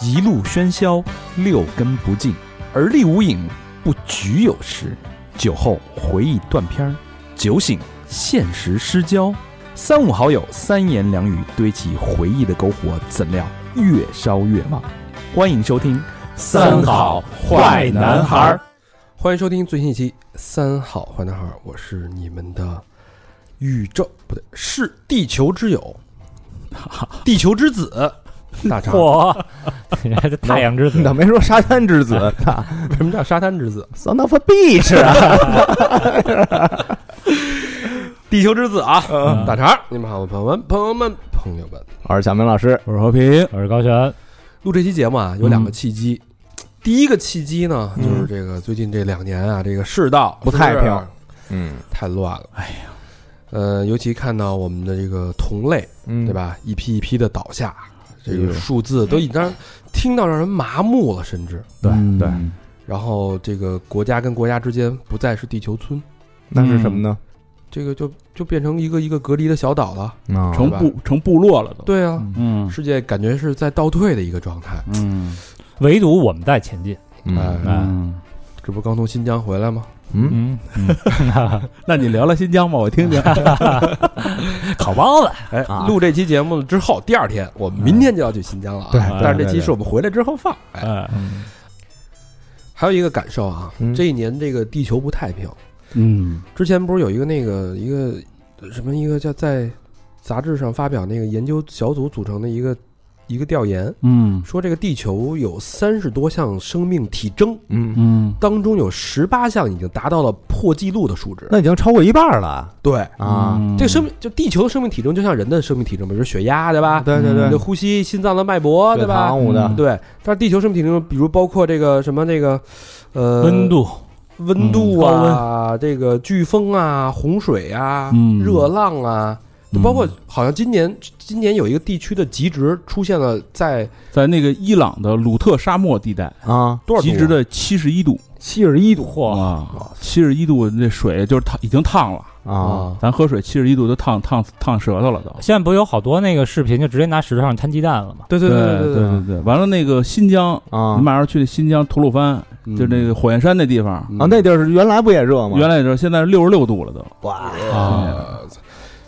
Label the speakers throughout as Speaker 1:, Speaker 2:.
Speaker 1: 一路喧嚣，六根不净，而立无影，不局有时。酒后回忆断片儿，酒醒现实失焦。三五好友，三言两语堆起回忆的篝火，怎料越烧越旺。欢迎收听《
Speaker 2: 儿》，欢迎收听最新一期《三好坏男孩》，我是你们的宇宙不对，是地球之 友，地球之子，大肠。
Speaker 3: 嚯，你还是太阳之子
Speaker 4: 怎么没说沙滩之子
Speaker 2: 为什么叫沙滩之子？
Speaker 4: ？Son of a bitch 啊！
Speaker 2: 地球之子啊，大肠。啊你们好，我朋友们、朋友们、朋友们，
Speaker 4: 我是小明老师，
Speaker 1: 我是和平，
Speaker 3: 我是高璇，
Speaker 2: 录这期节目啊，有两个契机。第一个契机呢，就是这个最近这两年啊，这个世道
Speaker 4: 不太平
Speaker 2: 是是
Speaker 4: 嗯
Speaker 2: 太乱了。哎呀，呃，尤其看到我们的这个同类，
Speaker 4: 嗯
Speaker 2: 对？吧？一批一批的倒下，这
Speaker 4: 哎
Speaker 2: 个
Speaker 4: 呦
Speaker 2: 数字都已经让听到让人麻木了，甚至。
Speaker 4: 对
Speaker 1: 嗯
Speaker 4: 对，
Speaker 2: 然后这个国家跟国家之间不再是地球村，
Speaker 4: 那是什么呢？
Speaker 2: 这个就就变成一个一个隔离的小岛了。
Speaker 4: 啊
Speaker 5: 成部成部落了都。
Speaker 2: 对啊，
Speaker 5: 嗯
Speaker 2: 世界感觉是在倒退的一个状态。
Speaker 5: 嗯
Speaker 3: 唯独我们在前进。
Speaker 2: 哎
Speaker 4: 嗯
Speaker 5: 嗯，
Speaker 2: 这不刚从新疆回来吗？
Speaker 4: 嗯，
Speaker 5: 嗯，那你聊聊新疆吧，我听听。
Speaker 3: 烤包子，
Speaker 2: 哎
Speaker 4: 啊，
Speaker 2: 录这期节目之后，第二天我们明天就要去新疆了啊。
Speaker 4: 对
Speaker 2: 但是这
Speaker 4: 对
Speaker 2: 期
Speaker 4: 对
Speaker 2: 是我们回来之后放。哎，
Speaker 3: 嗯，
Speaker 2: 还有一个感受啊
Speaker 4: 嗯，
Speaker 2: 这一年这个地球不太平。
Speaker 5: 嗯
Speaker 2: 之前不是有一个那个一个什么一个叫在杂志上发表那个研究小组组成的一个一个调研，
Speaker 5: 嗯
Speaker 2: 说这个地球有三十多项生命体征，
Speaker 4: 嗯，
Speaker 5: 嗯
Speaker 2: 当中有十八项已经达到了破纪录的数值。
Speaker 4: 那已经超过一半了
Speaker 2: 对，
Speaker 4: 啊！
Speaker 2: 这个生命就地球的生命体征就像人的生命体征，比如血压对吧？
Speaker 4: 啊对对
Speaker 2: 你的
Speaker 4: 对，
Speaker 2: 呼吸、心脏的脉搏对
Speaker 4: 血
Speaker 2: 吧
Speaker 4: 糖？舞的
Speaker 5: 嗯
Speaker 2: 对，但是地球生命体征，比如包括这个什么那个呃
Speaker 3: 温度，
Speaker 2: 温
Speaker 5: 嗯
Speaker 2: 度啊，这个飓风啊，洪水啊，
Speaker 5: 嗯
Speaker 2: 热浪啊，就包括好像今年今年有一个地区的极值出现了在
Speaker 5: 在那个伊朗的鲁特沙漠地带，
Speaker 4: 啊，
Speaker 2: 多少度啊
Speaker 5: 极值的七十一度。
Speaker 4: 七十一度
Speaker 3: 嚯，
Speaker 5: 哇，七十一度，那水就是烫，已经烫了。
Speaker 4: 啊！
Speaker 2: 啊，
Speaker 5: 咱喝水七十一度都烫烫烫舌头了都。
Speaker 3: 现在不是有好多那个视频就直接拿石头上摊鸡蛋了吗？
Speaker 2: 对对
Speaker 5: 对
Speaker 2: 对
Speaker 5: 对对，完了那个新疆，
Speaker 4: 啊
Speaker 5: 你马上去的新疆吐鲁番，
Speaker 2: 对
Speaker 5: 就那个火焰山那地方，
Speaker 4: 啊，那地儿是原来不也热吗？
Speaker 5: 原来就是现在六十六度了都。
Speaker 4: 哇，
Speaker 2: 啊，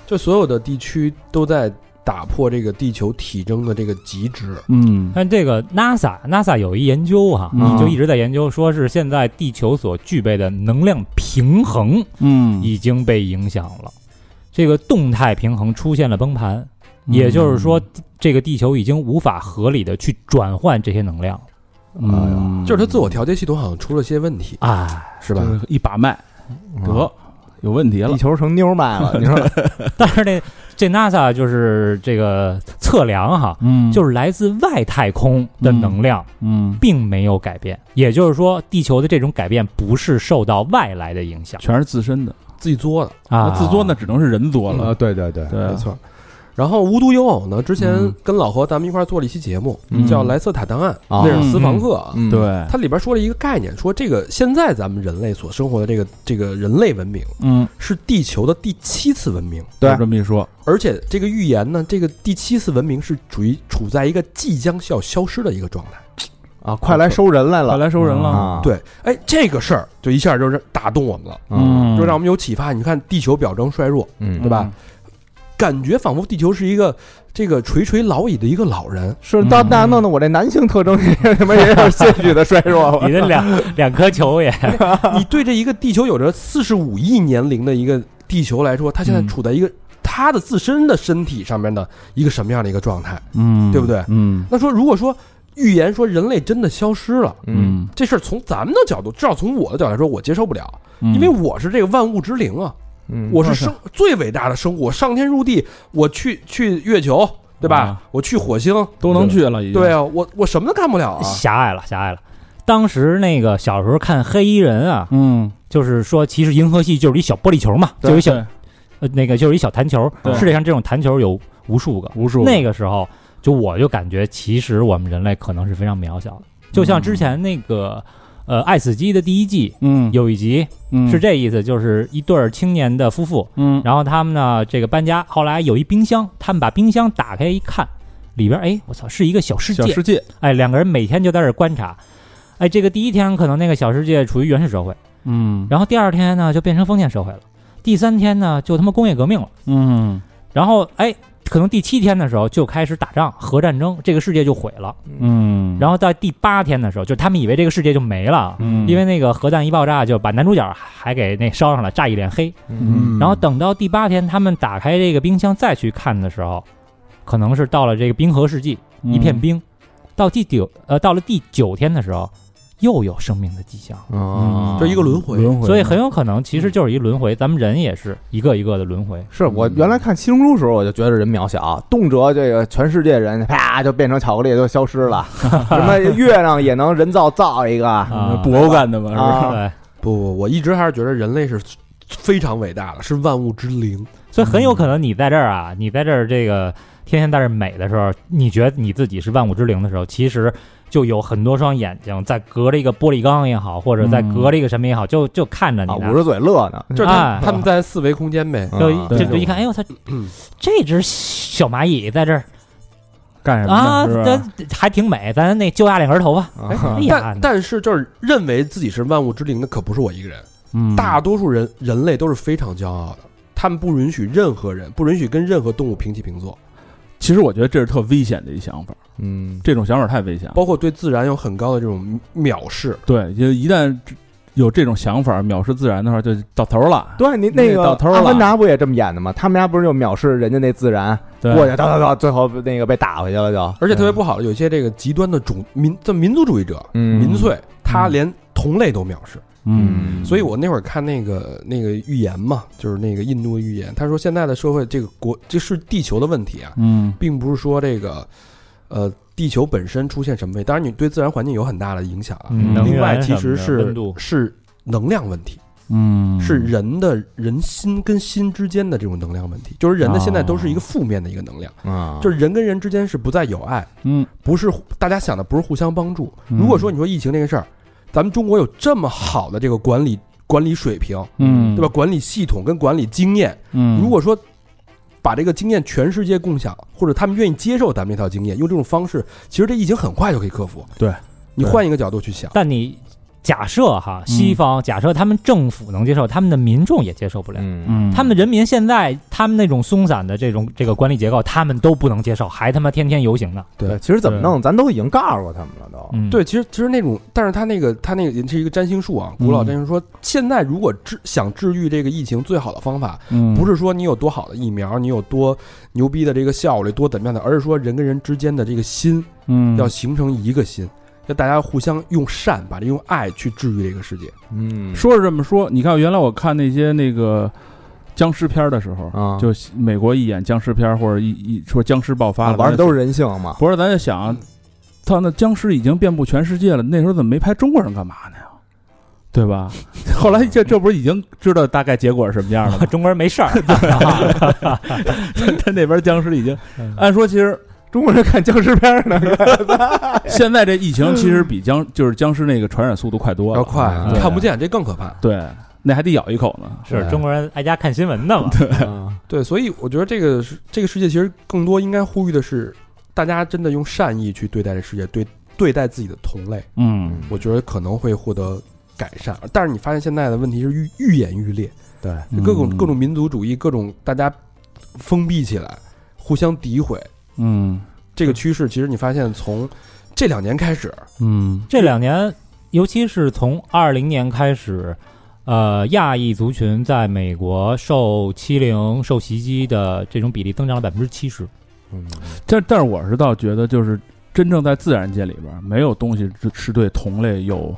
Speaker 2: 就所有的地区都在打破这个地球体征的这个极值，
Speaker 5: 嗯
Speaker 3: 但这个 NASA NASA 有一研究哈、
Speaker 5: 嗯
Speaker 3: 就一直在研究，说是现在地球所具备的能量平衡
Speaker 5: 嗯，
Speaker 3: 已经被影响了，这个动态平衡出现了崩盘，
Speaker 5: 嗯
Speaker 3: 也就是说，这个地球已经无法合理的去转换这些能量了。
Speaker 5: 嗯，
Speaker 2: 就是它自我调节系统好像出了些问题，
Speaker 3: 哎，
Speaker 5: 啊
Speaker 2: 是吧？
Speaker 5: 就是一把脉，得有问题了
Speaker 4: 地。球成妞卖了， 你说
Speaker 3: 但是这这 NASA 就是这个测量哈，
Speaker 5: 嗯
Speaker 3: 就是来自外太空的能量
Speaker 5: 嗯，
Speaker 3: 并没有改变，也就是说，地球的这种改变不是受到外来的影响
Speaker 5: 全是自身的。
Speaker 2: 自己作的，
Speaker 3: 啊。
Speaker 5: 那自作那只能是人作了。
Speaker 4: 啊？对对对
Speaker 5: 对啊，
Speaker 2: 没错。然后无独有偶呢，之前
Speaker 5: 嗯
Speaker 2: 跟老何咱们一块儿做了一期节目，
Speaker 5: 嗯
Speaker 2: 叫《莱瑟塔档案》，
Speaker 4: 啊
Speaker 2: 那是私房课啊。
Speaker 4: 嗯
Speaker 5: 对，
Speaker 2: 它里边说了一个概念，说这个现在咱们人类所生活的这个这个人类文明
Speaker 5: 嗯，
Speaker 2: 是地球的第七次文明，
Speaker 4: 对
Speaker 5: 有这么一说，
Speaker 2: 而且这个预言呢，这个第七次文明是处于处在一个即将要消失的一个状态。
Speaker 4: 啊，快来收人来
Speaker 5: 快
Speaker 4: 了
Speaker 5: 来收人了。
Speaker 4: 啊！，
Speaker 2: 对，哎，这个事儿就一下就是打动我们了，
Speaker 4: 嗯
Speaker 2: 就让我们有启发。你看，地球表征衰弱，
Speaker 4: 嗯
Speaker 2: 对吧？感觉仿佛地球是一个这个垂垂老矣的一个老人。
Speaker 4: 是到
Speaker 5: 嗯
Speaker 4: 那弄得我这男性特征也什么也有些许的衰弱了
Speaker 3: 你的 两两颗球也
Speaker 5: 啊
Speaker 2: 你对这一个地球有着四十五亿年龄的一个地球来说，它现在
Speaker 5: 嗯
Speaker 2: 处在一个它的自身的身体上面的一个什么样的一个状态？
Speaker 5: 嗯，
Speaker 2: 对不对
Speaker 5: 嗯
Speaker 2: 那说如果说预言说人类真的消失了，
Speaker 4: 嗯，
Speaker 5: 嗯，
Speaker 2: 这事儿从咱们的角度，至少从我的角度来说，我接受不了，
Speaker 5: 嗯
Speaker 2: 因为我是这个万物之灵啊，
Speaker 4: 嗯
Speaker 2: 我是生最伟大的生物，我上天入地，我去去月球，对吧
Speaker 5: 啊？
Speaker 2: 我去火星，
Speaker 5: 都能去了，已经
Speaker 2: 对啊，我我什么都干不了啊。
Speaker 3: 狭隘了，狭隘了。当时那个小时候看黑衣人啊，
Speaker 5: 嗯，
Speaker 3: 就是说，其实银河系就是一小玻璃球嘛，
Speaker 4: 对
Speaker 3: 就是一小
Speaker 5: 对
Speaker 3: 呃那个就是一小弹球，
Speaker 5: 对
Speaker 3: 世界上这种弹球有无数个。
Speaker 5: 无数
Speaker 3: 那个时候，就我就感觉，其实我们人类可能是非常渺小的。就像之前那个，呃，《爱死机》的第一季
Speaker 5: 嗯
Speaker 3: 有一集
Speaker 5: 嗯
Speaker 3: 是这意思，就是一对儿青年的夫妇，
Speaker 5: 嗯
Speaker 3: 然后他们呢这个搬家，后来有一冰箱，他们把冰箱打开一看，里边哎，我操，是一个小世
Speaker 5: 小
Speaker 3: 界，
Speaker 5: 世界，
Speaker 3: 哎，两个人每天就在这儿观察，哎，这个第一天可能那个小世界处于原始社会，
Speaker 5: 嗯
Speaker 3: 然后第二天呢就变成封建社会了，第三天呢就他妈工业革命了，
Speaker 5: 嗯，
Speaker 3: 然后哎，可能第七天的时候就开始打仗，核战争，这个世界就毁了，
Speaker 5: 嗯，
Speaker 3: 然后到第八天的时候，就他们以为这个世界就没了。
Speaker 5: 嗯，
Speaker 3: 因为那个核弹一爆炸，就把男主角还给那烧上了，炸一脸黑。
Speaker 5: 嗯
Speaker 3: 然后等到第八天，他们打开这个冰箱再去看的时候，可能是到了这个冰河世纪，
Speaker 5: 嗯
Speaker 3: 一片冰。到第九呃，到了第九天的时候，又有生命的迹象，
Speaker 4: 啊，
Speaker 5: 嗯，
Speaker 2: 这一个轮回
Speaker 5: 轮回，
Speaker 3: 所以很有可能其实就是一轮回。咱们人也是一个一个的轮回。
Speaker 4: 是我原来看《七龙珠》时候，我就觉得人渺小，动辄这个全世界人啪就变成巧克力就消失 了，什么月亮也能人造造一 个，
Speaker 3: 啊，
Speaker 5: 布欧干的嘛，是吧？
Speaker 4: 啊
Speaker 3: 对，
Speaker 2: 不不，我一直还是觉得人类是非常伟大的，是万物之灵。
Speaker 3: 所以很有可能你在这儿啊，你在这儿这个天天在这儿美的时候，你觉得你自己是万物之灵的时候，其实就有很多双眼睛在隔着一个玻璃缸也好，或者在隔着一个什么也好，
Speaker 5: 嗯
Speaker 3: 就就看着你
Speaker 4: 啊，
Speaker 3: 呢。
Speaker 4: 捂着嘴乐呢，
Speaker 2: 就是他
Speaker 3: 哎
Speaker 2: 他们在四维空间呗，
Speaker 3: 就
Speaker 4: 啊
Speaker 3: 一就
Speaker 5: 对
Speaker 3: 就一看，哎呦，它这只小蚂蚁在这儿
Speaker 5: 干什
Speaker 3: 啊，
Speaker 5: 么呢？是
Speaker 3: 咱
Speaker 5: 吧？
Speaker 3: 还挺美，咱那就压两根头发，
Speaker 4: 啊
Speaker 3: 哎呀
Speaker 2: 但，但是就是认为自己是万物之灵的可不是我一个人，
Speaker 5: 嗯
Speaker 2: 大多数人人类都是非常骄傲的，他们不允许任何人，不允许跟任何动物平起平坐，
Speaker 5: 其实我觉得这是特危险的一想法，
Speaker 4: 嗯，
Speaker 5: 这种想法太危险了。
Speaker 2: 包括对自然有很高的这种藐视。
Speaker 5: 对，就一旦有这种想法，藐视自然的话，就到头了。
Speaker 4: 对你那
Speaker 5: 那
Speaker 4: 个
Speaker 5: 到头
Speaker 4: 阿
Speaker 5: 了
Speaker 4: 凡达不也这么演的吗？他们家不是就藐视人家那自然，
Speaker 5: 对，
Speaker 4: 过去叨叨叨，最后那个被打回去了就，
Speaker 2: 而且特别不好的，有一些这个极端的种民这民族主义者、
Speaker 4: 嗯
Speaker 2: 民粹，他连同类都藐视。
Speaker 5: 嗯，
Speaker 2: 所以我那会儿看那个那个预言嘛，就是那个印度的预言，他说现在的社会这个国这是地球的问题啊，
Speaker 5: 嗯
Speaker 2: 并不是说这个呃地球本身出现什么问题，当然你对自然环境有很大的影响啊。
Speaker 5: 嗯
Speaker 3: 能
Speaker 2: 另
Speaker 3: 源
Speaker 2: 外，其
Speaker 3: 什么
Speaker 2: 实
Speaker 3: 的
Speaker 2: 是
Speaker 3: 温度，
Speaker 2: 是能量问题，
Speaker 5: 嗯
Speaker 2: 是人的人心跟心之间的这种能量问题，就是人的现在都是一个负面的一个能量，
Speaker 4: 啊，
Speaker 2: 就是人跟人之间是不再有爱，
Speaker 5: 嗯，
Speaker 2: 不是大家想的不是互相帮助。
Speaker 5: 嗯
Speaker 2: 如果说你说疫情这个事儿，咱们中国有这么好的这个管理管理水平，
Speaker 5: 嗯
Speaker 2: 对吧？？管理系统跟管理经验，
Speaker 5: 嗯，
Speaker 2: 如果说把这个经验全世界共享，或者他们愿意接受咱们这套经验，用这种方式，其实这疫情很快就可以克服。
Speaker 5: 对，
Speaker 2: 你换一个角度去想，
Speaker 3: 但你假设哈，西
Speaker 5: 嗯
Speaker 3: 方假设他们政府能接受，他们的民众也接受不了。
Speaker 4: 嗯
Speaker 5: 嗯，
Speaker 3: 他们的人民现在，他们那种松散的这种这个管理结构，他们都不能接受，还他妈天天游行呢。
Speaker 4: 对，其实怎么
Speaker 5: 对
Speaker 4: 弄，咱都已经告诉过他们了都，
Speaker 3: 嗯，
Speaker 2: 对，其实其实那种，但是他那个他那个是一个占星术啊，古老
Speaker 5: 嗯
Speaker 2: 占星说，现在如果治想治愈这个疫情，最好的方法
Speaker 5: 嗯
Speaker 2: 不是说你有多好的疫苗，你有多牛逼的这个效率，多怎么样的，而是说人跟人之间的这个心
Speaker 5: 嗯
Speaker 2: 要形成一个心，要大家互相用善，把这用爱去治愈这个世界。
Speaker 4: 嗯
Speaker 5: 说是这么说，你看原来我看那些那个僵尸片儿的时候，
Speaker 4: 啊，
Speaker 5: 就美国一演僵尸片儿或者一一说僵尸爆发
Speaker 4: 啊
Speaker 5: 了，
Speaker 4: 玩的都
Speaker 5: 是
Speaker 4: 是人性嘛，
Speaker 5: 不是？咱就想，他那僵尸已经遍布全世界了，那时候怎么没拍中国人干嘛呢呀？对吧？ 后来这这不是已经知道大概结果是什么样了吗？啊
Speaker 3: 中国人没事儿，
Speaker 5: 他那边僵尸已经，按说其实
Speaker 4: 中国人看僵尸片呢，
Speaker 5: 现在这疫情其实比僵就是僵尸那个传染速度快多
Speaker 2: 要
Speaker 5: 了，
Speaker 2: 快
Speaker 4: 啊，
Speaker 2: 你
Speaker 5: 嗯对
Speaker 2: 看不见，这更可怕。
Speaker 5: 对，那还得咬一口呢。
Speaker 3: 是中国人挨家看新闻的嘛？
Speaker 4: 嗯
Speaker 2: 对，所以我觉得这个是这个世界其实更多应该呼吁的是，大家真的用善意去对待这世界，对对待自己的同类，
Speaker 5: 嗯
Speaker 2: 我觉得可能会获得改善。但是你发现现在的问题是愈愈演愈烈，
Speaker 4: 对，
Speaker 2: 就各种各种民族主义，各种大家封闭起来，互相诋毁，
Speaker 5: 嗯
Speaker 2: 这个趋势其实你发现从这两年开始，
Speaker 5: 嗯
Speaker 3: 这两年，尤其是从二零年开始，呃，亚裔族群在美国受欺凌、受袭击的这种比例增长了百分之七十。
Speaker 5: 但但是我是倒觉得，就是真正在自然界里边儿，没有东西是是对同类有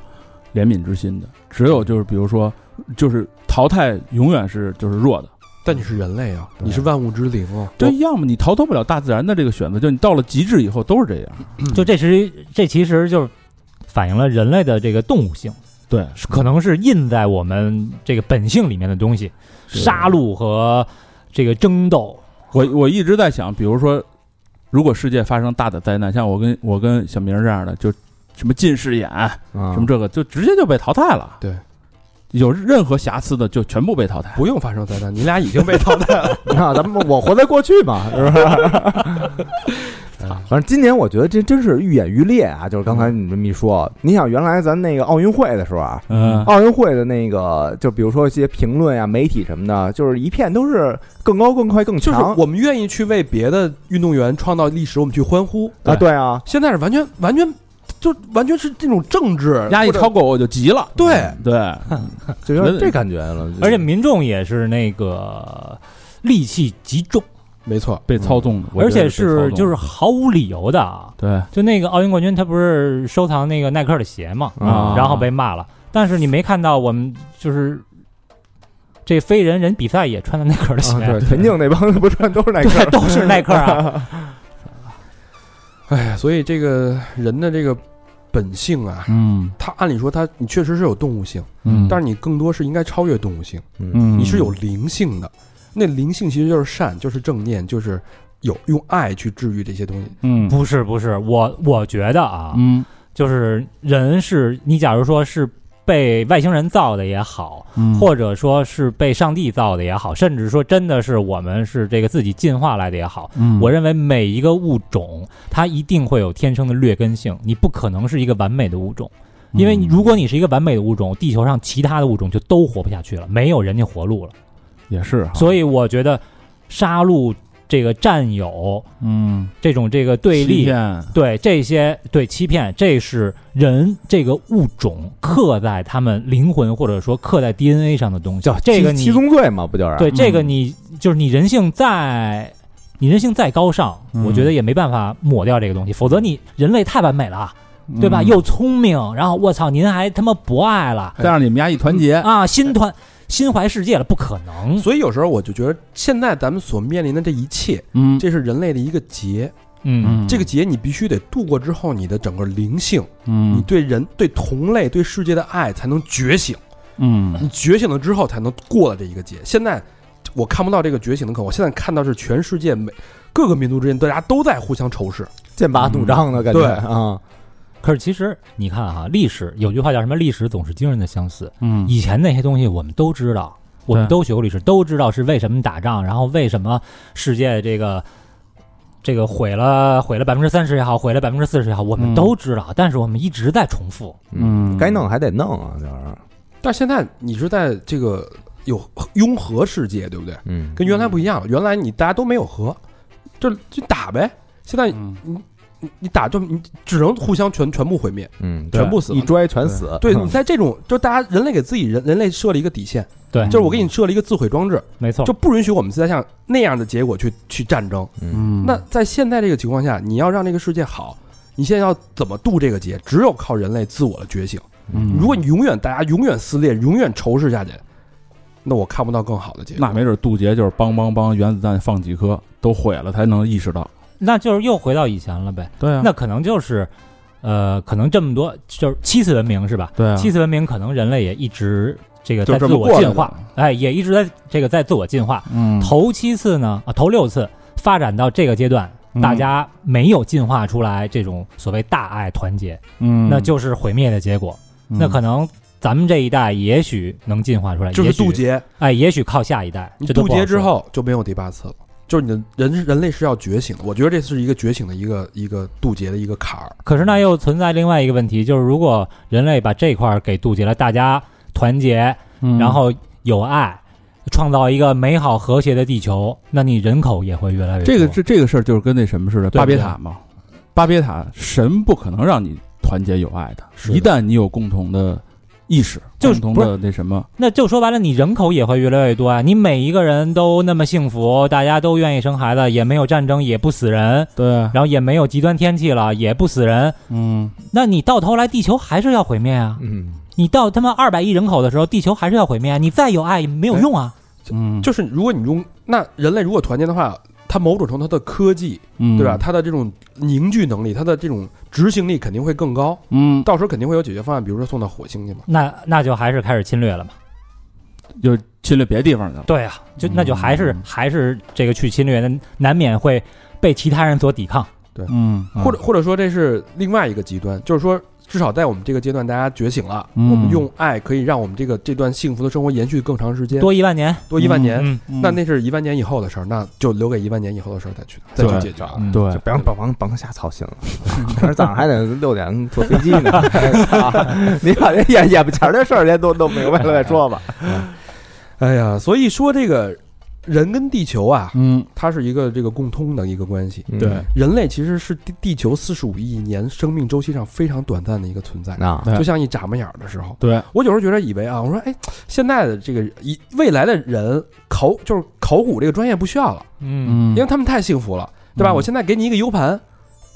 Speaker 5: 怜悯之心的，只有就是比如说，就是淘汰永远是就是弱的。
Speaker 2: 但你是人类啊，你是万物之灵啊，
Speaker 5: 对，要么你逃脱不了大自然的这个选择，就你到了极致以后都是这样。
Speaker 3: 就这时，这其实就是反映了人类的这个动物性，
Speaker 5: 对，
Speaker 3: 是可能是印在我们这个本性里面的东西，
Speaker 5: 是
Speaker 3: 杀戮和这个争斗。
Speaker 5: 我我一直在想，比如说，如果世界发生大的灾难，像我跟我跟小明这样的，就什么近视眼，
Speaker 3: 啊
Speaker 4: 什
Speaker 5: 什么这个，就直接就被淘汰了。
Speaker 2: 对，
Speaker 5: 有任何瑕疵的就全部被淘汰。
Speaker 2: 不用发生灾
Speaker 4: 啊
Speaker 2: 难，你俩已经被淘汰了。
Speaker 4: 那咱们我活在过去嘛，是不是？
Speaker 2: 操，
Speaker 4: 啊反正今年我觉得这真是愈演愈烈啊！就是刚才你这么一说，你想原来咱那个奥运会的时候啊，
Speaker 5: 嗯，
Speaker 4: 奥运会的那个就比如说一些评论啊、媒体什么的，就是一片都是更高、更快、更
Speaker 2: 就是
Speaker 4: 强
Speaker 2: 我们愿意去为别的运动员创造历史，我们去欢呼。
Speaker 4: 啊，对啊，
Speaker 2: 现在是完全完全就完全是这种政治
Speaker 5: 压一
Speaker 2: 或者
Speaker 5: 超过我就急了，嗯
Speaker 2: 对
Speaker 5: 对，
Speaker 4: 就有点这感觉了。
Speaker 3: 而且民众也是那个戾气极重，
Speaker 2: 没错，嗯
Speaker 5: 被操纵的，我
Speaker 3: 嗯而
Speaker 5: 觉
Speaker 3: 且
Speaker 5: 得被操
Speaker 3: 是
Speaker 5: 纵
Speaker 3: 就是
Speaker 5: 的
Speaker 3: 毫无理由的啊。
Speaker 5: 对，
Speaker 3: 就那个奥运冠军，他不是收藏那个耐克的鞋嘛，
Speaker 4: 啊
Speaker 3: 然后被骂了。但是你没看到我们就是这飞人人比赛也穿的耐克的鞋，
Speaker 4: 啊，对，田径那帮不穿都是耐克
Speaker 3: 对，都是耐克 啊。
Speaker 2: 哎呀，所以这个人的这个本性啊，
Speaker 5: 嗯
Speaker 2: 他按理说他你确实是有动物性，
Speaker 5: 嗯，
Speaker 2: 但是你更多是应该超越动物性，
Speaker 5: 嗯
Speaker 2: 你是有灵性的。那灵性其实就是善，就是正念，就是有用爱去治愈这些东西。
Speaker 5: 嗯
Speaker 3: 不是不是，我我觉得啊，
Speaker 5: 嗯
Speaker 3: 就是人是你假如说是被外星人造的也好，
Speaker 5: 嗯
Speaker 3: 或者说是被上帝造的也好，甚至说真的是我们是这个自己进化来的也好，
Speaker 5: 嗯
Speaker 3: 我认为每一个物种，它一定会有天生的劣根性，你不可能是一个完美的物种，因为
Speaker 5: 嗯
Speaker 3: 如果你是一个完美的物种，地球上其他的物种就都活不下去了，没有人家活路了。
Speaker 5: 也是啊哈，
Speaker 3: 所以我觉得，杀戮这个占有，
Speaker 5: 嗯
Speaker 3: 这种这个对
Speaker 5: 欺
Speaker 3: 立，
Speaker 5: 骗
Speaker 3: 对这些对欺骗，这是人这个物种刻在他们灵魂或者说刻在 DNA 上的东西。
Speaker 4: 叫
Speaker 3: 这个
Speaker 4: 七
Speaker 3: 你
Speaker 4: 七宗罪嘛，不就是？
Speaker 3: 对这个
Speaker 5: 嗯
Speaker 3: 你就是你人性再你人性再高尚，
Speaker 5: 嗯
Speaker 3: 我觉得也没办法抹掉这个东西，否则你人类太完美了，啊对吧？
Speaker 5: 嗯
Speaker 3: 又聪明，然后我操，您还他妈博爱了
Speaker 5: 再让你们家一团结，
Speaker 3: 啊，心团心怀世界了，不可
Speaker 5: 嗯
Speaker 3: 能。
Speaker 2: 所以有时候我就觉得，现在咱们所面临的这一切，
Speaker 5: 嗯
Speaker 2: 这是人类的一个劫。
Speaker 3: 嗯，
Speaker 2: 这个劫你必须得度过之后，你的整个灵性，你
Speaker 5: 嗯
Speaker 2: 对人、对同类、对世界的爱才能觉醒。
Speaker 5: 嗯
Speaker 2: 你觉醒了之后，才能过了这一个劫。现在我看不到这个觉醒的可能，我现在看到是全世界每各个民族之间，大家都在互相仇视。
Speaker 4: 剑拔弩张的感觉
Speaker 2: 对
Speaker 4: 啊，
Speaker 3: 可是其实你看哈、历史有句话叫什么？历史总是惊人的相似。
Speaker 5: 嗯
Speaker 3: 以前那些东西我们都知道，我们
Speaker 5: 对
Speaker 3: 都学过历史，都知道是为什么打仗，然后为什么世界这个这个毁了毁了百分之三十也好，毁了百分之四十也好，我们
Speaker 5: 嗯
Speaker 3: 都知道，但是我们一直在重复。
Speaker 5: 嗯
Speaker 4: 该弄还得弄啊，就是
Speaker 2: 但是现在你是在这个有拥核世界，对不对？
Speaker 4: 嗯，
Speaker 2: 跟原来不一样了，原来你大家都没有核，就就打呗。现在
Speaker 5: 嗯
Speaker 2: 你你打就你只能互相全全部毁灭，
Speaker 4: 嗯，
Speaker 2: 全部死
Speaker 4: 一
Speaker 2: 了。
Speaker 4: 摔全死，嗯
Speaker 2: 对
Speaker 4: 哼
Speaker 2: 你在这种，就大家人类给自己人人类设了一个底线，
Speaker 3: 对，
Speaker 2: 就是我给你设了一个自毁装置，
Speaker 3: 嗯没错，
Speaker 2: 就不允许我们再像那样的结果去去战争。
Speaker 5: 嗯
Speaker 2: 那在现在这个情况下，你要让这个世界好，你现在要怎么渡这个劫？只有靠人类自我的觉醒。
Speaker 5: 嗯
Speaker 2: 如果你永远大家永远撕裂，永远仇视下去，那我看不到更好的结果。
Speaker 5: 那没准渡劫就是梆梆梆，原子弹放几颗都毁了，才能意识到。
Speaker 3: 那就是又回到以前了呗。
Speaker 5: 对啊
Speaker 3: 那可能就是，呃，可能这么多就是七次文明是吧？
Speaker 5: 对啊
Speaker 3: 七次文明可能人类也一直这个
Speaker 5: 就
Speaker 3: 在
Speaker 5: 这
Speaker 3: 自
Speaker 5: 么
Speaker 3: 我
Speaker 5: 过来
Speaker 3: 进化，哎，也一直在这个在自我进化。
Speaker 5: 嗯
Speaker 3: 头七次呢，啊，头六次发展到这个阶段，
Speaker 5: 嗯
Speaker 3: 大家没有进化出来这种所谓大爱团结，
Speaker 5: 嗯
Speaker 3: 那就是毁灭的结果。
Speaker 2: 嗯
Speaker 3: 那可能咱们这一代也许能进化出来，
Speaker 2: 就是
Speaker 3: 也许
Speaker 2: 渡，劫，
Speaker 3: 哎，也许靠下一代。
Speaker 2: 你
Speaker 3: 这都
Speaker 2: 渡
Speaker 3: 不好
Speaker 2: 劫之
Speaker 3: 说，
Speaker 2: 后就没有第八次了。就是你的人人类是要觉醒的，我觉得这是一个觉醒的一个一个渡劫的一个坎儿。
Speaker 3: 可是那又存在另外一个问题，就是如果人类把这块儿给渡劫了，大家团结，
Speaker 5: 嗯
Speaker 3: 然后有爱。创造一个美好和谐的地球，那你人口也会越来越多。
Speaker 5: 这个这这个事儿就是跟那什么似的，
Speaker 3: 对
Speaker 5: 巴别塔嘛，巴别塔神不可能让你团结友爱的，
Speaker 2: 是的
Speaker 5: 一旦你有共同的意识，
Speaker 3: 就是
Speaker 5: 共
Speaker 3: 不
Speaker 5: 同
Speaker 3: 是
Speaker 5: 的那什么，
Speaker 3: 那就说白了，你人口也会越来越多啊！你每一个人都那么幸福，大家都愿意生孩子，也没有战争，也不死人，
Speaker 5: 对啊，
Speaker 3: 然后也没有极端天气了，也不死人。
Speaker 5: 嗯，
Speaker 3: 那你到头来，地球还是要毁灭啊！
Speaker 4: 嗯，
Speaker 3: 你到他妈二百亿人口的时候，地球还是要毁灭啊！你再有爱也没有用啊！
Speaker 5: 嗯，
Speaker 2: 就是如果你用那人类如果团结的话，它某种程度它的科技，
Speaker 5: 嗯
Speaker 2: 对吧？？它的这种凝聚能力，它的这种执行力肯定会更高。
Speaker 5: 嗯，
Speaker 2: 到时候肯定会有解决方案，比如说送到火星去嘛。
Speaker 3: 那那就还是开始侵略了嘛？
Speaker 5: 就是侵略别地方去了，
Speaker 3: 对啊，就那就还是、
Speaker 5: 嗯
Speaker 3: 还是这个去侵略，那难免会被其他人所抵抗。
Speaker 5: 嗯，
Speaker 2: 或者或者说这是另外一个极端，就是说至少在我们这个阶段，大家觉醒了，
Speaker 5: 嗯
Speaker 2: 我们用爱可以让我们这个这段幸福的生活延续更长时间，
Speaker 3: 多一万年，
Speaker 2: 多一万年。
Speaker 3: 嗯，
Speaker 2: 那那是一万年以后的事儿，那就留给一万年以后的事儿再去再去
Speaker 5: 对
Speaker 2: 解决啊。
Speaker 1: 嗯
Speaker 5: 对
Speaker 4: 就，甭甭甭甭瞎操心了，明儿早上还得六点坐飞机呢。 啊你把这眼眼巴前儿的事儿先弄弄明白了再说吧。
Speaker 2: 哎呀，所以说这个人跟地球啊，
Speaker 5: 嗯，
Speaker 2: 它是一个这个共通的一个关系。
Speaker 4: 嗯
Speaker 5: 对，
Speaker 2: 人类其实是地地球四十五亿年生命周期上非常短暂的一个存在，
Speaker 4: 啊，
Speaker 5: 对
Speaker 2: 就像一眨巴眼儿的时候。
Speaker 5: 对，
Speaker 2: 我有时候觉得以为啊，我说哎，现在的这个以未来的人考就是考古这个专业不需要了，
Speaker 3: 嗯，
Speaker 5: 嗯
Speaker 2: 因为他们太幸福了，对吧？
Speaker 5: 嗯
Speaker 2: 我现在给你一个 U 盘，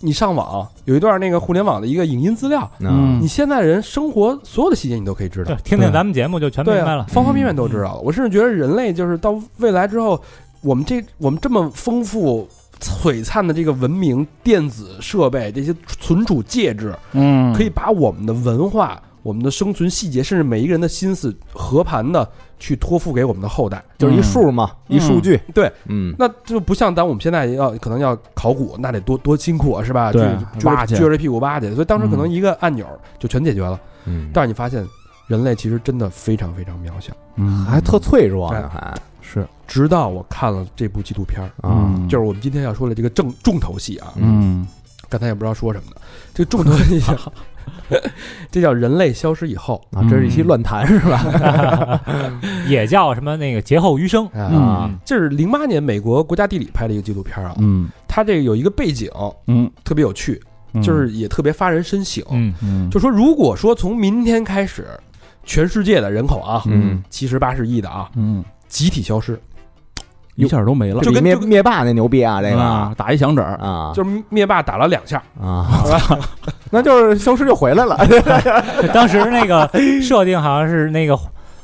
Speaker 2: 你上网有一段那个互联网的一个影音资料，
Speaker 5: 嗯
Speaker 2: 你现在人生活所有的细节你都可以知道
Speaker 3: 对，， 啊听听咱们节目就全明
Speaker 2: 对
Speaker 3: 白
Speaker 2: 啊
Speaker 3: 了，。
Speaker 2: 方方面面都知道了。我甚至觉得人类就是到未来之后，我们这我们这么丰富。璀璨的这个文明、电子设备、这些存储介质，
Speaker 5: 嗯
Speaker 2: 可以把我们的文化、我们的生存细节，甚至每一个人的心思和盘的去托付给我们的后代。
Speaker 4: 就是一数嘛，
Speaker 5: 嗯
Speaker 4: 一数据。
Speaker 2: 对，
Speaker 4: 嗯，
Speaker 2: 那就不像咱我们现在要可能要考古，那得多多辛苦啊，是吧？
Speaker 5: 对
Speaker 2: 去
Speaker 5: 挖去嗯
Speaker 2: 撅着屁股挖去。所以当时可能一个按钮就全解决了，
Speaker 4: 嗯
Speaker 2: 但是你发现人类其实真的非常非常渺小。
Speaker 5: 嗯
Speaker 4: 还特脆弱
Speaker 2: 对
Speaker 4: 呢，还
Speaker 5: 是，
Speaker 2: 直到我看了这部纪录片儿，
Speaker 4: 啊，
Speaker 5: 嗯
Speaker 2: 就是我们今天要说的这个重重头戏啊，
Speaker 5: 嗯
Speaker 2: 刚才也不知道说什么的，这重头戏啊， 这叫人类消失以后
Speaker 4: 啊，这是一期乱谈是吧？
Speaker 3: 啊 也叫什么那个劫后余生，
Speaker 2: 啊。
Speaker 5: 嗯
Speaker 4: 啊，
Speaker 2: 这是零八年美国国家地理拍的一个纪录片啊，
Speaker 5: 嗯
Speaker 2: 它这个有一个背景
Speaker 5: 嗯，
Speaker 2: 特别有趣，
Speaker 5: 嗯
Speaker 2: 就是也特别发人深省。
Speaker 3: 嗯，
Speaker 5: 嗯
Speaker 2: 就说如果说从明天开始，全世界的人口啊，
Speaker 4: 嗯，
Speaker 2: 七十八十亿的啊，
Speaker 5: 嗯，
Speaker 2: 集体消失，
Speaker 5: 一下都没了，
Speaker 2: 就
Speaker 4: 比
Speaker 2: 跟
Speaker 4: 灭
Speaker 2: 就跟
Speaker 4: 灭霸那牛逼啊，这个
Speaker 5: 啊
Speaker 4: 啊
Speaker 5: 打一响指儿，
Speaker 4: 啊
Speaker 2: 就是灭霸打了两下，
Speaker 4: 啊，那就是消失就回来了。
Speaker 3: 就当时那 个设定好像是那个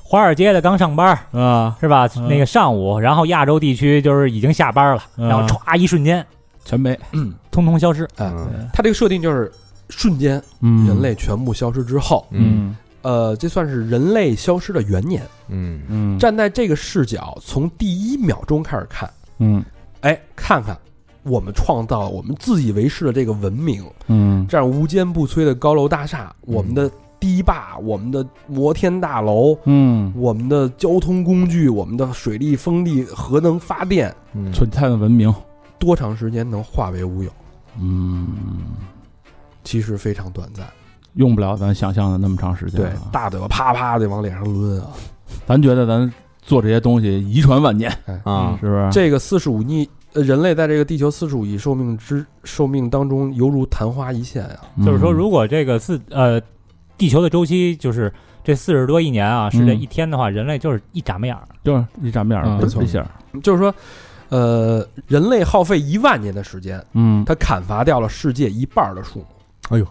Speaker 3: 华尔街的刚上班儿
Speaker 5: 啊，
Speaker 3: 是吧？
Speaker 5: 嗯
Speaker 3: 那个上午，然后亚洲地区就是已经下班了，
Speaker 5: 嗯
Speaker 3: 然后歘一瞬间
Speaker 5: 全没，
Speaker 3: 通通消失。
Speaker 2: 嗯，它这个设定就是瞬间
Speaker 5: 嗯
Speaker 2: 人类全部消失之后，
Speaker 4: 嗯
Speaker 5: 嗯
Speaker 2: 呃，这算是人类消失的元年。
Speaker 4: 嗯
Speaker 5: 嗯
Speaker 2: 站在这个视角，从第一秒钟开始看，
Speaker 5: 嗯
Speaker 2: 哎，看看我们创造了我们自以为是的这个文明，
Speaker 5: 嗯
Speaker 2: 这样无坚不摧的高楼大厦，我们的堤坝，我们的摩天大楼，
Speaker 5: 嗯，
Speaker 2: 我们的交通工具，我们的水力、风力、核能发电，
Speaker 4: 嗯
Speaker 5: 璀璨的文明，
Speaker 2: 多长时间能化为乌有？
Speaker 5: 嗯，
Speaker 2: 其实非常短暂，
Speaker 5: 用不了咱想象的那么长时间
Speaker 2: 对
Speaker 5: 了，，
Speaker 2: 大嘴巴啪啪的往脸上抡啊！
Speaker 5: 咱觉得咱做这些东西遗传万年，
Speaker 4: 啊，
Speaker 5: 是不是？
Speaker 2: 这个四十五亿呃人类在这个地球四十五亿寿命之寿命当中，犹如昙花一现啊！
Speaker 3: 就是说，
Speaker 5: 嗯
Speaker 3: 如果这个四呃地球的周期就是这四十多亿年
Speaker 5: 嗯
Speaker 3: 啊，是这一天的话，人类就是一眨巴眼儿。
Speaker 5: 就是一眨眼
Speaker 2: 嗯
Speaker 5: 儿，
Speaker 2: 没错
Speaker 5: 一下儿，
Speaker 2: 就是说，呃，人类耗费一万年的时间，
Speaker 5: 嗯
Speaker 2: 它砍伐掉了世界一半儿的树木。
Speaker 4: 哎呦，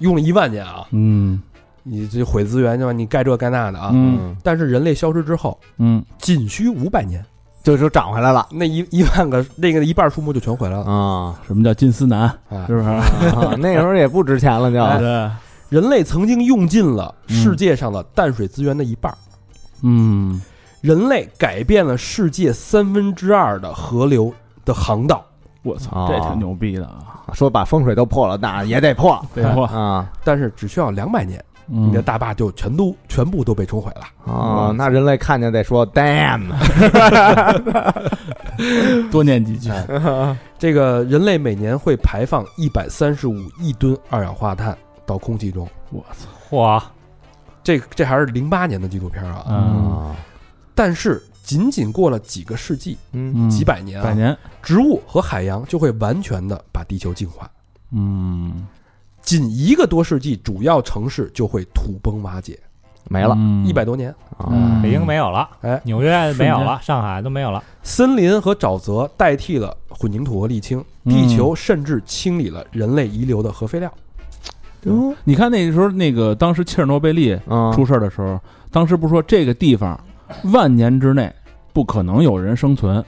Speaker 2: 用了一万年啊！
Speaker 5: 嗯
Speaker 2: 你这毁资源对吧？你盖这盖那的啊！
Speaker 5: 嗯
Speaker 2: 但是人类消失之后，
Speaker 5: 嗯
Speaker 2: 仅需五百年，
Speaker 4: 就就长回来了
Speaker 2: 那一一万个那个一半树木就全毁了
Speaker 4: 啊。
Speaker 5: 什么叫金丝楠？
Speaker 2: 啊
Speaker 5: 是！不是？
Speaker 4: 啊那时候也不值钱了，
Speaker 5: 啊
Speaker 3: 哎
Speaker 4: 就
Speaker 5: 对，
Speaker 2: 人类曾经用尽了世
Speaker 5: 嗯
Speaker 2: 界上的淡水资源的一半儿，
Speaker 5: 嗯
Speaker 2: 人类改变了世界三分之二的河流的航道，，
Speaker 5: 我操，
Speaker 4: 啊
Speaker 5: 这挺牛逼的啊！
Speaker 4: 说把风水都破了，那也得破
Speaker 5: 废话，
Speaker 4: 啊
Speaker 2: 但是只需要两百年，
Speaker 5: 嗯
Speaker 2: 你的大坝就全都全部都被冲毁了。
Speaker 4: 啊！那人类看见得说 damn
Speaker 5: 多念几句。
Speaker 2: 这个人类每年会排放一百三十五亿吨二氧化碳到空气中，
Speaker 5: 我操，
Speaker 3: 嚯，
Speaker 2: 这这还是零八年的纪录片啊。
Speaker 5: 嗯
Speaker 4: 啊，
Speaker 2: 但是仅仅过了几个世纪，
Speaker 4: 嗯
Speaker 5: 嗯，
Speaker 2: 几百年
Speaker 5: 百
Speaker 2: 啊，
Speaker 5: 年，
Speaker 2: 植物和海洋就会完全的把地球净化。
Speaker 5: 嗯，
Speaker 2: 仅一个多世纪，主要城市就会土崩瓦解，
Speaker 4: 没了
Speaker 5: 嗯
Speaker 2: 一百多年。
Speaker 4: 啊，
Speaker 3: 北京没有了，
Speaker 2: 哎
Speaker 3: 纽约没有了，上海都没有了。
Speaker 2: 森林和沼泽代替了混凝土和沥青，
Speaker 5: 嗯啊
Speaker 2: 地球甚至清理了人类遗留的核废料。
Speaker 4: 哟
Speaker 5: 你看那时候，那个当时切尔诺贝利
Speaker 4: 啊
Speaker 5: 嗯出事儿的时候，当时不是说这个地方万年之内不可能有人生存，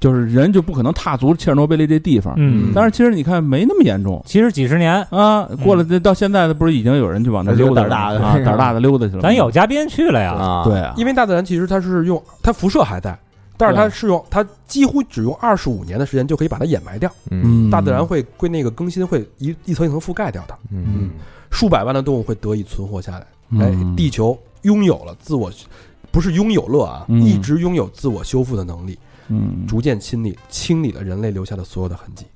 Speaker 5: 就是人就不可能踏足切尔诺贝利这地方。
Speaker 3: 嗯，
Speaker 5: 但是其实你看，没那么严重
Speaker 3: 其实几十年，
Speaker 5: 啊。过了这到现在，不是已经有人就往那溜达
Speaker 4: 胆
Speaker 5: 了
Speaker 4: 儿大的
Speaker 5: 啊，胆儿大的溜达去了。
Speaker 3: 咱有嘉宾去了呀。
Speaker 4: 啊，
Speaker 5: 对啊，
Speaker 2: 因为大自然其实它是用它辐射还在，但是它是用它几乎只用二十五年的时间就可以把它掩埋掉。
Speaker 4: 嗯
Speaker 5: 嗯，
Speaker 2: 大自然会会那个更新会一一层一层覆盖掉它。
Speaker 4: 嗯
Speaker 2: 数百万的动物会得以存活下来。哎
Speaker 5: 嗯，
Speaker 2: 地球拥有了自我，不是拥有乐啊，
Speaker 5: 嗯
Speaker 2: 一直拥有自我修复的能力，
Speaker 5: 嗯，
Speaker 2: 逐渐清理清理了人类留下的所有的痕迹。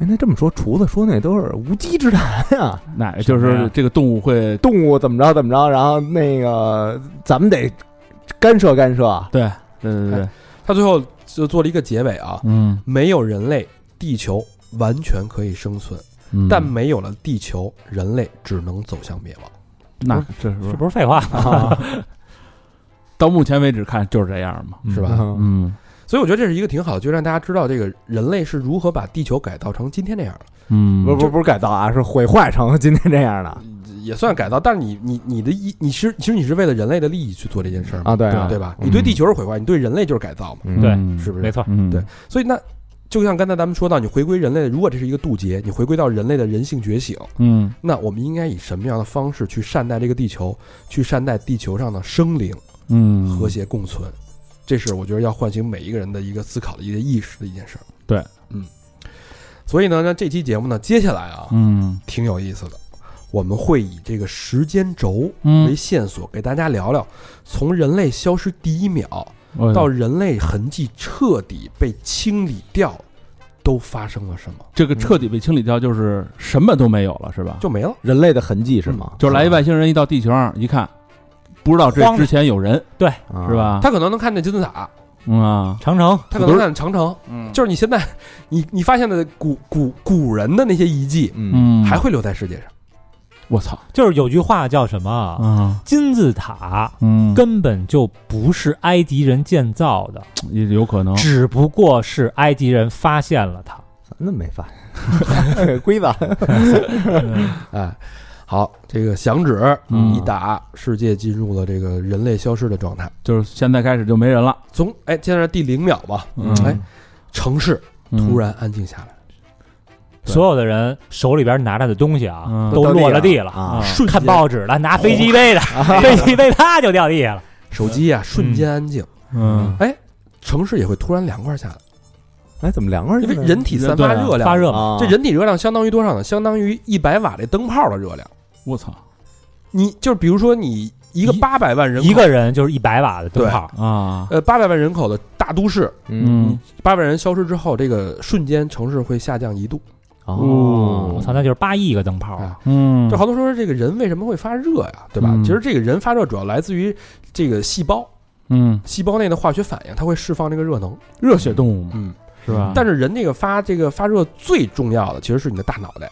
Speaker 4: 哎，那这么说，厨子说那都是无稽之谈呀。
Speaker 5: 哪个嗯就
Speaker 3: 什么
Speaker 5: 是
Speaker 3: 呀
Speaker 5: 这个动物会
Speaker 4: 动物怎么着怎么着，然后那个咱们得干涉干涉。啊
Speaker 5: 对对对对，
Speaker 2: 他最后就做了一个结尾啊，
Speaker 5: 呃嗯，
Speaker 2: 没有人类，地球完全可以生存，
Speaker 5: 嗯
Speaker 2: 但没有了地球，人类只能走向灭亡。
Speaker 5: 那这是不
Speaker 3: 这
Speaker 5: 是
Speaker 3: 不是废话？
Speaker 4: 啊
Speaker 5: 到目前为止看就是这样嘛？
Speaker 2: 是吧
Speaker 4: 嗯
Speaker 5: 嗯
Speaker 2: 所以我觉得这是一个挺好的，就让大家知道这个人类是如何把地球改造成今天这样的。
Speaker 5: 嗯，
Speaker 4: 不是不是不是改造啊，是毁坏成今天这样的
Speaker 2: 也算改造，但是你你你的意你是其实你是为了人类的利益去做这件事儿嘛，
Speaker 4: 啊，对啊，
Speaker 2: 对吧？你对地球是毁坏，你对人类就是改造嘛，
Speaker 4: 嗯
Speaker 3: 对
Speaker 5: 嗯
Speaker 2: 是不
Speaker 3: 没
Speaker 2: 是？
Speaker 3: 错，
Speaker 5: 嗯
Speaker 2: 对所以那就像刚才咱们说到，你回归人类，如果这是一个渡劫，你回归到人类的人性觉醒，
Speaker 5: 嗯
Speaker 2: 那我们应该以什么样的方式去善待这个地球，去善待地球上的生灵，
Speaker 5: 嗯
Speaker 2: 和谐共存？这是我觉得要唤醒每一个人的一个思考的一个意识的一件事儿。
Speaker 5: 对，
Speaker 2: 嗯。所以呢，那这期节目呢，接下来啊，
Speaker 5: 嗯
Speaker 2: 挺有意思的，我们会以这个时间轴。为
Speaker 5: 嗯，
Speaker 2: 线索，给大家聊聊从人类消失第一秒
Speaker 5: 我
Speaker 2: 到人类痕迹彻底被清理掉，都发生了什么，
Speaker 5: 这个彻底被清理掉，就是什么都没有了，是吧？
Speaker 2: 就没了。
Speaker 4: 人类的痕迹是吗？
Speaker 5: 嗯就是来一外星人一到地球上一看，不知道这
Speaker 3: 慌
Speaker 5: 之前有人
Speaker 4: 啊
Speaker 5: 是？吧？
Speaker 2: 他可能能看见金字塔，
Speaker 5: 嗯啊，
Speaker 3: 长城
Speaker 2: 他可能看见长城，
Speaker 5: 嗯
Speaker 2: 就是你现在 你你发现的古古古人的那些遗迹，
Speaker 4: 嗯，
Speaker 5: 嗯，
Speaker 2: 还会留在世界上。
Speaker 5: 我操
Speaker 3: 就是有句话叫什么？
Speaker 5: 啊，
Speaker 3: 金字塔
Speaker 5: 嗯，
Speaker 3: 根本就不是埃及人建造的，
Speaker 5: 也有可能
Speaker 3: 只不过是埃及人发现了它。
Speaker 4: 咱们没发 现，龟子，
Speaker 2: 哎，好，这个响指
Speaker 5: 嗯
Speaker 2: 一打，世界进入了这个人类消失的状态。
Speaker 5: 就是现在开始就没人了，
Speaker 2: 从哎，现在是第零秒吧，
Speaker 5: 嗯
Speaker 2: 哎，城市
Speaker 5: 嗯
Speaker 2: 突然安静下来，
Speaker 5: 对
Speaker 3: 所有的人手里边拿着的东西啊
Speaker 5: 嗯，
Speaker 3: 都落了地了
Speaker 4: 啊
Speaker 2: 瞬
Speaker 3: 看
Speaker 2: 间
Speaker 3: 报纸了，拿飞机杯的， 飞机杯啪就掉地下了。
Speaker 2: 手机啊瞬间安静，哎
Speaker 5: 嗯
Speaker 2: 城市也会突然凉快下来。
Speaker 4: 哎，怎么凉快？
Speaker 2: 因为人体散发热量，
Speaker 3: 发热嘛，
Speaker 4: 啊，
Speaker 2: 这人体热量相当于多少呢？相当于一百瓦这灯泡的热量。
Speaker 5: 我操
Speaker 2: 你就是比如说你一个
Speaker 3: 一
Speaker 2: 八百万人口
Speaker 3: 一个人就是一百瓦的灯泡，
Speaker 5: 啊，
Speaker 2: 呃八百万人口的大都市，
Speaker 5: 嗯，
Speaker 2: 八百人消失之后，这个瞬间城市会下降一度。
Speaker 4: 哦，
Speaker 3: 我操，那就是八亿个灯泡啊。
Speaker 2: 啊，
Speaker 5: 嗯，
Speaker 2: 就好多说这个人为什么会发热呀，对吧？
Speaker 5: 嗯
Speaker 2: 其实这个人发热主要来自于这个细胞，
Speaker 5: 嗯，
Speaker 2: 细胞内的化学反应，它会释放这个热能。
Speaker 5: 热血动物嘛，
Speaker 2: 嗯，
Speaker 5: 是吧？
Speaker 2: 但是人这个发这个发热最重要的其实是你的大脑袋。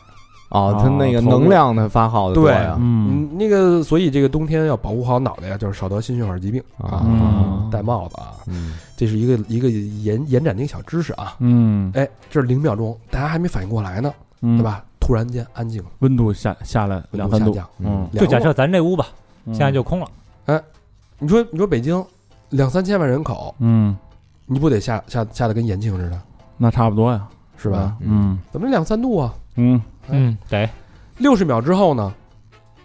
Speaker 4: 哦，它那个
Speaker 5: 哦投入
Speaker 4: 能量它发耗的多呀，
Speaker 5: 嗯
Speaker 2: 嗯，那个所以这个冬天要保护好脑袋呀，就是少得心血管疾病啊。
Speaker 5: 嗯
Speaker 2: 戴帽子啊，
Speaker 4: 嗯，
Speaker 2: 这是一个一个延延展的一个小知识啊。
Speaker 5: 嗯，
Speaker 2: 哎，这是零秒钟，大家还没反应过来呢，
Speaker 5: 对
Speaker 2: 对？吧？突然间安静了，
Speaker 5: 温度下下来
Speaker 2: 嗯温
Speaker 5: 嗯两
Speaker 2: 度
Speaker 5: 三
Speaker 2: 下
Speaker 5: 度，
Speaker 2: 降，
Speaker 5: 嗯，
Speaker 3: 就
Speaker 2: 凉
Speaker 3: 假
Speaker 2: 了
Speaker 3: 设咱这屋吧，现在就空了，
Speaker 2: 你说你说北京两三千万人口，
Speaker 5: 嗯，
Speaker 2: 你不得下下下的跟延庆似的，
Speaker 5: 那差不多呀，
Speaker 2: 是吧？？
Speaker 5: 嗯
Speaker 2: 怎么两三度啊？
Speaker 5: 嗯，
Speaker 3: 嗯，得
Speaker 2: 六十秒之后呢，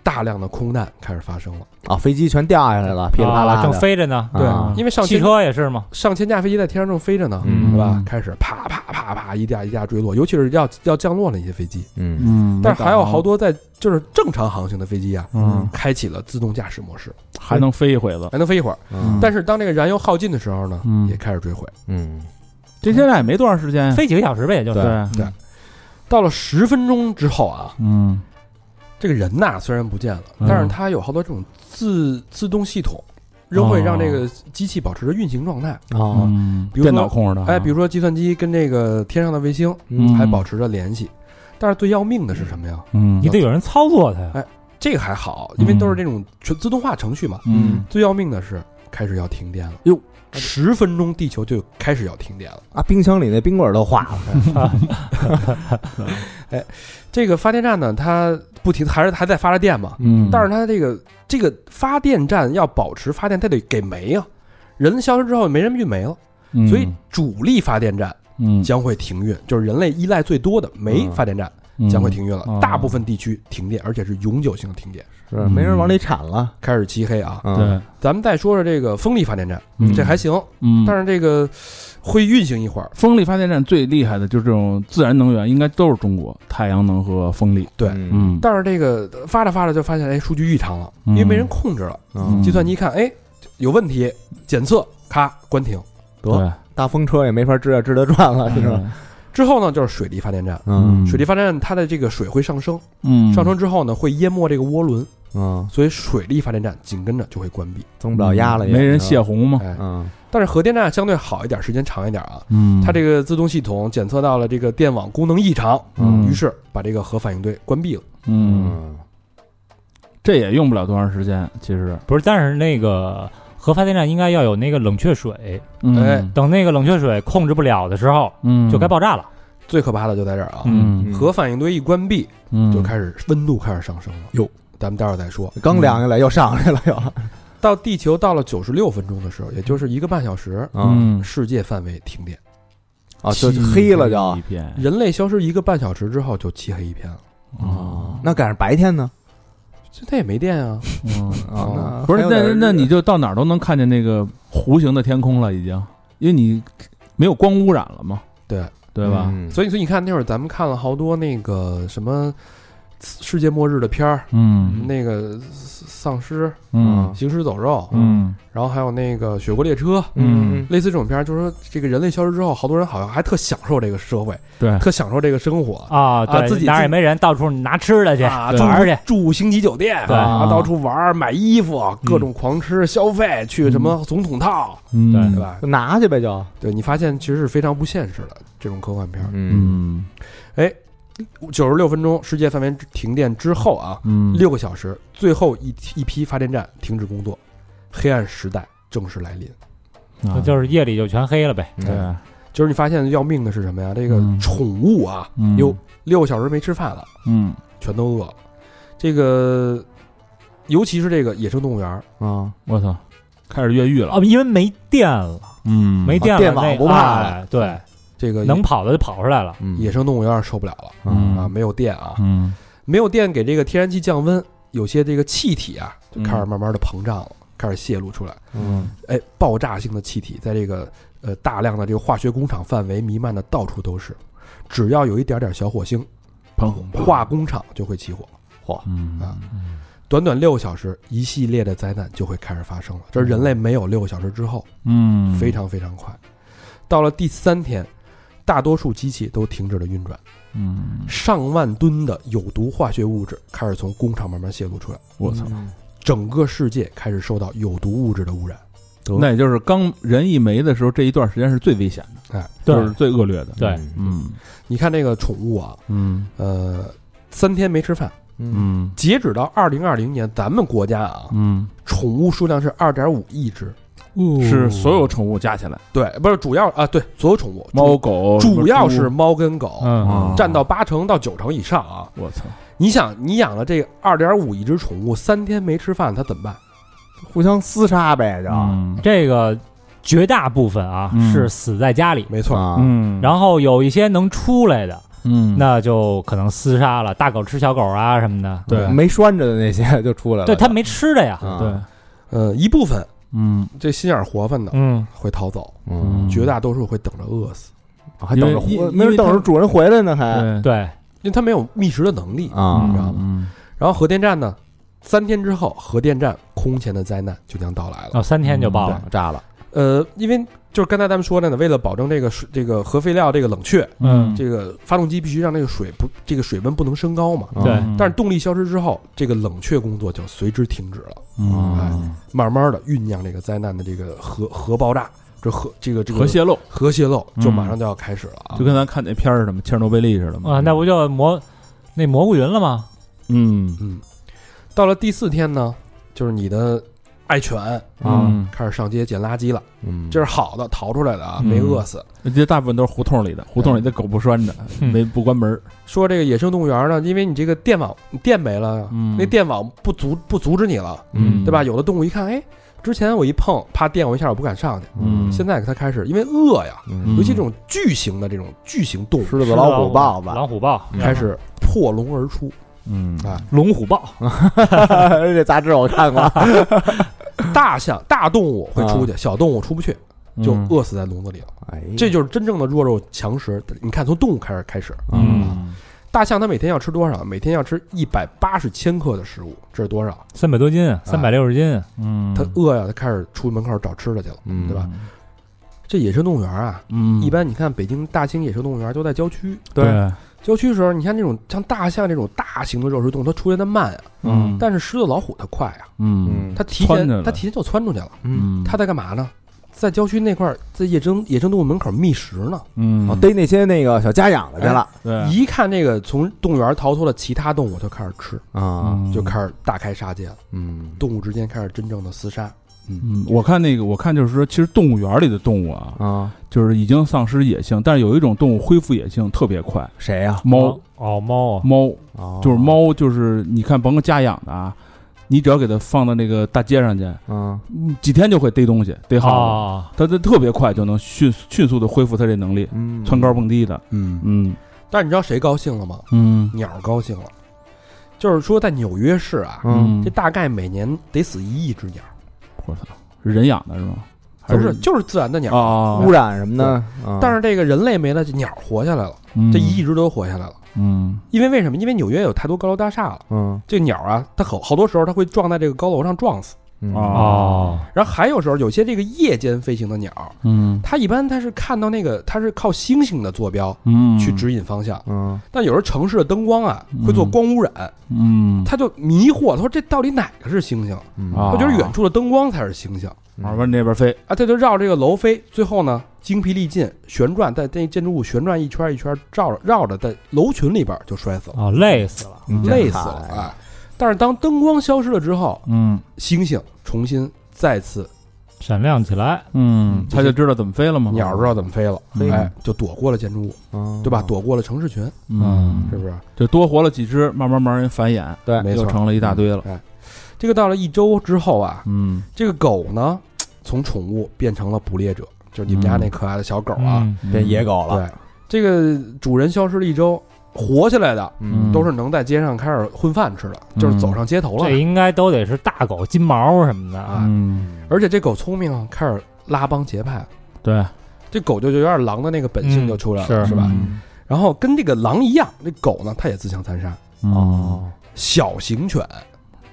Speaker 2: 大量的空难开始发生了，
Speaker 4: 啊，飞机全掉下来了，噼里啪
Speaker 3: 啊
Speaker 4: 啦
Speaker 3: 正
Speaker 4: 的，
Speaker 3: 飞着呢，
Speaker 2: 对，
Speaker 5: 嗯
Speaker 4: 啊
Speaker 2: 因为上
Speaker 3: 汽
Speaker 2: 千
Speaker 3: 车也是嘛，
Speaker 2: 上千架飞机在天上正飞着呢，
Speaker 4: 嗯
Speaker 2: 对吧？开始啪啪啪啪一架一架坠落，尤其是要要降落那些飞机，
Speaker 4: 嗯，
Speaker 5: 嗯，
Speaker 2: 但是还有好，多在就是正常航行的飞机啊，
Speaker 5: 嗯，
Speaker 2: 开启了自动驾驶模式，
Speaker 5: 还能飞一会子。
Speaker 2: 还能飞一会儿。
Speaker 4: 嗯
Speaker 2: 但是当这个燃油耗尽的时候呢，
Speaker 5: 嗯
Speaker 2: 也开始追悔。
Speaker 4: 嗯，
Speaker 5: 这现在也没多长时间呀，
Speaker 3: 飞几个小时呗，也就是。
Speaker 5: 嗯对，
Speaker 2: 到了十分钟之后啊，
Speaker 5: 嗯
Speaker 2: 这个人呐虽然不见了，
Speaker 5: 嗯
Speaker 2: 但是它有好多这种自自动系统，仍会让这个
Speaker 5: 哦
Speaker 2: 机器保持着运行状态。
Speaker 4: 哦，
Speaker 5: 嗯，
Speaker 2: 啊比如说
Speaker 5: 电脑控制的，
Speaker 2: 哎，比如说计算机跟这个天上的卫星
Speaker 5: 嗯
Speaker 2: 还保持着联系，但是最要命的是什么呀？
Speaker 5: 嗯，
Speaker 3: 你得有人操作它呀。
Speaker 2: 这个还好，因为都是这种全自动化程序嘛。
Speaker 5: 嗯
Speaker 2: 最要命的是开始要停电了，
Speaker 4: 哟，
Speaker 5: 啊
Speaker 2: 十分钟地球就开始要停电了。
Speaker 4: 啊，冰箱里那冰棍儿都化了，
Speaker 2: 这个发电站呢，它不停还是还在发着电嘛，
Speaker 5: 嗯，
Speaker 2: 但是它这个这个发电站要保持发电，它得给煤啊。人消失之后没人运煤了，
Speaker 5: 嗯
Speaker 2: 所以主力发电站
Speaker 5: 嗯
Speaker 2: 将会停运，就是人类依赖最多的煤
Speaker 4: 嗯
Speaker 2: 发电站将会停运了
Speaker 5: 嗯，
Speaker 2: 大部分地区停电，而且是永久性的停电，
Speaker 4: 是没人往里铲了。
Speaker 2: 开始漆黑啊。
Speaker 4: 嗯，
Speaker 5: 对，
Speaker 2: 咱们再说说这个风力发电站，
Speaker 5: 嗯
Speaker 2: 这还行，
Speaker 5: 嗯，
Speaker 2: 但是这个会运行一会儿，
Speaker 5: 风力发电站最厉害的就是这种自然能源，应该都是中国太阳能和风力。
Speaker 2: 对
Speaker 4: 嗯
Speaker 5: 嗯，
Speaker 2: 但是这个发着发着就发现哎数据异常了，因
Speaker 5: 嗯
Speaker 2: 为没人控制了。
Speaker 4: 嗯，
Speaker 2: 计算机一看哎有问题，检测咔关停。
Speaker 5: 对，
Speaker 4: 大风车也没法支啊支得转了，是吧？
Speaker 2: 之后呢就是水力发电站，
Speaker 4: 嗯
Speaker 2: 水力发电站它的这个水会上升，
Speaker 5: 嗯，
Speaker 2: 上升之后呢会淹没这个涡轮，
Speaker 4: 嗯，
Speaker 2: 所以水力发电站紧跟着就会关闭。
Speaker 4: 增不了压了也，
Speaker 5: 嗯没人泄洪嘛。
Speaker 2: 哎，
Speaker 4: 嗯
Speaker 2: 但是核电站相对好一点，时间长一点啊。
Speaker 5: 嗯，
Speaker 2: 它这个自动系统检测到了这个电网功能异常，
Speaker 5: 嗯
Speaker 2: 于是把这个核反应堆关闭了。
Speaker 5: 嗯，
Speaker 4: 嗯
Speaker 5: 这也用不了多长时间，其实。
Speaker 3: 不是，但是那个核发电站应该要有那个冷却水，
Speaker 2: 哎
Speaker 5: 嗯，
Speaker 3: 等那个冷却水控制不了的时候，
Speaker 5: 嗯，
Speaker 3: 就该爆炸了。
Speaker 2: 最可怕的就在这儿啊，
Speaker 5: 嗯，
Speaker 2: 核反应堆一关闭，
Speaker 5: 嗯，
Speaker 2: 就开始温度开始上升了。
Speaker 4: 哟，
Speaker 2: 咱们待会儿再说。
Speaker 4: 刚凉下来又上来了又，
Speaker 2: 到地球到了九十六分钟的时候，也就是一个半小时，
Speaker 4: 嗯
Speaker 5: 嗯，
Speaker 2: 世界范围停电，
Speaker 4: 啊，就黑了就
Speaker 5: 一片
Speaker 2: 人类消失一个半小时之后就漆黑一片了，
Speaker 5: 啊，
Speaker 4: 哦那赶上白天呢
Speaker 2: 这它也没电啊。
Speaker 5: 嗯
Speaker 4: 啊，
Speaker 5: 不
Speaker 4: 还
Speaker 5: 是，
Speaker 4: 有
Speaker 5: 那
Speaker 4: 点
Speaker 5: 那
Speaker 4: 日
Speaker 5: 那你就到哪儿都能看见那个弧形的天空了，已经，因为你没有光污染了嘛，
Speaker 2: 对
Speaker 5: 对吧？
Speaker 4: 嗯
Speaker 2: 所以，所以你看那会儿咱们看了好多那个什么世界末日的片儿，
Speaker 5: 嗯
Speaker 2: 那啊个丧尸、
Speaker 5: 嗯
Speaker 2: 行尸走肉，
Speaker 5: 嗯
Speaker 2: 然后还有那个雪国列车，
Speaker 4: 嗯
Speaker 2: 类似这种片儿，就是说这个人类消失之后，好多人好像还特享受这个社会，
Speaker 5: 对
Speaker 2: 特享受这个生活
Speaker 3: 啊，
Speaker 2: 啊
Speaker 3: 对，
Speaker 2: 自己
Speaker 3: 哪儿
Speaker 2: 自
Speaker 3: 也没人，到处拿吃的去，
Speaker 2: 啊，
Speaker 5: 对
Speaker 2: 住
Speaker 3: 玩儿去。
Speaker 2: 住星级酒店
Speaker 3: 对嗯
Speaker 2: 啊，
Speaker 5: 啊
Speaker 2: 到处玩儿、买衣服，各种狂吃、消费，去什么总统套，
Speaker 5: 嗯，
Speaker 3: 对
Speaker 2: 对吧？
Speaker 4: 就拿去呗就，
Speaker 2: 对你发现其实是非常不现实的这种科幻片儿。
Speaker 4: 嗯
Speaker 5: 嗯
Speaker 3: 嗯
Speaker 2: 九十六分钟世界范围停电之后啊，
Speaker 5: 嗯，
Speaker 2: 六个小时，最后一一批发电站停止工作，黑暗时代正式来临。
Speaker 5: 啊
Speaker 3: 就是夜里就全黑了呗。
Speaker 5: 嗯对，
Speaker 4: 啊
Speaker 2: 就是你发现要命的是什么呀？这个
Speaker 5: 嗯
Speaker 2: 宠物啊，
Speaker 5: 嗯
Speaker 2: 哟，六个小时没吃饭了。
Speaker 5: 嗯
Speaker 2: 全都饿了。这个，尤其是这个野生动物园儿，
Speaker 4: 啊，
Speaker 5: 我操，开始越狱了
Speaker 3: 哦，，因为没电了，
Speaker 5: 嗯，
Speaker 3: 没电了，
Speaker 4: 电网
Speaker 3: 那
Speaker 4: 不怕
Speaker 3: 哎对，
Speaker 2: 这个
Speaker 3: 能跑的就跑出来了。
Speaker 4: 嗯
Speaker 2: 野生动物园儿受不了了
Speaker 5: 嗯
Speaker 2: 啊，没有电啊，
Speaker 5: 嗯
Speaker 2: 没有电给这个天然气降温，有些这个气体啊就
Speaker 5: 嗯
Speaker 2: 开始慢慢的膨胀了，开始泄露出来，
Speaker 4: 嗯
Speaker 2: 哎，爆炸性的气体在这个呃大量的这个化学工厂范围弥漫的到处都是，只要有一点点小火星，
Speaker 5: 砰
Speaker 2: 化工厂就会起火。
Speaker 5: 嗯
Speaker 2: 啊短短六个小时，一系列的灾难就会开始发生了。这是人类没有六个小时之后，
Speaker 5: 嗯，
Speaker 2: 非常非常快。到了第三天，大多数机器都停止了运转，
Speaker 5: 嗯，
Speaker 2: 上万吨的有毒化学物质开始从工厂慢慢泄露出来，
Speaker 5: 我操，
Speaker 4: 嗯
Speaker 2: 整个世界开始受到有毒物质的污染。
Speaker 5: 那也就是刚人一没的时候，这一段时间是最危险的，
Speaker 3: 对
Speaker 5: 就是最恶劣的，
Speaker 3: 对，
Speaker 5: 嗯
Speaker 2: 你看这个宠物啊，
Speaker 5: 嗯
Speaker 2: 呃，三天没吃饭。
Speaker 4: 嗯
Speaker 5: 嗯
Speaker 2: 截止到二零二零年，咱们国家啊，
Speaker 5: 嗯，
Speaker 2: 宠物数量是二点五亿只。
Speaker 5: 是所有宠物加起来，
Speaker 2: 对，不是主要啊，对，所有宠物，
Speaker 5: 猫狗
Speaker 2: 主主要是猫跟狗，
Speaker 5: 啊
Speaker 3: 嗯，
Speaker 2: 占到八成到九成以上啊。
Speaker 5: 我操，
Speaker 2: 你想，你养了这二点五亿只宠物，三天没吃饭，它怎么办？
Speaker 4: 互相厮杀呗就，
Speaker 5: 嗯
Speaker 3: 这个绝大部分啊
Speaker 5: 嗯
Speaker 3: 是死在家里，
Speaker 2: 没错，
Speaker 4: 啊，
Speaker 5: 嗯，
Speaker 3: 然后有一些能出来的，
Speaker 5: 嗯
Speaker 3: 那就可能厮杀了，大狗吃小狗啊什么的。
Speaker 5: 对
Speaker 4: 没拴着的那些就出来了，
Speaker 3: 对，它没吃的呀。
Speaker 4: 啊
Speaker 5: 对，
Speaker 2: 呃，一部分
Speaker 5: 嗯
Speaker 2: 这心眼活泛的
Speaker 3: 嗯，
Speaker 2: 会逃走，
Speaker 4: 嗯，
Speaker 2: 绝大多数会等着饿死，
Speaker 4: 还等着
Speaker 5: 因为
Speaker 4: 回
Speaker 5: 因
Speaker 4: 没人
Speaker 5: 因为
Speaker 4: 等着
Speaker 5: 它
Speaker 4: 主人回来呢还
Speaker 5: 对
Speaker 3: 对，
Speaker 2: 因为它没有觅食的能力。
Speaker 4: 啊
Speaker 2: 知道吗
Speaker 5: 嗯
Speaker 2: 然后核电站呢，三天之后，核电站空前的灾难就将到来了。
Speaker 3: 哦，三天就爆了。
Speaker 4: 对炸了，
Speaker 2: 呃，因为就是刚才咱们说的呢，为了保证这个水这个核废料这个冷却，
Speaker 5: 嗯
Speaker 2: 这个发动机必须让这个水不这个水温不能升高嘛。
Speaker 4: 嗯
Speaker 3: 对
Speaker 2: 但是动力消失之后，这个冷却工作就随之停止了。哎
Speaker 5: 嗯
Speaker 2: 慢慢的酝酿这个灾难的这个核核爆炸，这核这个这个
Speaker 5: 核泄漏，
Speaker 2: 核泄漏
Speaker 5: 嗯
Speaker 2: 就马上就要开始了啊！
Speaker 5: 就跟咱看那片儿似的嘛，切尔诺贝利似的嘛，
Speaker 3: 啊，那不就蘑那蘑菇云了吗？
Speaker 5: 嗯
Speaker 2: 嗯，到了第四天呢，就是你的爱犬
Speaker 5: 嗯
Speaker 2: 开始上街捡垃圾了，
Speaker 4: 啊嗯，
Speaker 2: 这是好的，逃出来的啊，
Speaker 5: 嗯
Speaker 2: 没饿死。
Speaker 5: 这大部分都是胡同里的，胡同里的狗不拴着，
Speaker 3: 嗯
Speaker 5: 没不关门儿。
Speaker 2: 说这个野生动物园呢，因为你这个电网电没了呀，
Speaker 5: 嗯
Speaker 2: 那电网不阻不阻止你了，
Speaker 5: 嗯
Speaker 2: 对吧？有的动物一看，哎，之前我一碰，啪电我一下，我不敢上去。
Speaker 5: 嗯，
Speaker 2: 现在它开始，因为饿呀，
Speaker 4: 嗯
Speaker 2: 尤其这种巨型的这种巨型动物
Speaker 4: 狮子、老虎、豹子，
Speaker 3: 老虎豹
Speaker 4: 嗯
Speaker 2: 开始破笼而出。
Speaker 1: 嗯
Speaker 4: 啊
Speaker 3: 龙虎豹，
Speaker 4: 这杂志我看 过，
Speaker 2: 大象、大动物会出去，小动物出不去，就
Speaker 1: 嗯
Speaker 2: 饿死在笼子里了。
Speaker 4: 哎，
Speaker 2: 这就是真正的弱肉强食。你看，从动物开始开始，
Speaker 3: 啊
Speaker 1: 嗯
Speaker 2: 大象它每天要吃多少？每天要吃一百八十千克的食物，这是多少？
Speaker 3: 三百多斤，三百六十
Speaker 5: 啊
Speaker 3: 斤，
Speaker 1: 嗯，
Speaker 2: 它饿呀，它开始出门口找吃的去了，
Speaker 4: 嗯
Speaker 2: 对吧？这野生动物园啊，
Speaker 5: 嗯，
Speaker 2: 一般你看北京大兴野生动物园都在郊区，
Speaker 5: 对，
Speaker 2: 郊区时候你看这种像大象这种大型的肉食动物，它出现的慢啊，
Speaker 5: 嗯
Speaker 2: 但是狮子、老虎它快啊，
Speaker 5: 嗯
Speaker 4: 嗯，
Speaker 2: 它提
Speaker 5: 窜
Speaker 2: 前
Speaker 5: 进来
Speaker 2: 它提前就窜出去了。
Speaker 5: 嗯，
Speaker 2: 它在干嘛呢？在郊区那块儿，在野生野生动物门口觅食呢。
Speaker 5: 嗯
Speaker 4: 哦，逮那些那个小家养的去
Speaker 5: 哎
Speaker 4: 了
Speaker 5: 对啊
Speaker 2: 一看这个从动物园逃脱的其他动物，就开始吃，
Speaker 5: 嗯
Speaker 4: 啊，
Speaker 2: 就开始大开杀戒了，
Speaker 4: 嗯
Speaker 2: 动物之间开始真正的厮杀。
Speaker 5: 嗯，我看那个，我看就是说，其实动物园里的动物啊，
Speaker 4: 啊，
Speaker 5: 就是已经丧失野性，但是有一种动物恢复野性特别快，
Speaker 4: 谁呀？
Speaker 5: 猫，
Speaker 3: 哦猫啊，
Speaker 5: 猫
Speaker 4: 哦
Speaker 5: 就是，猫，就是你看，甭管家养的啊，你只要给它放到那个大街上去，
Speaker 4: 嗯
Speaker 5: 嗯几天就会逮东西，逮耗子，
Speaker 3: 哦，
Speaker 5: 它它特别快就能迅迅速的恢复它这能力，
Speaker 4: 嗯，
Speaker 5: 窜高蹦低的，
Speaker 2: 嗯，
Speaker 5: 嗯
Speaker 2: 但你知道谁高兴了吗？
Speaker 5: 嗯
Speaker 2: 鸟儿高兴了，就是说在纽约市啊，
Speaker 4: 嗯
Speaker 2: 这大概每年得死一亿只鸟，
Speaker 5: 我操，是人养的是吗？还
Speaker 2: 不是就是自然的鸟。
Speaker 5: 啊，
Speaker 4: 污染什么的，啊
Speaker 2: 但是这个人类没了，这鸟儿活下来了，
Speaker 5: 嗯
Speaker 2: 这一亿只都活下来了。
Speaker 5: 嗯
Speaker 2: 因为为什么？因为纽约有太多高楼大厦了，
Speaker 4: 嗯
Speaker 2: 这鸟啊，它好好多时候它会撞在这个高楼上撞死。
Speaker 4: 嗯
Speaker 5: 啊
Speaker 3: 哦，
Speaker 2: 然后还有时候有些这个夜间飞行的鸟，
Speaker 5: 嗯
Speaker 2: 它一般它是看到那个它是靠星星的坐标
Speaker 5: 嗯
Speaker 2: 去指引方向，
Speaker 4: 嗯
Speaker 2: 但有时候城市的灯光啊
Speaker 5: 嗯
Speaker 2: 会做光污染，
Speaker 5: 嗯
Speaker 2: 它就迷惑，它说这到底哪个是星星？
Speaker 4: 嗯
Speaker 5: 啊
Speaker 2: 它觉得远处的灯光才是星星
Speaker 5: 往边那边飞，
Speaker 2: 啊，它就绕这个楼飞，最后呢精疲力尽旋转，在这建筑物旋转一圈一圈，绕着绕着在楼群里边就摔死了，
Speaker 3: 哦累死了，
Speaker 4: 嗯
Speaker 2: 累死了
Speaker 4: 真好
Speaker 2: 啊！但是当灯光消失了之后，
Speaker 5: 嗯
Speaker 2: 星星重新再次
Speaker 3: 闪亮起来，
Speaker 5: 嗯，它就知道怎么飞了吗？
Speaker 2: 鸟知道怎么飞了，
Speaker 5: 嗯
Speaker 2: 哎，就躲过了建筑物，
Speaker 4: 嗯
Speaker 2: 对吧？躲过了城市群，
Speaker 5: 嗯
Speaker 2: 是，不是？
Speaker 5: 就多活了几只，慢慢慢慢人繁衍，
Speaker 4: 对
Speaker 2: 没
Speaker 5: 又
Speaker 2: 错，
Speaker 5: 成了一大堆了。
Speaker 2: 这个到了一周之后啊，
Speaker 5: 嗯
Speaker 2: 这个狗呢，从宠物变成了捕猎者，就是你们家那可爱的小狗啊。
Speaker 3: 嗯，
Speaker 4: 变野狗了，
Speaker 2: 对，这个主人消失了一周，活下来的
Speaker 5: 嗯
Speaker 2: 都是能在街上开始混饭吃了，就是走上街头了
Speaker 3: 这。应该都得是大狗金毛什么的啊，
Speaker 5: 嗯，
Speaker 2: 而且这狗聪明啊，开始拉帮结派。
Speaker 5: 对，
Speaker 2: 这狗就有点狼的那个本性就出来了，
Speaker 3: 嗯是
Speaker 2: 是吧？
Speaker 5: 嗯？
Speaker 2: 然后跟这个狼一样，这狗呢，它也自相残杀。
Speaker 3: 啊
Speaker 5: 哦，
Speaker 4: 哦，
Speaker 2: 小型犬，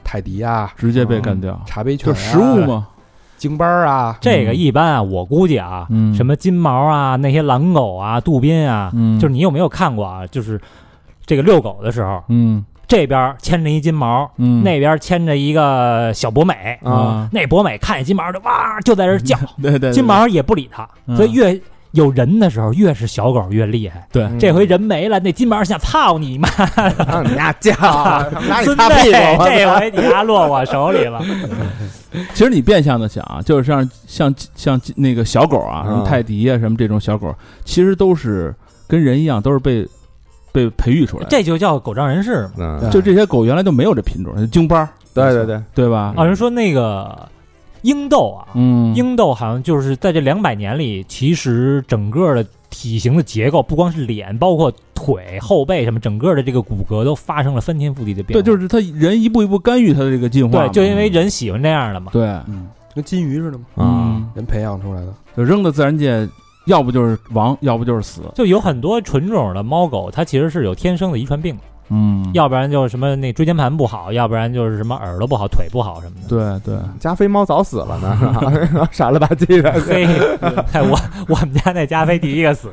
Speaker 2: 泰迪啊，
Speaker 5: 直接被干掉，
Speaker 2: 茶杯犬、
Speaker 5: 就
Speaker 2: 啊，
Speaker 5: 食物嘛。
Speaker 2: 京巴儿啊，
Speaker 3: 这个一般啊，我估计啊，
Speaker 5: 嗯
Speaker 3: 什么金毛啊，那些狼狗啊，杜宾啊，
Speaker 5: 嗯
Speaker 3: 就是你有没有看过啊？就是这个遛狗的时候，
Speaker 5: 嗯
Speaker 3: 这边牵着一金毛，
Speaker 5: 嗯，
Speaker 3: 那边牵着一个小博美，
Speaker 4: 嗯
Speaker 5: 啊，
Speaker 3: 那博美看见金毛就哇就在这儿叫，
Speaker 5: 对对对，
Speaker 3: 金毛也不理它，
Speaker 5: 嗯
Speaker 3: 所以越有人的时候，越是小狗越厉害。
Speaker 5: 对
Speaker 4: 嗯
Speaker 3: 这回人没了，那金毛想操你妈，
Speaker 4: 让你俩叫，拿你
Speaker 3: 孙
Speaker 4: 擦屁
Speaker 3: 辈，
Speaker 4: 股，啊
Speaker 3: 这
Speaker 5: 啊
Speaker 3: 回你丫落我手里了。
Speaker 5: 嗯其实你变相的想啊，就是像像像那个小狗啊，
Speaker 4: 嗯
Speaker 5: 什么泰迪啊，什么这种小狗，其实都是跟人一样，都是被被培育出来的。
Speaker 3: 这就叫狗仗人势嘛。
Speaker 4: 嗯，
Speaker 5: 就这些狗原来就没有这品种，京巴儿，
Speaker 4: 对对对，
Speaker 5: 对吧？
Speaker 3: 好像说那个英斗啊，
Speaker 5: 嗯，
Speaker 3: 英斗好像就是在这两百年里，其实整个的体型的结构，不光是脸，包括腿、后背什么，整个的这个骨骼都发生了翻天覆地的变化。
Speaker 5: 对，就是是它人一步一步干预它的这个进化嘛。
Speaker 3: 对，就因为人喜欢这样的嘛。
Speaker 5: 对，
Speaker 2: 跟金鱼似的吗？
Speaker 5: 嗯，
Speaker 2: 人培养出来的。
Speaker 5: 就扔到自然界，要不就是亡，要不就是死。
Speaker 3: 就有很多纯种的猫狗，它其实是有天生的遗传病的，
Speaker 5: 嗯，
Speaker 3: 要不然就是什么那椎间盘不好，要不然就是什么耳朵不好、腿不好什么 的。
Speaker 5: 对对，
Speaker 4: 加菲猫早死了呢，傻了吧唧的，
Speaker 3: 嘿， 哎我我们家那加菲第一个死，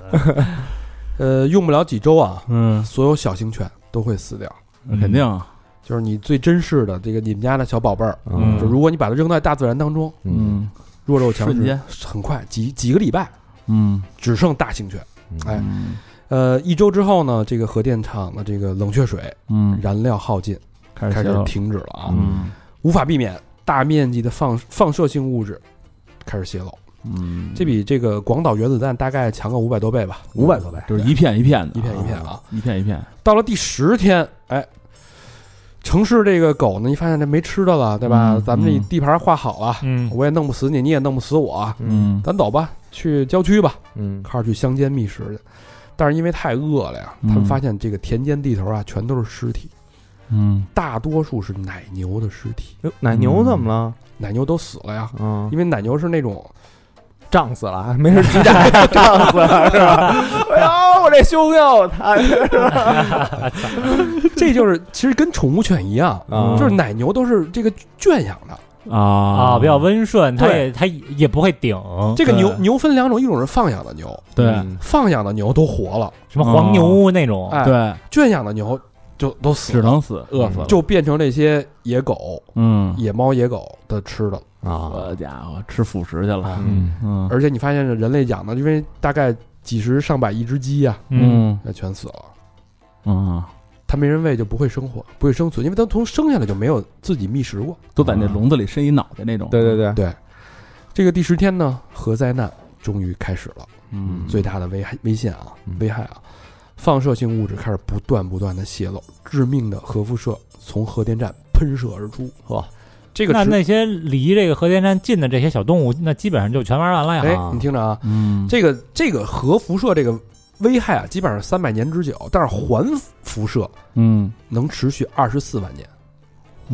Speaker 2: 呃，用不了几周啊，
Speaker 5: 嗯，
Speaker 2: 所有小型犬都会死掉。
Speaker 5: 肯定啊，
Speaker 2: 就是你最珍视的这个你们家的小宝贝儿，
Speaker 3: 嗯
Speaker 2: 就如果你把它扔在大自然当中，
Speaker 4: 嗯，
Speaker 2: 弱肉强
Speaker 5: 瞬
Speaker 2: 食
Speaker 5: 间，
Speaker 2: 很快几几个礼拜
Speaker 5: 嗯，
Speaker 2: 只剩大型犬。哎
Speaker 5: 嗯
Speaker 2: 呃，一周之后呢，这个核电厂的这个冷却水
Speaker 5: 嗯，
Speaker 2: 燃料耗尽，
Speaker 5: 开
Speaker 2: 开
Speaker 5: 始
Speaker 2: 始
Speaker 5: 消
Speaker 2: 停止了啊，
Speaker 5: 嗯
Speaker 2: 无法避免大面积的放放射性物质开始泄漏，
Speaker 5: 嗯，
Speaker 2: 这比这个广岛原子弹大概强个五百多倍吧，
Speaker 4: 500多倍
Speaker 5: 就是一片一片的，嗯
Speaker 2: 一片一片啊。
Speaker 5: 一片一片，
Speaker 2: 到了第十天，哎，城市这个狗呢，你发现这没吃的了，对吧？
Speaker 5: 嗯
Speaker 2: 咱们这
Speaker 5: 嗯
Speaker 2: 地盘划好了，
Speaker 3: 嗯，
Speaker 2: 我也弄不死你，你也弄不死我，
Speaker 5: 嗯
Speaker 2: 咱走吧，去郊区吧，
Speaker 4: 嗯
Speaker 2: 开始去乡间觅食去。但是因为太饿了呀，
Speaker 5: 嗯
Speaker 2: 他们发现这个田间地头啊，全都是尸体，
Speaker 5: 嗯
Speaker 2: 大多数是奶牛的尸体，
Speaker 4: 哟奶牛怎么了？
Speaker 2: 奶牛都死了呀，
Speaker 4: 嗯，
Speaker 2: 因为奶牛是那种
Speaker 4: 胀死了，没人鸡蛋胀死了是吧？哎 呦，我这胸哟，他
Speaker 2: 这就是其实跟宠物犬一样，
Speaker 4: 啊
Speaker 2: 就是奶牛都是这个圈养的。
Speaker 5: 啊
Speaker 3: 啊，比较温顺，它
Speaker 2: 对
Speaker 3: 也它也不会顶
Speaker 2: 这个牛
Speaker 5: 对
Speaker 2: 牛分两种，一种是放养的牛，
Speaker 5: 对
Speaker 4: 嗯
Speaker 2: 放养的牛都活了，
Speaker 3: 什么黄牛那种，
Speaker 2: 哎，
Speaker 5: 对，
Speaker 2: 圈养的牛就都死
Speaker 5: 只
Speaker 2: 了，
Speaker 5: 能死，饿死了。
Speaker 2: 就变成这些野狗、
Speaker 5: 嗯，
Speaker 2: 野猫、野狗的吃的。
Speaker 4: 啊，
Speaker 5: 好家伙，吃辅食去了。
Speaker 4: 嗯，
Speaker 5: 嗯
Speaker 2: 而且你发现人类养的，因为大概几十上百亿只鸡呀、
Speaker 3: 嗯，
Speaker 2: 那全死了。
Speaker 5: 嗯，
Speaker 2: 它没人喂就不会生活，不会生存，因为它从生下来就没有自己觅食过。
Speaker 5: 都在那笼子里伸一脑袋那种。
Speaker 4: 对对，对，
Speaker 2: 对，这个第十天呢，核灾难终于开始了，
Speaker 5: 嗯，
Speaker 2: 最大的危害危险啊
Speaker 4: 嗯，
Speaker 2: 危害啊，放射性物质开始不断不断的泄漏，致命的核辐射从核电站喷射而出。
Speaker 4: 呵，
Speaker 2: 这个
Speaker 3: 那
Speaker 2: 持
Speaker 3: 那些离这个核电站近的这些小动物，那基本上就全玩完了呀。
Speaker 2: 哎
Speaker 4: 啊，
Speaker 2: 你听着啊，
Speaker 5: 嗯，
Speaker 2: 这个这个核辐射这个危害啊，基本上三百年之久，但是环辐射
Speaker 5: 嗯，
Speaker 2: 能持续二十四万年。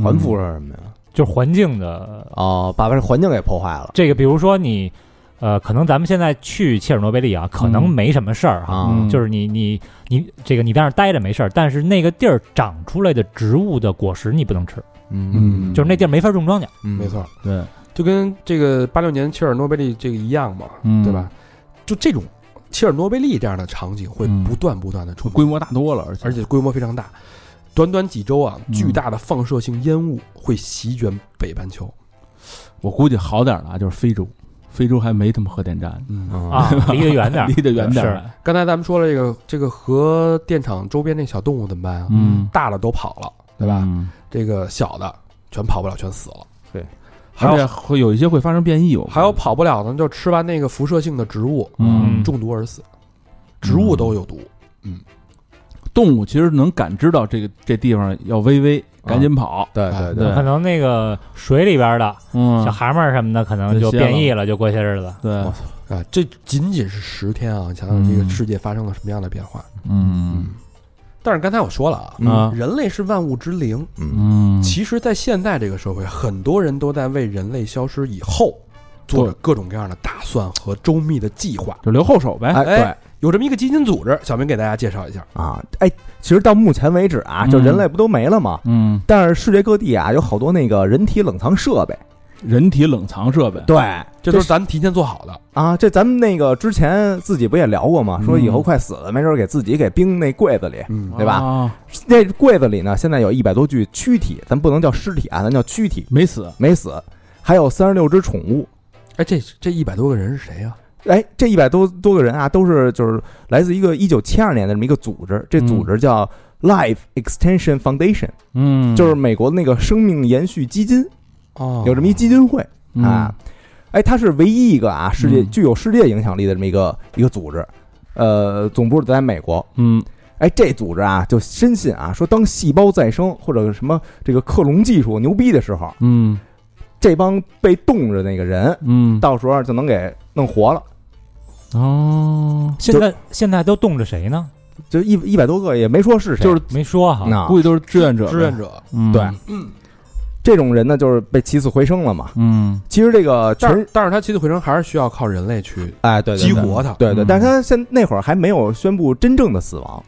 Speaker 4: 环辐射是什么呀？
Speaker 3: 就是环境的
Speaker 4: 哦，把这环境给破坏了
Speaker 3: 这个，比如说你，呃，可能咱们现在去切尔诺贝利啊，可能
Speaker 5: 嗯
Speaker 3: 没什么事儿哈、
Speaker 4: 啊！
Speaker 5: 嗯
Speaker 3: 就是你你你这个你在那儿待着没事儿，但是那个地儿长出来的植物的果实你不能吃，
Speaker 5: 嗯
Speaker 3: 就是那地儿没法种庄稼。
Speaker 4: 嗯
Speaker 2: 没，错，
Speaker 5: 对，
Speaker 2: 就跟这个八六年切尔诺贝利这个一样嘛，
Speaker 5: 嗯
Speaker 2: 对吧？就这种切尔诺贝利这样的场景会
Speaker 5: 嗯
Speaker 2: 不断不断的出现，
Speaker 5: 规模大多了，而且
Speaker 2: 而且规模非常大。短短几周啊，
Speaker 5: 嗯
Speaker 2: 巨大的放射性烟雾会席卷北半球。
Speaker 5: 我估计好点儿的啊，就是非洲，非洲还没他妈核电站，
Speaker 2: 嗯，
Speaker 4: 嗯
Speaker 3: 啊，离得远点儿，
Speaker 5: 离得远点儿
Speaker 3: 是
Speaker 5: 来。
Speaker 2: 刚才咱们说了这个这个核电厂周边那小动物怎么办啊？
Speaker 5: 嗯，
Speaker 2: 大的都跑了，对吧？
Speaker 5: 嗯
Speaker 2: 这个小的全跑不了，全死了。
Speaker 4: 对，
Speaker 2: 还
Speaker 5: 而且
Speaker 2: 有
Speaker 5: 会有一些会发生变异，我
Speaker 2: 还有跑不了的，就吃完那个辐射性的植物，
Speaker 5: 嗯
Speaker 2: 中毒而死。植物都有毒，
Speaker 5: 动物其实能感知到这个这地方要危危，赶紧跑。
Speaker 4: 对
Speaker 2: 哎
Speaker 4: 对
Speaker 5: 对
Speaker 3: 可能那个水里边的
Speaker 5: 嗯
Speaker 3: 小蛤蟆儿什么的，可能就
Speaker 5: 就歇了
Speaker 3: 变异了，就过些日子。
Speaker 5: 对，
Speaker 4: 我
Speaker 2: 啊，这仅仅是十天啊！你想想这个
Speaker 5: 嗯
Speaker 2: 世界发生了什么样的变化？
Speaker 5: 嗯
Speaker 2: 但是刚才我说了啊，
Speaker 4: 嗯
Speaker 5: 啊
Speaker 2: 人类是万物之灵。
Speaker 4: 嗯
Speaker 5: 嗯，
Speaker 2: 其实，在现在这个社会，很多人都在为人类消失以后做着各种各样的打算和周密的计划。
Speaker 5: 就留后手呗。
Speaker 4: 哎对
Speaker 2: 哎有这么一个基金组织，小明给大家介绍一下。
Speaker 4: 啊，哎，其实到目前为止啊，
Speaker 5: 嗯
Speaker 4: 就人类不都没了吗？
Speaker 5: 嗯，
Speaker 4: 但是世界各地啊，有好多那个人体冷藏设备，
Speaker 5: 人体冷藏设备，
Speaker 4: 对，
Speaker 2: 这都是咱们提前做好的。
Speaker 4: 啊，这咱们那个之前自己不也聊过吗？说以后
Speaker 5: 嗯
Speaker 4: 快死了，没准儿给自己给冰那柜子里，
Speaker 2: 嗯
Speaker 4: 对吧
Speaker 5: 啊
Speaker 4: 那柜子里呢，现在有一百多具躯体，咱不能叫尸体啊，咱叫躯体，
Speaker 5: 没死，
Speaker 4: 没死，还有三十六只宠物。
Speaker 2: 哎，这这一百多个人是谁呀、
Speaker 4: 哎，这一百多多个人啊，都是就是来自一个一九七二年的这么一个组织，这组织叫 Life Extension Foundation，、
Speaker 5: 嗯
Speaker 4: 就是美国的那个生命延续基金，
Speaker 2: 哦
Speaker 4: 有这么一基金会、啊。哎，它是唯一一个啊世界、
Speaker 5: 嗯
Speaker 4: 具有世界影响力的这么一个一个组织，呃，总部在美国，
Speaker 5: 嗯
Speaker 4: 哎，这组织啊，就深信啊，说当细胞再生或者什么这个克隆技术牛逼的时候，
Speaker 5: 嗯
Speaker 4: 这帮被冻着那个人，
Speaker 5: 嗯，
Speaker 4: 到时候啊就能给弄活了。
Speaker 5: 哦，
Speaker 3: 现在现在都冻着谁呢？
Speaker 4: 就一一百多个也没说是谁，
Speaker 5: 就是
Speaker 3: 没说哈。
Speaker 4: 那
Speaker 5: 估计都是志愿者呗，
Speaker 2: 志愿者。
Speaker 5: 嗯
Speaker 4: 对，这种人呢，就是被起死回生了嘛。
Speaker 5: 嗯
Speaker 4: 其实这个
Speaker 2: 但
Speaker 4: 全
Speaker 2: 是但是他起死回生还是需要靠人类去
Speaker 4: 哎，对对
Speaker 2: 激
Speaker 4: 对
Speaker 2: 活他，
Speaker 4: 对对，
Speaker 5: 嗯
Speaker 4: 但是他现那会儿还没有宣布真正的死亡，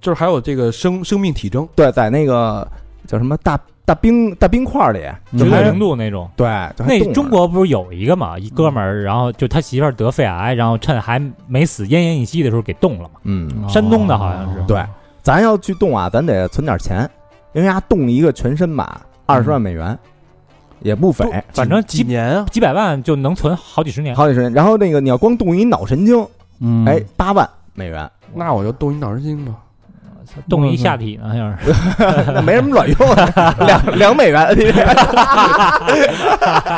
Speaker 2: 就是还有这个生生命体征。
Speaker 4: 对，在那个叫什么大大冰大冰块里，
Speaker 5: 嗯
Speaker 4: 就
Speaker 3: 九
Speaker 4: 还
Speaker 3: 百零度那种。
Speaker 4: 对，就还冻
Speaker 3: 那
Speaker 4: 着
Speaker 3: 中国不是有一个嘛，一哥们儿，然后就他媳妇儿得肺癌，然后趁还没死奄奄一息的时候给冻了嘛。
Speaker 4: 嗯，
Speaker 5: 哦
Speaker 3: 山东的好像是
Speaker 4: 对，咱要去动啊，咱得存点钱，因为啊，动一个全身吧，二十万美元、也不菲，
Speaker 3: 反正
Speaker 2: 几
Speaker 3: 基
Speaker 2: 年啊，
Speaker 3: 几百万就能存好几十年。
Speaker 4: 好几十年。然后那个你要光动一脑神经，
Speaker 5: 嗯，
Speaker 4: 哎，八万美元，
Speaker 2: 那我就动一脑神经吧。
Speaker 3: 冻一下体呢，好像是。
Speaker 4: 那没什么卵用的，两两美 元，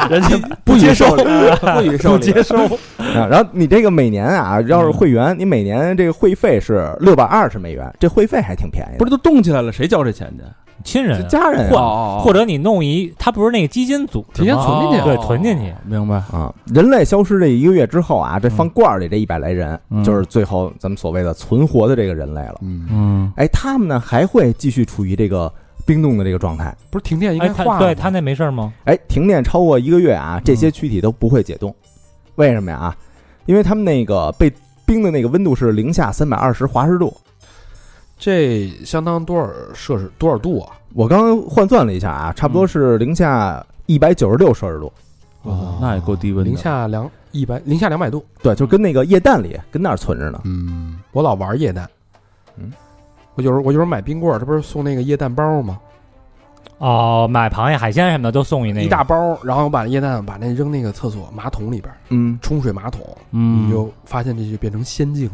Speaker 2: 人家
Speaker 4: 不接受，
Speaker 2: 不予受理，不接受。
Speaker 4: 啊然后你这个每年啊，要是会员，你每年这个会费是六百二十美元，这会费还挺便宜的。
Speaker 5: 不是都冻起来了，谁交这钱去？
Speaker 3: 亲人啊，
Speaker 4: 家人
Speaker 3: 或
Speaker 4: 啊
Speaker 3: 或者你弄一，它不是那个基金组织
Speaker 2: 哦提前
Speaker 3: 吗？哎
Speaker 2: 存进去
Speaker 3: 对，存进去。
Speaker 5: 明白？
Speaker 4: 啊，人类消失这一个月之后啊，这放罐儿里这一百来人，
Speaker 5: 嗯
Speaker 4: 就是最后咱们所谓的存活的这个人类了。
Speaker 2: 嗯，
Speaker 5: 嗯，
Speaker 4: 哎，他们呢还会继续处于这个冰冻的这个状态。
Speaker 2: 不是停电应
Speaker 3: 哎，
Speaker 2: 该
Speaker 3: 他
Speaker 2: 化
Speaker 3: 对
Speaker 2: 了
Speaker 3: 他
Speaker 2: 吗？
Speaker 3: 那没事儿吗？
Speaker 4: 哎，停电超过一个月啊，这些躯体都不会解冻。为什么呀？啊，因为他们那个被冰的那个温度是零下三百二十华氏度。
Speaker 2: 这相当多少摄氏多少度啊？
Speaker 4: 我刚刚换算了一下啊，差不多是零下一百九十六摄氏度。
Speaker 5: 哇那也够低温的。
Speaker 2: 零哦下两一百，零下两百度。
Speaker 4: 对，就跟那个液氮里跟那儿存着呢。
Speaker 2: 嗯，我老玩液氮。
Speaker 4: 嗯，
Speaker 2: 我有时候我有时候买冰棍儿，这不是送那个液氮包吗？
Speaker 3: 哦，买螃蟹、海鲜什么的都送你那
Speaker 2: 一
Speaker 3: 个
Speaker 2: 大包，然后我把液氮把那扔那个厕所马桶里边，
Speaker 4: 嗯，
Speaker 2: 冲水马桶，
Speaker 5: 嗯
Speaker 2: 你，就发现这就变成仙境了，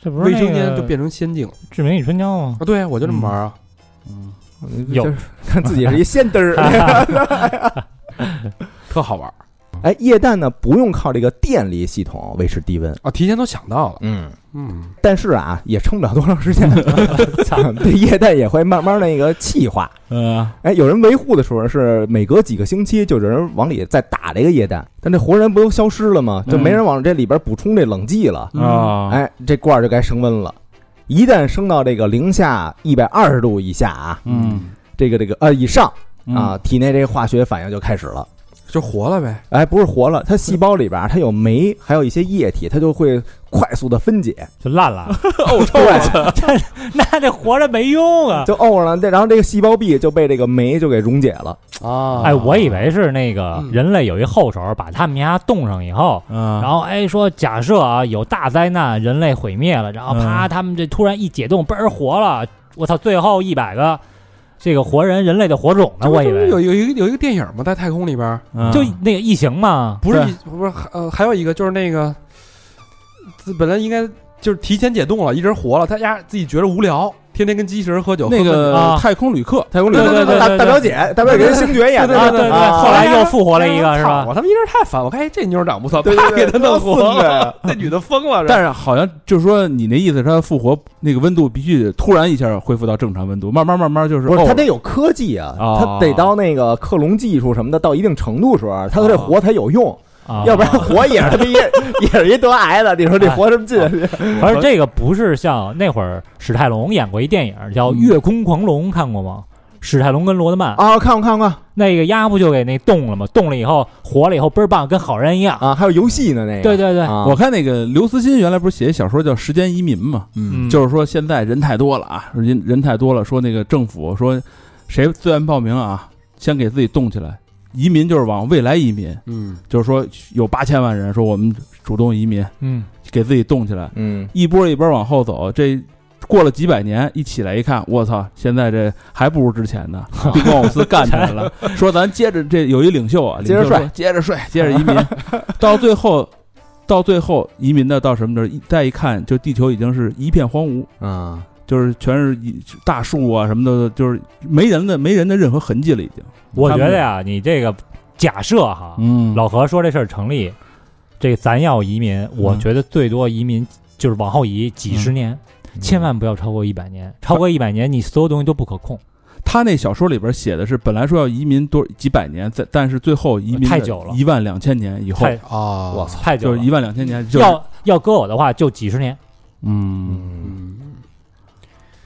Speaker 3: 这不是
Speaker 2: 卫生
Speaker 3: 那个
Speaker 2: 间就变成仙境
Speaker 3: 《志明与春娇》吗？
Speaker 2: 啊！对啊，我就这么玩啊。
Speaker 5: 嗯
Speaker 3: 有
Speaker 4: 就是看自己是一仙嘚儿。
Speaker 2: 特好玩儿
Speaker 4: 哎，液氮呢不用靠这个电力系统维持低温。
Speaker 2: 啊！提前都想到了，
Speaker 4: 嗯，
Speaker 2: 嗯，
Speaker 4: 但是啊，也撑不了多长 时间，这液氮也会慢慢那个气化。
Speaker 5: 呃，
Speaker 4: 哎，有人维护的时候是每隔几个星期就有人往里再打这个液氮，但这活人不都消失了吗？就没人往这里边补充这冷剂了，
Speaker 5: 啊，
Speaker 4: 哎，这罐儿就该升温了。一旦升到这个零下一百二十度以下啊，
Speaker 5: 嗯
Speaker 4: 这个这个呃以上
Speaker 5: 嗯
Speaker 4: 啊，，体内这个化学反应就开始了。
Speaker 2: 就活了呗。
Speaker 4: 哎，不是活了，它细胞里边儿它有酶，还有一些液体，它就会快速的分解，
Speaker 3: 就烂了，
Speaker 4: 对，
Speaker 3: 那这活着没用啊！
Speaker 4: 就呕了。这然后这个细胞壁就被这个酶就给溶解了。
Speaker 2: 啊
Speaker 3: 哎，我以为是那个
Speaker 2: 嗯啊
Speaker 3: 人类有一后手，把他们家冻上以后，
Speaker 5: 嗯，
Speaker 3: 然后哎说假设啊有大灾难，人类毁灭了，然后
Speaker 2: 嗯
Speaker 3: 啪他们这突然一解冻，嘣儿活了，我操，最后一百个这个活人人类的火种呢，
Speaker 2: 这不
Speaker 3: 啊我以
Speaker 2: 这不
Speaker 3: 为
Speaker 2: 有有一个有一个电影嘛，在太空里边儿，
Speaker 4: 啊
Speaker 5: 后
Speaker 3: 就那个异形嘛，
Speaker 2: 不是
Speaker 5: 对
Speaker 2: 一不是呃，还有一个就是那个，自本来应该就是提前解冻了，一直活了，他丫自己觉着无聊，天天跟机器人喝酒，
Speaker 5: 那
Speaker 2: 喝
Speaker 5: 个
Speaker 3: 啊
Speaker 5: 太空旅客，
Speaker 4: 太空旅
Speaker 3: 对
Speaker 4: 客
Speaker 3: 对对
Speaker 4: 大
Speaker 3: 对
Speaker 4: 大
Speaker 3: 对
Speaker 4: 表姐，大表姐跟星爵演的
Speaker 2: 对
Speaker 3: 啊
Speaker 4: 那
Speaker 3: 对
Speaker 4: 个，
Speaker 3: 对对，
Speaker 4: 啊
Speaker 3: 后来又复活了一个是
Speaker 2: 操
Speaker 3: 吧？
Speaker 2: 我他妈一人太烦，我看哎这妞长不错，
Speaker 4: 对
Speaker 2: 啪
Speaker 4: 对
Speaker 2: 给
Speaker 4: 对
Speaker 2: 他弄活
Speaker 4: 多孙子
Speaker 2: 了，
Speaker 4: 呀
Speaker 2: 这女的疯了，
Speaker 5: 但
Speaker 2: 是
Speaker 5: 是好像就是说你那意思，它复活那个温度必须突然一下恢复到正常温度，慢慢慢慢就是
Speaker 4: 不是
Speaker 5: 哦
Speaker 4: 它得有科技啊，
Speaker 5: 哦
Speaker 4: 它得到那个克隆技术什么的到一定程度时候，它这活才有用，
Speaker 3: 啊
Speaker 4: 要不然活也是他妈一也是一得癌的，你说这活什么劲？
Speaker 3: 而这个不是像那会儿史泰龙演过一电影叫《月空狂龙》，看过吗？史泰龙跟罗德曼
Speaker 4: 啊，看过看过
Speaker 3: 那个鸭不就给那冻了吗？冻了以后活了以后倍儿棒，跟好人一样。
Speaker 4: 啊，还有游戏呢那个，
Speaker 3: 对对对，
Speaker 4: 啊，
Speaker 5: 我看那个刘慈欣原来不是写一小说叫《时间移民》嘛，
Speaker 3: 嗯
Speaker 5: 就是说现在人太多了啊，人人太多了，说那个政府说谁自愿报名啊，先给自己冻起来。移民就是往未来移民，
Speaker 2: 嗯，
Speaker 5: 就是说有八千万人说我们主动移民，
Speaker 3: 嗯，
Speaker 5: 给自己冻起来，
Speaker 4: 嗯，
Speaker 5: 一波一波往后走，这。过了几百年，一起来一看，我操！现在这还不如之 前呢，宾馆公司干起来了。说咱接着这有一领袖啊，
Speaker 4: 接着
Speaker 5: 领袖说
Speaker 4: 睡
Speaker 5: 接着睡，接着移 民，到最后，到最后移民的到什么地儿？一再一看，就地球已经是一片荒芜，
Speaker 4: 啊，
Speaker 5: 就是全是一大树啊什么的，就是没人的没人的任何痕迹了，已经。
Speaker 3: 我觉得呀，你这个假设哈，
Speaker 5: 嗯
Speaker 3: 老何说这事儿成立，这咱要移民，我觉得最多移民就是往后移几十
Speaker 4: 嗯
Speaker 3: 年，千万不要超过一百年，超过一百年你所有东西都不可控，
Speaker 5: 他那小说里边写的是，本来说要移民多几百年，但但是最后移民
Speaker 3: 太久了
Speaker 5: 一万两千年以后，
Speaker 3: 太
Speaker 2: 啊，
Speaker 4: 我，操，
Speaker 3: 太久
Speaker 5: 就
Speaker 3: 了
Speaker 5: 是一万两千年，就是
Speaker 3: 要要搁我的话就几十年，
Speaker 5: 嗯
Speaker 4: 嗯，
Speaker 2: 嗯，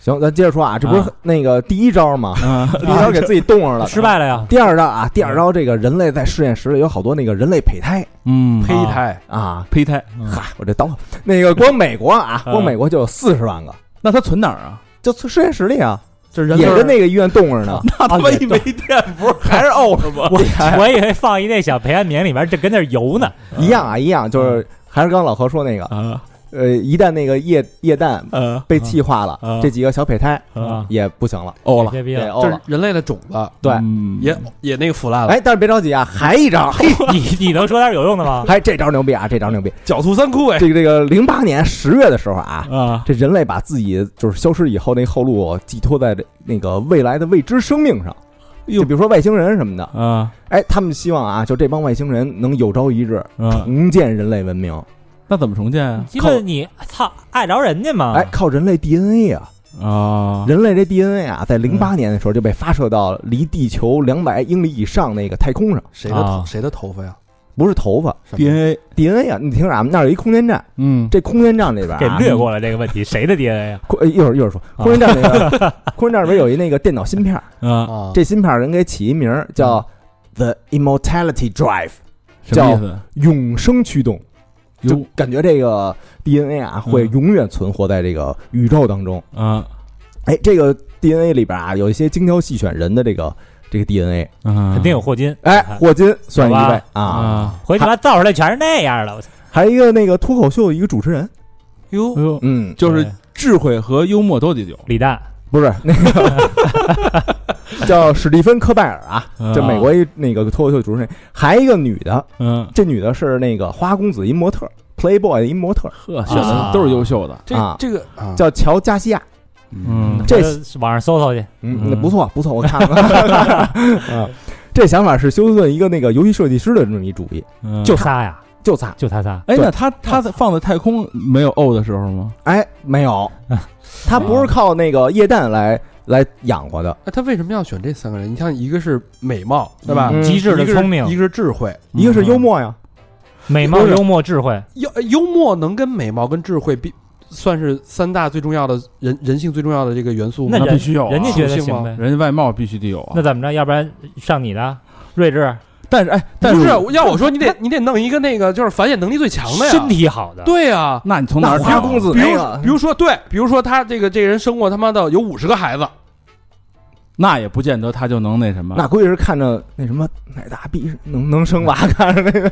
Speaker 4: 行，咱接着说啊，这不是
Speaker 3: 啊
Speaker 4: 那个第一招吗？
Speaker 5: 啊，
Speaker 4: 第一招给自己冻上了，
Speaker 3: 失。败了 呀。
Speaker 4: 第二招啊，第二招这个人类在实验室里有好多那个人类胚胎
Speaker 5: 嗯，
Speaker 2: 胚
Speaker 5: 胚
Speaker 2: 胎
Speaker 4: 啊，
Speaker 5: 胚胎，
Speaker 4: 嗨，我这刀那个光美国啊，光美国就有四十万个，
Speaker 5: 那他存哪儿啊？
Speaker 4: 就实验室里啊，
Speaker 2: 这人
Speaker 4: 也
Speaker 2: 类
Speaker 4: 跟那个医院冻着呢。
Speaker 5: 那他妈一没电，不是还是
Speaker 4: 哦
Speaker 5: 沤着吗？
Speaker 3: 我我以为放一那小培安皿里面，这跟那儿游呢。
Speaker 4: 哎一样啊，一样，就是还是刚刚老何说那个，
Speaker 5: 啊
Speaker 4: 呃，一旦那个液液氮
Speaker 5: 啊
Speaker 4: 被气化了
Speaker 5: 啊，哎
Speaker 4: 这几个小胚胎
Speaker 3: 啊
Speaker 4: 也不行了，
Speaker 5: 沤了，
Speaker 3: 别逼
Speaker 4: 对，
Speaker 3: 了，
Speaker 4: 欧
Speaker 2: 就是
Speaker 4: 了。
Speaker 2: 人类的种子
Speaker 4: 对
Speaker 5: 嗯
Speaker 2: 也也那个腐烂了，
Speaker 4: 哦哎，但是别着急啊，还一 招，嘿，
Speaker 3: 你你能说点有用的 吗？
Speaker 4: 还这招牛逼啊，这招牛逼！
Speaker 2: 狡兔三窟哎，
Speaker 4: 这个这个零八年十月的时候啊，
Speaker 5: 啊，
Speaker 4: 这人类把自己就是消失以后那后路寄托在这那个未来的未知生命上，就比如说外星人什么的。
Speaker 5: 啊
Speaker 4: 哎，他们希望啊，就这帮外星人能有朝一日
Speaker 5: 啊，
Speaker 4: 重建人类文明。
Speaker 5: 那怎么重建啊？
Speaker 3: 鸡巴你操，爱着人家嘛？
Speaker 4: 哎哎，靠人类 DNA 啊，
Speaker 5: 啊，嗯
Speaker 4: 人类这 DNA 啊，在零八年的时候就被发射到离地球两百英里以上那个太空上，
Speaker 2: 谁的头、
Speaker 3: 啊
Speaker 2: 谁的头发呀
Speaker 4: 不是头发
Speaker 2: 什么
Speaker 5: DNA，
Speaker 4: DNA 啊，你听着啊，那儿有一空间站，
Speaker 5: 嗯，
Speaker 4: 这空间站里边、啊、
Speaker 3: 给略过了这个问题，谁的 DNA 啊？
Speaker 4: 空呃一会儿一会儿说，空间站里 边，空间站里边有一那个电脑芯片儿，
Speaker 3: 嗯
Speaker 5: 啊，嗯
Speaker 2: 啊？
Speaker 4: 这芯片儿人给起一名儿叫 The Immortality Drive，
Speaker 5: 什么意思？
Speaker 4: 永生驱动，就
Speaker 5: 有
Speaker 4: 感觉这个 DNA 啊会
Speaker 5: 嗯
Speaker 4: 永远存活在这个宇宙当中。
Speaker 5: 啊
Speaker 4: 哎，这个 DNA 里边啊有一些精挑细选人的这个这个 DNA，
Speaker 5: 啊，
Speaker 3: 肯定有霍金。
Speaker 4: 哎，霍金算一
Speaker 3: 好
Speaker 4: 位
Speaker 3: 吧
Speaker 4: 啊，
Speaker 5: 啊，
Speaker 3: 回去吧，造出来全是那样的。我操！
Speaker 4: 还有一个那个脱口秀一个主持人，
Speaker 5: 哎呦，
Speaker 4: 嗯，
Speaker 5: 就是智慧和幽默都得有，
Speaker 3: 李诞，
Speaker 4: 不 是那个叫史蒂芬科拜尔啊，
Speaker 5: 啊
Speaker 4: 这
Speaker 3: 嗯
Speaker 4: 美国一那个脱口秀主持人，还一个女的，
Speaker 5: 嗯，
Speaker 4: 这女的是那个花公子一模特，Playboy 一模特，
Speaker 3: 嗯
Speaker 5: 呵，选
Speaker 3: 啊
Speaker 5: 的都是优秀的，
Speaker 2: 这、
Speaker 4: 啊
Speaker 2: 这个啊，
Speaker 4: 叫乔加西亚，
Speaker 5: 嗯
Speaker 4: 这
Speaker 3: 是网上搜搜去。
Speaker 4: 嗯，
Speaker 5: 嗯
Speaker 4: 那不错不错，我看了， 啊，这想法是休斯顿一个那个游戏设计师的这么一主意，
Speaker 5: 嗯
Speaker 3: 就仨呀，
Speaker 4: 就仨，
Speaker 3: 就他仨。
Speaker 5: 哎，
Speaker 4: 对
Speaker 5: 那他他在放在太空没有 O 的时候吗？
Speaker 4: 哎，没有，
Speaker 5: 啊
Speaker 4: 他不是靠那个液氮来来养活的，
Speaker 2: 那啊他为什么要选这三个人？你像一个是美貌，对吧？
Speaker 4: 嗯
Speaker 3: 极致的
Speaker 2: 一个是
Speaker 3: 聪明
Speaker 2: 一个是智慧。
Speaker 5: 嗯
Speaker 4: 一个是幽默呀，
Speaker 3: 美貌、幽默、智慧，
Speaker 2: 幽呃幽默能跟美貌跟智慧比，算是三大最重要的人人性最重要的这个元素吗。
Speaker 5: 那
Speaker 3: 人
Speaker 5: 必须有啊，
Speaker 3: 人家觉得
Speaker 2: 属性
Speaker 3: 行
Speaker 2: 吗
Speaker 3: 呗。
Speaker 5: 人家外貌必须得有啊
Speaker 3: 那。怎么着？要不然上你的睿智，
Speaker 5: 但是哎，但
Speaker 2: 不是
Speaker 5: 是
Speaker 2: 要我说，你得你得弄一个那个就是繁衍能力最强的呀，
Speaker 3: 身体好的，
Speaker 2: 对呀。
Speaker 5: 那你从哪儿
Speaker 4: 花
Speaker 5: 找
Speaker 4: 公子
Speaker 2: 比
Speaker 4: 那
Speaker 2: 如
Speaker 4: 个
Speaker 2: 比如说对，比如说他这个这个人生过他妈的有五十个孩子，
Speaker 5: 那也不见得他就能那什么。
Speaker 4: 那估计是看着那什么奶大逼能能生娃，看着那 个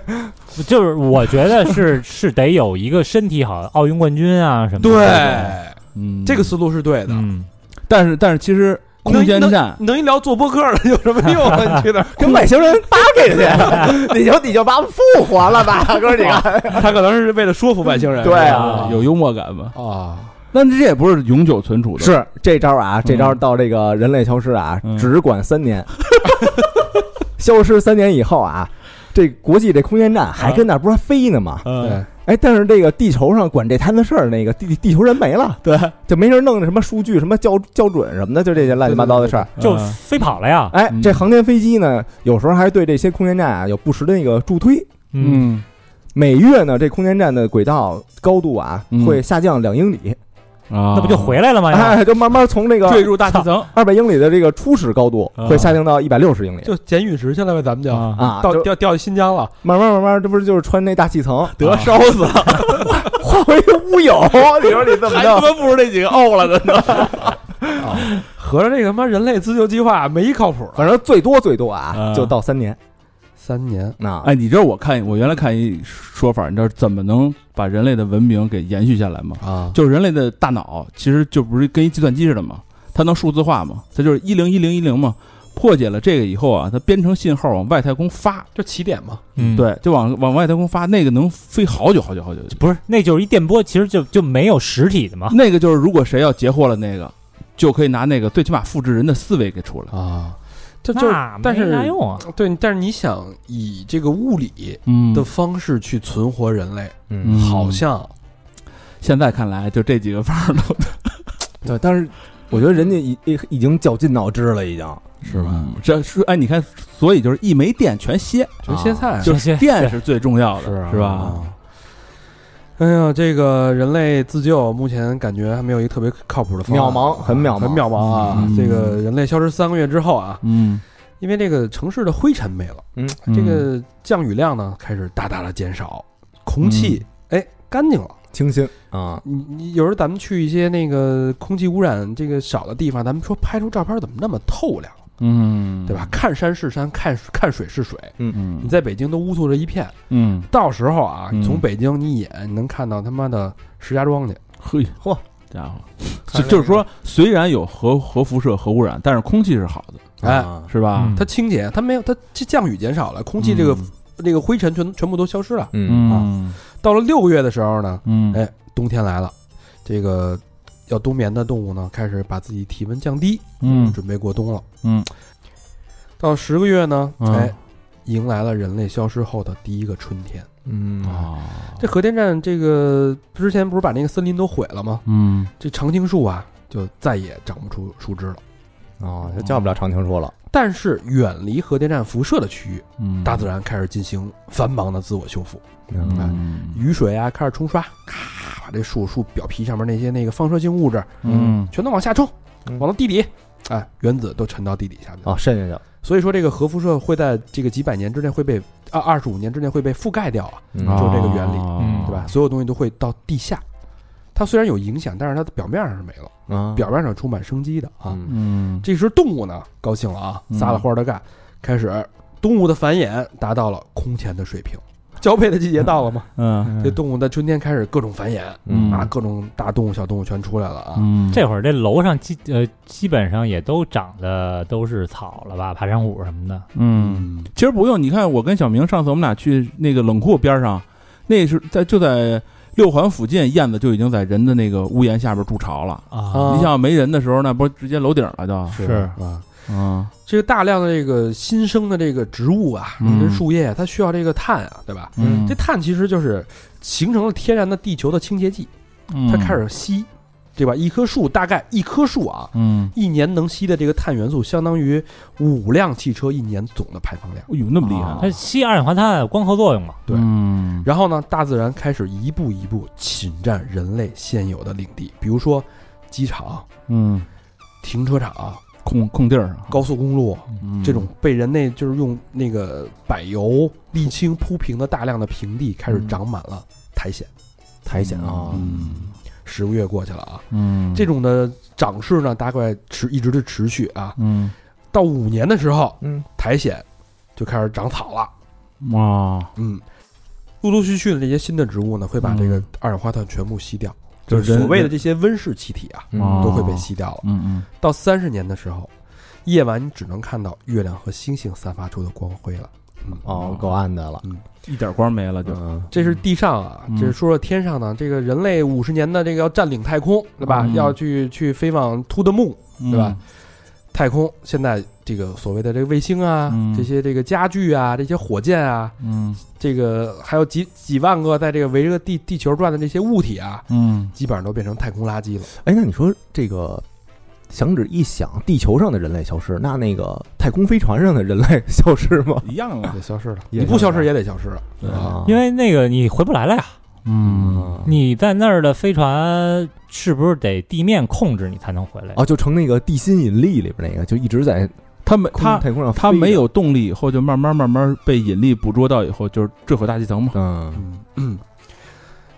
Speaker 3: 就是我觉得是是得有一个身体好的奥运冠军啊什么的。
Speaker 5: 嗯，
Speaker 2: 这个思路是对的。
Speaker 3: 嗯，
Speaker 5: 但是但是其实空间
Speaker 2: 能
Speaker 5: 站
Speaker 2: 能能一聊做播客了 有什么用啊？你去那儿，
Speaker 4: 跟外星人搭给 去，你就你就把我们复活了 吧，哥几个，
Speaker 2: 他可能是为了说服外星人。
Speaker 4: 对
Speaker 3: 啊
Speaker 5: 有幽默感吗？
Speaker 2: 啊，
Speaker 5: 那这也不是永久存储的，
Speaker 4: 是这招啊，这招到这个人类消失啊，
Speaker 5: 嗯
Speaker 4: 只管三年， 消失三年以后啊。这国际这空间站还跟那儿不是飞呢吗？
Speaker 5: 嗯，
Speaker 4: 哎，但是这个地球上管这摊子事儿那个地地球人没了，
Speaker 5: 对，
Speaker 4: 就没人弄那什么数据、什么校校准什么的，就这些乱七八糟的事儿。
Speaker 3: 就
Speaker 5: 嗯
Speaker 3: 飞跑了呀。
Speaker 4: 哎，
Speaker 5: 嗯
Speaker 4: 这航天飞机呢，有时候还对这些空间站啊有不时的那个助推。
Speaker 3: 嗯，
Speaker 5: 嗯
Speaker 4: 每月呢，这空间站的轨道高度啊
Speaker 5: 嗯
Speaker 4: 会下降两英里，
Speaker 5: 啊，
Speaker 2: 嗯
Speaker 3: 那不就回来了吗？
Speaker 4: 哎，就慢慢从这
Speaker 2: 坠
Speaker 4: 个
Speaker 2: 入大气层
Speaker 4: 二百英里的这个初始高度
Speaker 5: 啊
Speaker 4: 会下降到一百六十英里
Speaker 2: 就捡陨石去了呗，咱们就
Speaker 5: 啊
Speaker 4: 啊，
Speaker 2: 到
Speaker 4: 就
Speaker 2: 掉掉新疆了，
Speaker 4: 慢慢慢慢，这不是就是穿那大气层啊
Speaker 5: 得
Speaker 2: 烧死，
Speaker 4: 化为乌有？ 你说你怎么弄？
Speaker 2: 妈不如那几个欧了真的。啊合着这个他妈人类自救计划没一靠谱的，
Speaker 4: 反正最多最多啊，
Speaker 5: 啊
Speaker 4: 就到三年
Speaker 2: 三年
Speaker 4: 啊。
Speaker 5: 哎，你知道我看我原来看一说法，你知道怎么能把人类的文明给延续下来吗？
Speaker 2: 啊，
Speaker 5: 就人类的大脑其实就不是跟一计算机似的嘛，它能数字化嘛，它就是一零一零一零嘛。破解了这个以后啊，它编程信号往外太空发，
Speaker 2: 就起点嘛，
Speaker 3: 嗯，，
Speaker 5: 对，就往往外太空发，那个能飞好久好久好久。
Speaker 3: 不是，那就是一电波，其实就就没有实体的嘛。
Speaker 5: 那个就是如果谁要截获了那个，就可以拿那个最起码复制人的思维给出来。
Speaker 2: 啊，就就
Speaker 3: 那
Speaker 2: 但是
Speaker 3: 没啥用啊。
Speaker 2: 对，但是你想以这个物理
Speaker 5: 嗯
Speaker 2: 的方式去存活人类，
Speaker 4: 嗯，
Speaker 2: 好像
Speaker 5: 嗯现在看来就这几个方法都
Speaker 4: 对，但是我觉得人家已已已经绞尽脑汁了，已经。
Speaker 5: 是吧？ 这是哎，你看，所以就是一没电全歇，
Speaker 4: 啊
Speaker 2: 就歇菜
Speaker 5: 就
Speaker 3: 歇歇
Speaker 5: 是电是最重要的，
Speaker 2: 啊
Speaker 5: 是吧？
Speaker 2: 啊哎呀，这个人类自救目前感觉还没有一个特别靠谱的方案，
Speaker 4: 渺茫很渺茫
Speaker 2: 很渺茫啊！
Speaker 5: 嗯
Speaker 2: 这个人类消失三个月之后啊，
Speaker 5: 嗯，
Speaker 2: 因为这个城市的灰尘没了，
Speaker 4: 嗯，
Speaker 2: 这个降雨量呢开始大大的减少，空气
Speaker 4: 嗯
Speaker 2: 哎干净了。
Speaker 4: 清新啊，
Speaker 2: 你你有时候咱们去一些那个空气污染这个少的地方，咱们说拍出照片怎么那么透亮，
Speaker 5: 嗯，
Speaker 2: 对吧？？看山是山，看看水是水。
Speaker 5: 嗯
Speaker 2: 你在北京都乌涂着一片，
Speaker 5: 嗯，
Speaker 2: 到时候啊，
Speaker 5: 嗯
Speaker 2: 你从北京你一眼你能看到他妈的石家庄去。
Speaker 5: 嘿，
Speaker 4: 嚯，
Speaker 5: 家伙，就就是说，虽然有核核辐射、核污染，但是空气是好的，
Speaker 2: 哎，
Speaker 4: 啊
Speaker 5: 是吧？
Speaker 3: 嗯
Speaker 2: 它清洁，它没有，它这降雨减少了，空气这个、这个灰尘全全部都消失了。
Speaker 4: 嗯
Speaker 5: 嗯
Speaker 2: 到了六月的时候呢，
Speaker 5: 嗯，
Speaker 2: 哎冬天来了，这个要冬眠的动物呢，开始把自己体温降低，
Speaker 5: 嗯
Speaker 2: 准备过冬了。
Speaker 5: 嗯，
Speaker 2: 到十个月呢，
Speaker 5: 嗯
Speaker 2: 哎，迎来了人类消失后的第一个春天。
Speaker 4: 嗯
Speaker 5: 啊，
Speaker 2: 这核电站这个之前不是把那个森林都毁了吗？
Speaker 5: 嗯
Speaker 2: 这常青树啊，就再也长不出树枝了。
Speaker 4: 哦，就叫不了常青树了。
Speaker 2: 但是远离核电站辐射的区域，
Speaker 5: 嗯，
Speaker 2: 大自然开始进行繁忙的自我修复，
Speaker 4: 嗯
Speaker 5: 嗯
Speaker 2: 雨水啊开始冲刷，咔把这树树表皮上面那些那个放射性物质
Speaker 5: 嗯
Speaker 2: 全都往下冲，
Speaker 4: 嗯
Speaker 2: 往到地底，哎，原子都沉到地底下去了。
Speaker 4: 哦，渗下去了。
Speaker 2: 所以说，这个核辐射会在这个几百年之内会被二二十五年之内会被覆盖掉啊，
Speaker 4: 嗯
Speaker 2: 就这个原理
Speaker 5: 哦
Speaker 2: 对
Speaker 1: 啊
Speaker 2: 吧？所有东西都会到地下。它虽然有影响，但是它的表面上是没了，
Speaker 4: 啊
Speaker 2: 表面上充满生机的啊。
Speaker 4: 嗯
Speaker 5: 嗯，
Speaker 2: 这时候动物呢高兴了啊，
Speaker 5: 嗯
Speaker 2: 撒了欢儿的干，开始动物的繁衍达到了空前的水平。交配的季节到了嘛，
Speaker 5: 嗯
Speaker 2: 这动物在春天开始各种繁衍
Speaker 5: 嗯
Speaker 2: 啊，各种大动物、小动物全出来了啊。
Speaker 5: 嗯，
Speaker 3: 这会儿这楼上基呃基本上也都长的都是草了吧，爬山虎什么的。
Speaker 5: 嗯，其实不用，你看我跟小明上次我们俩去那个冷库边上，那是在就在六环附近，燕子就已经在人的那个屋檐下边筑巢了。
Speaker 2: 啊
Speaker 5: 你想没人的时候，那不直接楼顶了就，
Speaker 2: 是啊，
Speaker 5: 嗯
Speaker 2: 这个大量的这个新生的这个植物啊，
Speaker 5: 嗯
Speaker 2: 跟树叶啊，它需要这个碳啊，对吧？
Speaker 5: 嗯，
Speaker 2: 这碳其实就是形成了天然的地球的清洁剂，
Speaker 5: 嗯
Speaker 2: 它开始吸，对吧？一棵树大概一棵树啊，
Speaker 5: 嗯，
Speaker 2: 一年能吸的这个碳元素相当于五辆汽车一年总的排放量。
Speaker 5: 哎呦那么厉害，
Speaker 3: 它吸二氧化碳光合作用嘛。
Speaker 2: 对
Speaker 5: 嗯
Speaker 2: 然后呢，大自然开始一步一步侵占人类现有的领地，比如说机场、
Speaker 5: 嗯，
Speaker 2: 停车场、
Speaker 5: 空空地儿上
Speaker 2: 高速公路
Speaker 5: 嗯
Speaker 2: 这种被人类就是用那个柏油、沥青铺平的大量的平地，开始长满了苔藓。
Speaker 4: 苔藓啊，
Speaker 5: 嗯
Speaker 2: 十个月过去了啊，
Speaker 5: 嗯，
Speaker 2: 这种的涨势呢，大概持一直的持续啊，
Speaker 5: 嗯
Speaker 2: 到五年的时候，
Speaker 4: 嗯，
Speaker 2: 苔藓就开始长草了。
Speaker 5: 哇，
Speaker 2: 嗯，陆陆续续的这些新的植物呢，会把这个
Speaker 5: 嗯
Speaker 2: 二氧化碳全部吸掉，
Speaker 5: 就
Speaker 2: 就是
Speaker 5: 人
Speaker 2: 所谓的这些温室气体
Speaker 4: 嗯
Speaker 2: 啊，
Speaker 5: 哦
Speaker 2: 都会被吸掉了。
Speaker 5: 嗯嗯
Speaker 2: 到三十年的时候，夜晚你只能看到月亮和星星散发出的光辉了。嗯，
Speaker 4: 哦，够暗的了。
Speaker 5: 一点光没了就，
Speaker 4: 嗯，
Speaker 2: 这是地上啊，
Speaker 5: 嗯
Speaker 2: 这是说说天上呢，这个人类五十年的这个要占领太空，对吧？
Speaker 5: 嗯
Speaker 2: 要去去飞往 to the moon，
Speaker 5: 对
Speaker 2: 对吧？太空现在这个所谓的这个卫星啊，
Speaker 5: 嗯
Speaker 2: 这些这个家具啊，这些火箭啊，
Speaker 5: 嗯
Speaker 2: 这个还有几几万个在这个围着地地球转的这些物体啊，
Speaker 5: 嗯
Speaker 2: 基本上都变成太空垃圾了。
Speaker 4: 哎，那你说这个响指一响，地球上的人类消失，那那个太空飞船上的人类消失吗？
Speaker 5: 一样了，
Speaker 2: 也消失了，
Speaker 4: 也
Speaker 2: 你不消
Speaker 4: 消失
Speaker 2: 失
Speaker 4: 了
Speaker 2: 也得消失了。
Speaker 4: 啊，
Speaker 3: 因为那个你回不来了呀，
Speaker 5: 嗯
Speaker 3: 你在那儿的飞船是不是得地面控制你才能回来？
Speaker 2: 啊
Speaker 4: 哦，就成那个地心引力里边那个，就一直在
Speaker 5: 他们
Speaker 4: 空
Speaker 5: 他
Speaker 4: 太空上飞着，
Speaker 5: 它没有动力以后，就慢慢慢慢被引力捕捉到以后，就是坠毁大气层嘛。
Speaker 4: 嗯
Speaker 2: 嗯嗯，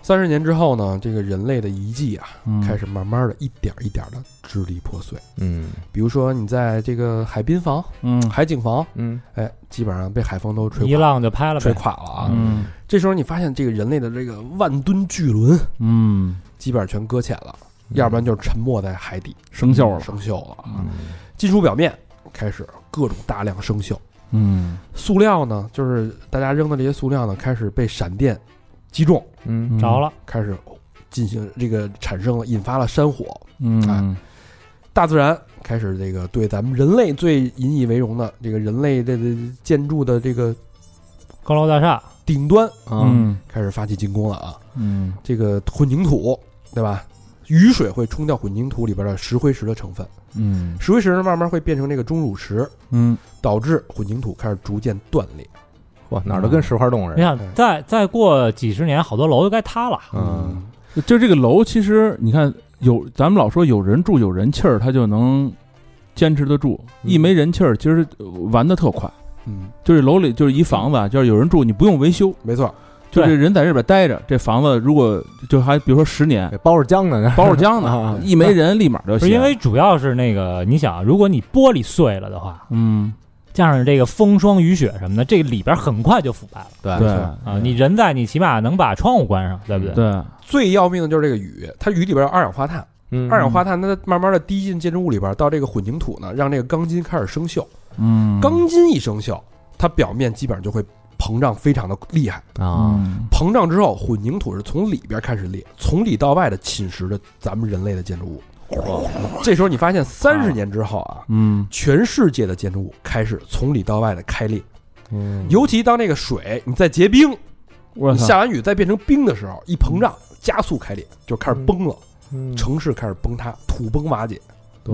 Speaker 2: 三十年之后呢，这个人类的遗迹啊，开
Speaker 3: 嗯
Speaker 5: 始，
Speaker 2: 始慢慢的一点一点的支离破碎。
Speaker 4: 嗯
Speaker 2: 比如说你在这个海滨房、
Speaker 5: 嗯
Speaker 2: 海景房，
Speaker 4: 嗯
Speaker 2: 哎，基本上被海风都吹
Speaker 3: 一
Speaker 2: 垮，
Speaker 3: 浪就拍了
Speaker 2: 吹
Speaker 3: 呗。
Speaker 2: 垮了啊。
Speaker 5: 嗯
Speaker 2: 这时候你发现这个人类的这个万吨巨轮
Speaker 5: 嗯，
Speaker 2: 基本上全搁浅了，要不然就是沉没在海底
Speaker 5: 生锈了。
Speaker 2: 生锈了啊。
Speaker 4: 嗯
Speaker 2: 金属表面开始各种大量生锈，
Speaker 5: 嗯
Speaker 2: 塑料呢，就是大家扔的这些塑料呢，开始被闪电击中，
Speaker 4: 嗯
Speaker 3: 着了，
Speaker 2: 开始进行这个产生了，引发了山火。
Speaker 5: 嗯
Speaker 2: 大自然开始这个对咱们人类最引以为荣的这个人类的的建筑的这个
Speaker 3: 高楼大厦，
Speaker 2: 顶端
Speaker 4: 啊
Speaker 2: 开始发起进攻了啊！
Speaker 5: 嗯
Speaker 2: 这个混凝土，对吧？雨水会冲掉混凝土里边的石灰石的成分，
Speaker 5: 嗯
Speaker 2: 石灰石呢慢慢会变成这个钟乳石，
Speaker 5: 嗯
Speaker 2: 导致混凝土开始逐渐断裂。
Speaker 4: 哇，哪儿都跟石花洞似
Speaker 3: 你
Speaker 4: 的。
Speaker 3: 想再再过几十年，好多楼就该塌了。
Speaker 4: 嗯，
Speaker 5: 就这个楼，其实你看有，咱们老说有人住有人气儿，它就能坚持得住；一没人气儿，其实呃玩的特快。
Speaker 2: 嗯，
Speaker 5: 就是楼里就是一房子，就是有人住，你不用维修，
Speaker 2: 没错，
Speaker 5: 就这人在这边待着，这房子如果就还比如说十年
Speaker 4: 给包着浆呢，那
Speaker 5: 包着浆
Speaker 4: 啊
Speaker 5: 呢，一没人立马就
Speaker 3: 不
Speaker 5: 歇
Speaker 3: 是因为主要是那个，你想，啊如果你玻璃碎了的话，
Speaker 5: 嗯
Speaker 3: 加上这个风霜雨雪什么的，这里边很快就腐败了
Speaker 4: 对
Speaker 5: 对
Speaker 3: 啊！你人在，你起码能把窗户关上，对不对？
Speaker 5: 对
Speaker 2: 最要命的就是这个雨，它雨里边有二氧化碳，
Speaker 4: 嗯
Speaker 2: 二氧化碳它慢慢的滴进建筑物里边，到这个混凝土呢，让这个钢筋开始生锈。
Speaker 5: 嗯
Speaker 2: 钢筋一生锈，它表面基本上就会膨胀，非常的厉害。
Speaker 4: 啊，
Speaker 2: 膨胀之后，混凝土是从里边开始裂，从里到外的侵蚀着咱们人类的建筑物。这时候你发现，三十年之后啊，
Speaker 5: 嗯
Speaker 2: 全世界的建筑物开始从里到外的开裂，
Speaker 4: 嗯
Speaker 2: 尤其当这个水你再结冰，
Speaker 5: 我
Speaker 2: 你
Speaker 5: 操
Speaker 2: 下完雨再变成冰的时候，一膨胀加速开裂，就开始崩了。
Speaker 4: 嗯
Speaker 2: 城市开始崩塌，土崩瓦解，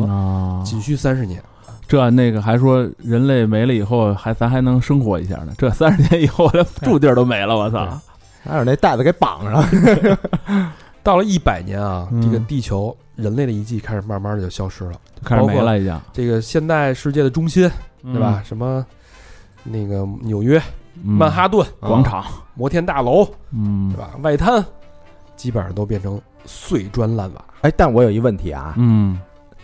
Speaker 4: 啊，
Speaker 2: 仅需三十年。
Speaker 5: 这那个还说人类没了以后还咱还能生活一下呢，这三十年以后连住地儿都没了，我操！
Speaker 4: 还有那袋子给绑上了，
Speaker 2: 到了一百年啊，
Speaker 4: 嗯
Speaker 2: 这个地球人类的遗迹开始慢慢的就消失了。
Speaker 5: 开始没了已经，
Speaker 2: 这个现代世界的中心，对吧？什么那个纽约、
Speaker 5: 嗯？
Speaker 2: 曼哈顿
Speaker 5: 广、场，
Speaker 2: 摩天大楼，
Speaker 5: 嗯
Speaker 2: 对吧？外滩基本上都变成碎砖烂瓦。
Speaker 4: 哎，但我有一问题啊，
Speaker 5: 嗯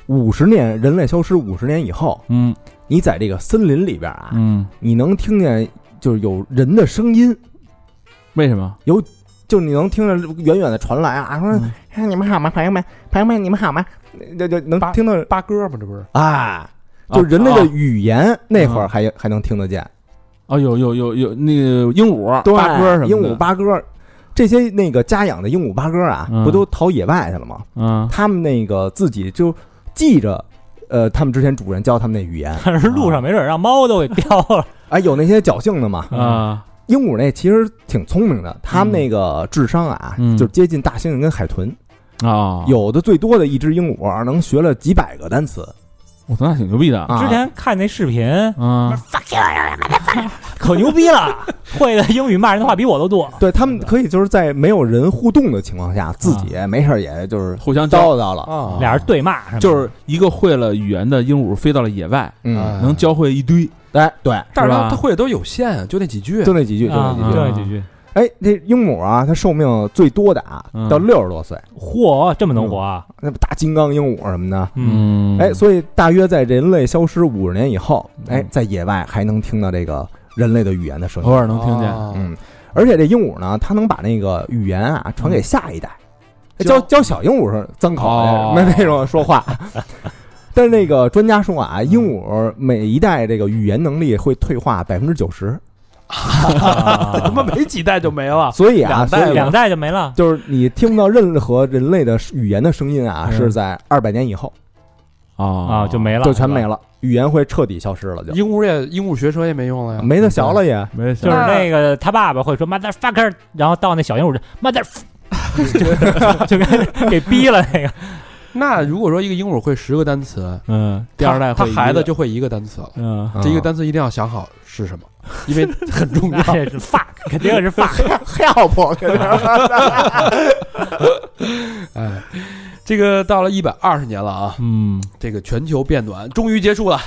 Speaker 4: 五十年人类消失五十年以后，
Speaker 5: 嗯
Speaker 4: 你在这个森林里边啊，
Speaker 5: 嗯，
Speaker 4: 你能听见就是有人的声音，
Speaker 5: 为什么？
Speaker 4: 就你能听着远远的传来啊，说、
Speaker 5: 嗯
Speaker 4: 哎你们好吗，朋友们，朋友们你们好吗，就就能
Speaker 2: 八
Speaker 4: 听到
Speaker 2: 八哥嘛，这不是
Speaker 4: 啊，就人类
Speaker 5: 啊
Speaker 4: 的语言那会儿
Speaker 5: 啊
Speaker 4: 还、还能听得见，
Speaker 5: 哦，有有有有那个鹦鹉、
Speaker 4: 对
Speaker 5: 八哥什么的，
Speaker 4: 鹦鹉、八哥，这些那个家养的鹦鹉、八哥啊，
Speaker 5: 嗯
Speaker 4: 不都逃野外去了吗？
Speaker 5: 嗯，
Speaker 4: 他们那个自己就记着，呃，他们之前主人教他们那语言，
Speaker 3: 但是路上没准让猫都给叼了。
Speaker 4: 哎，有那些侥幸的嘛。
Speaker 5: 啊，
Speaker 4: 鹦鹉那其实挺聪明的，它们那个智商啊，
Speaker 5: 嗯
Speaker 4: 就接近大猩猩跟海豚。
Speaker 5: 啊，，
Speaker 4: 有的最多的一只鹦鹉能学了几百个单词
Speaker 5: 我操，那挺牛逼的
Speaker 4: 啊！
Speaker 3: 之前看那视频，
Speaker 5: 啊，
Speaker 3: 可牛逼了，会的英语骂人的话比我都多。
Speaker 4: 对他们可以就是在没有人互动的情况下，自己没事儿也就是
Speaker 5: 互相
Speaker 4: 叨
Speaker 5: 教，
Speaker 4: 叨了，
Speaker 2: 啊
Speaker 3: 俩人对骂什么的，
Speaker 5: 就是一个会了语言的鹦鹉飞到了野外，
Speaker 2: 啊
Speaker 4: 嗯，
Speaker 5: 能教会一堆，
Speaker 4: 哎，对，
Speaker 2: 但是
Speaker 5: 是
Speaker 2: 他
Speaker 5: 吧
Speaker 2: 他会的都有限啊，就那几句。
Speaker 4: 就那几句，就那
Speaker 3: 啊
Speaker 4: 几
Speaker 5: 啊
Speaker 4: 句。
Speaker 3: 这几句，
Speaker 4: 哎，这鹦鹉啊，它寿命最多的啊
Speaker 5: 嗯，
Speaker 4: 到六十多岁，
Speaker 3: 嚯，这么能活啊！
Speaker 4: 那大金刚鹦鹉什么的。
Speaker 3: 嗯，
Speaker 4: 哎，所以大约在人类消失五十年以后，哎
Speaker 5: 嗯，
Speaker 4: 在野外还能听到这个人类的语言的声
Speaker 5: 偶
Speaker 4: 音。
Speaker 5: 尔能听见，
Speaker 2: 啊
Speaker 4: 嗯，而且这鹦鹉呢，它能把那个语言啊传给下一代，哎
Speaker 2: 教
Speaker 4: 教教小鹦鹉是脏口袋
Speaker 5: 哦
Speaker 4: 什么那种说话。但是那个专家说啊，鹦鹉每一代这个语言能力会退化百分之九十，
Speaker 2: 他妈没几代就没了。
Speaker 4: 所以啊，
Speaker 3: 两
Speaker 4: 所
Speaker 3: 代
Speaker 4: 以
Speaker 3: 两代就没了。
Speaker 4: 就是你听不到任何人类的语言的声音啊，
Speaker 5: 嗯
Speaker 4: 是在二百年以后
Speaker 5: 啊
Speaker 1: 哦
Speaker 3: 啊，就没了，
Speaker 4: 就全没
Speaker 3: 了。
Speaker 4: 了，语言会彻底消失了，就
Speaker 2: 鹦鹉也鹦鹉学车也没用了呀，
Speaker 4: 没得学了也。
Speaker 5: 没得
Speaker 3: 就是
Speaker 5: 想，
Speaker 3: 那个他爸爸会说 mother fucker，然后到那小鹦鹉这 mother，fuck，就就给给逼了那个。
Speaker 2: 那如果说一个鹦鹉会十个单词，
Speaker 5: 嗯，第二代
Speaker 2: 他
Speaker 5: 会
Speaker 2: 他孩子
Speaker 5: 一个
Speaker 2: 就会一个单词了。
Speaker 5: 嗯
Speaker 4: 啊
Speaker 2: 这一个单词一定要想好是什么，因为很重要。
Speaker 3: 这是 fuck，肯定是 fuck。
Speaker 4: help，
Speaker 2: 哎，这个到了一百二十年了啊，
Speaker 5: 嗯
Speaker 2: 这个全球变暖终于结束了，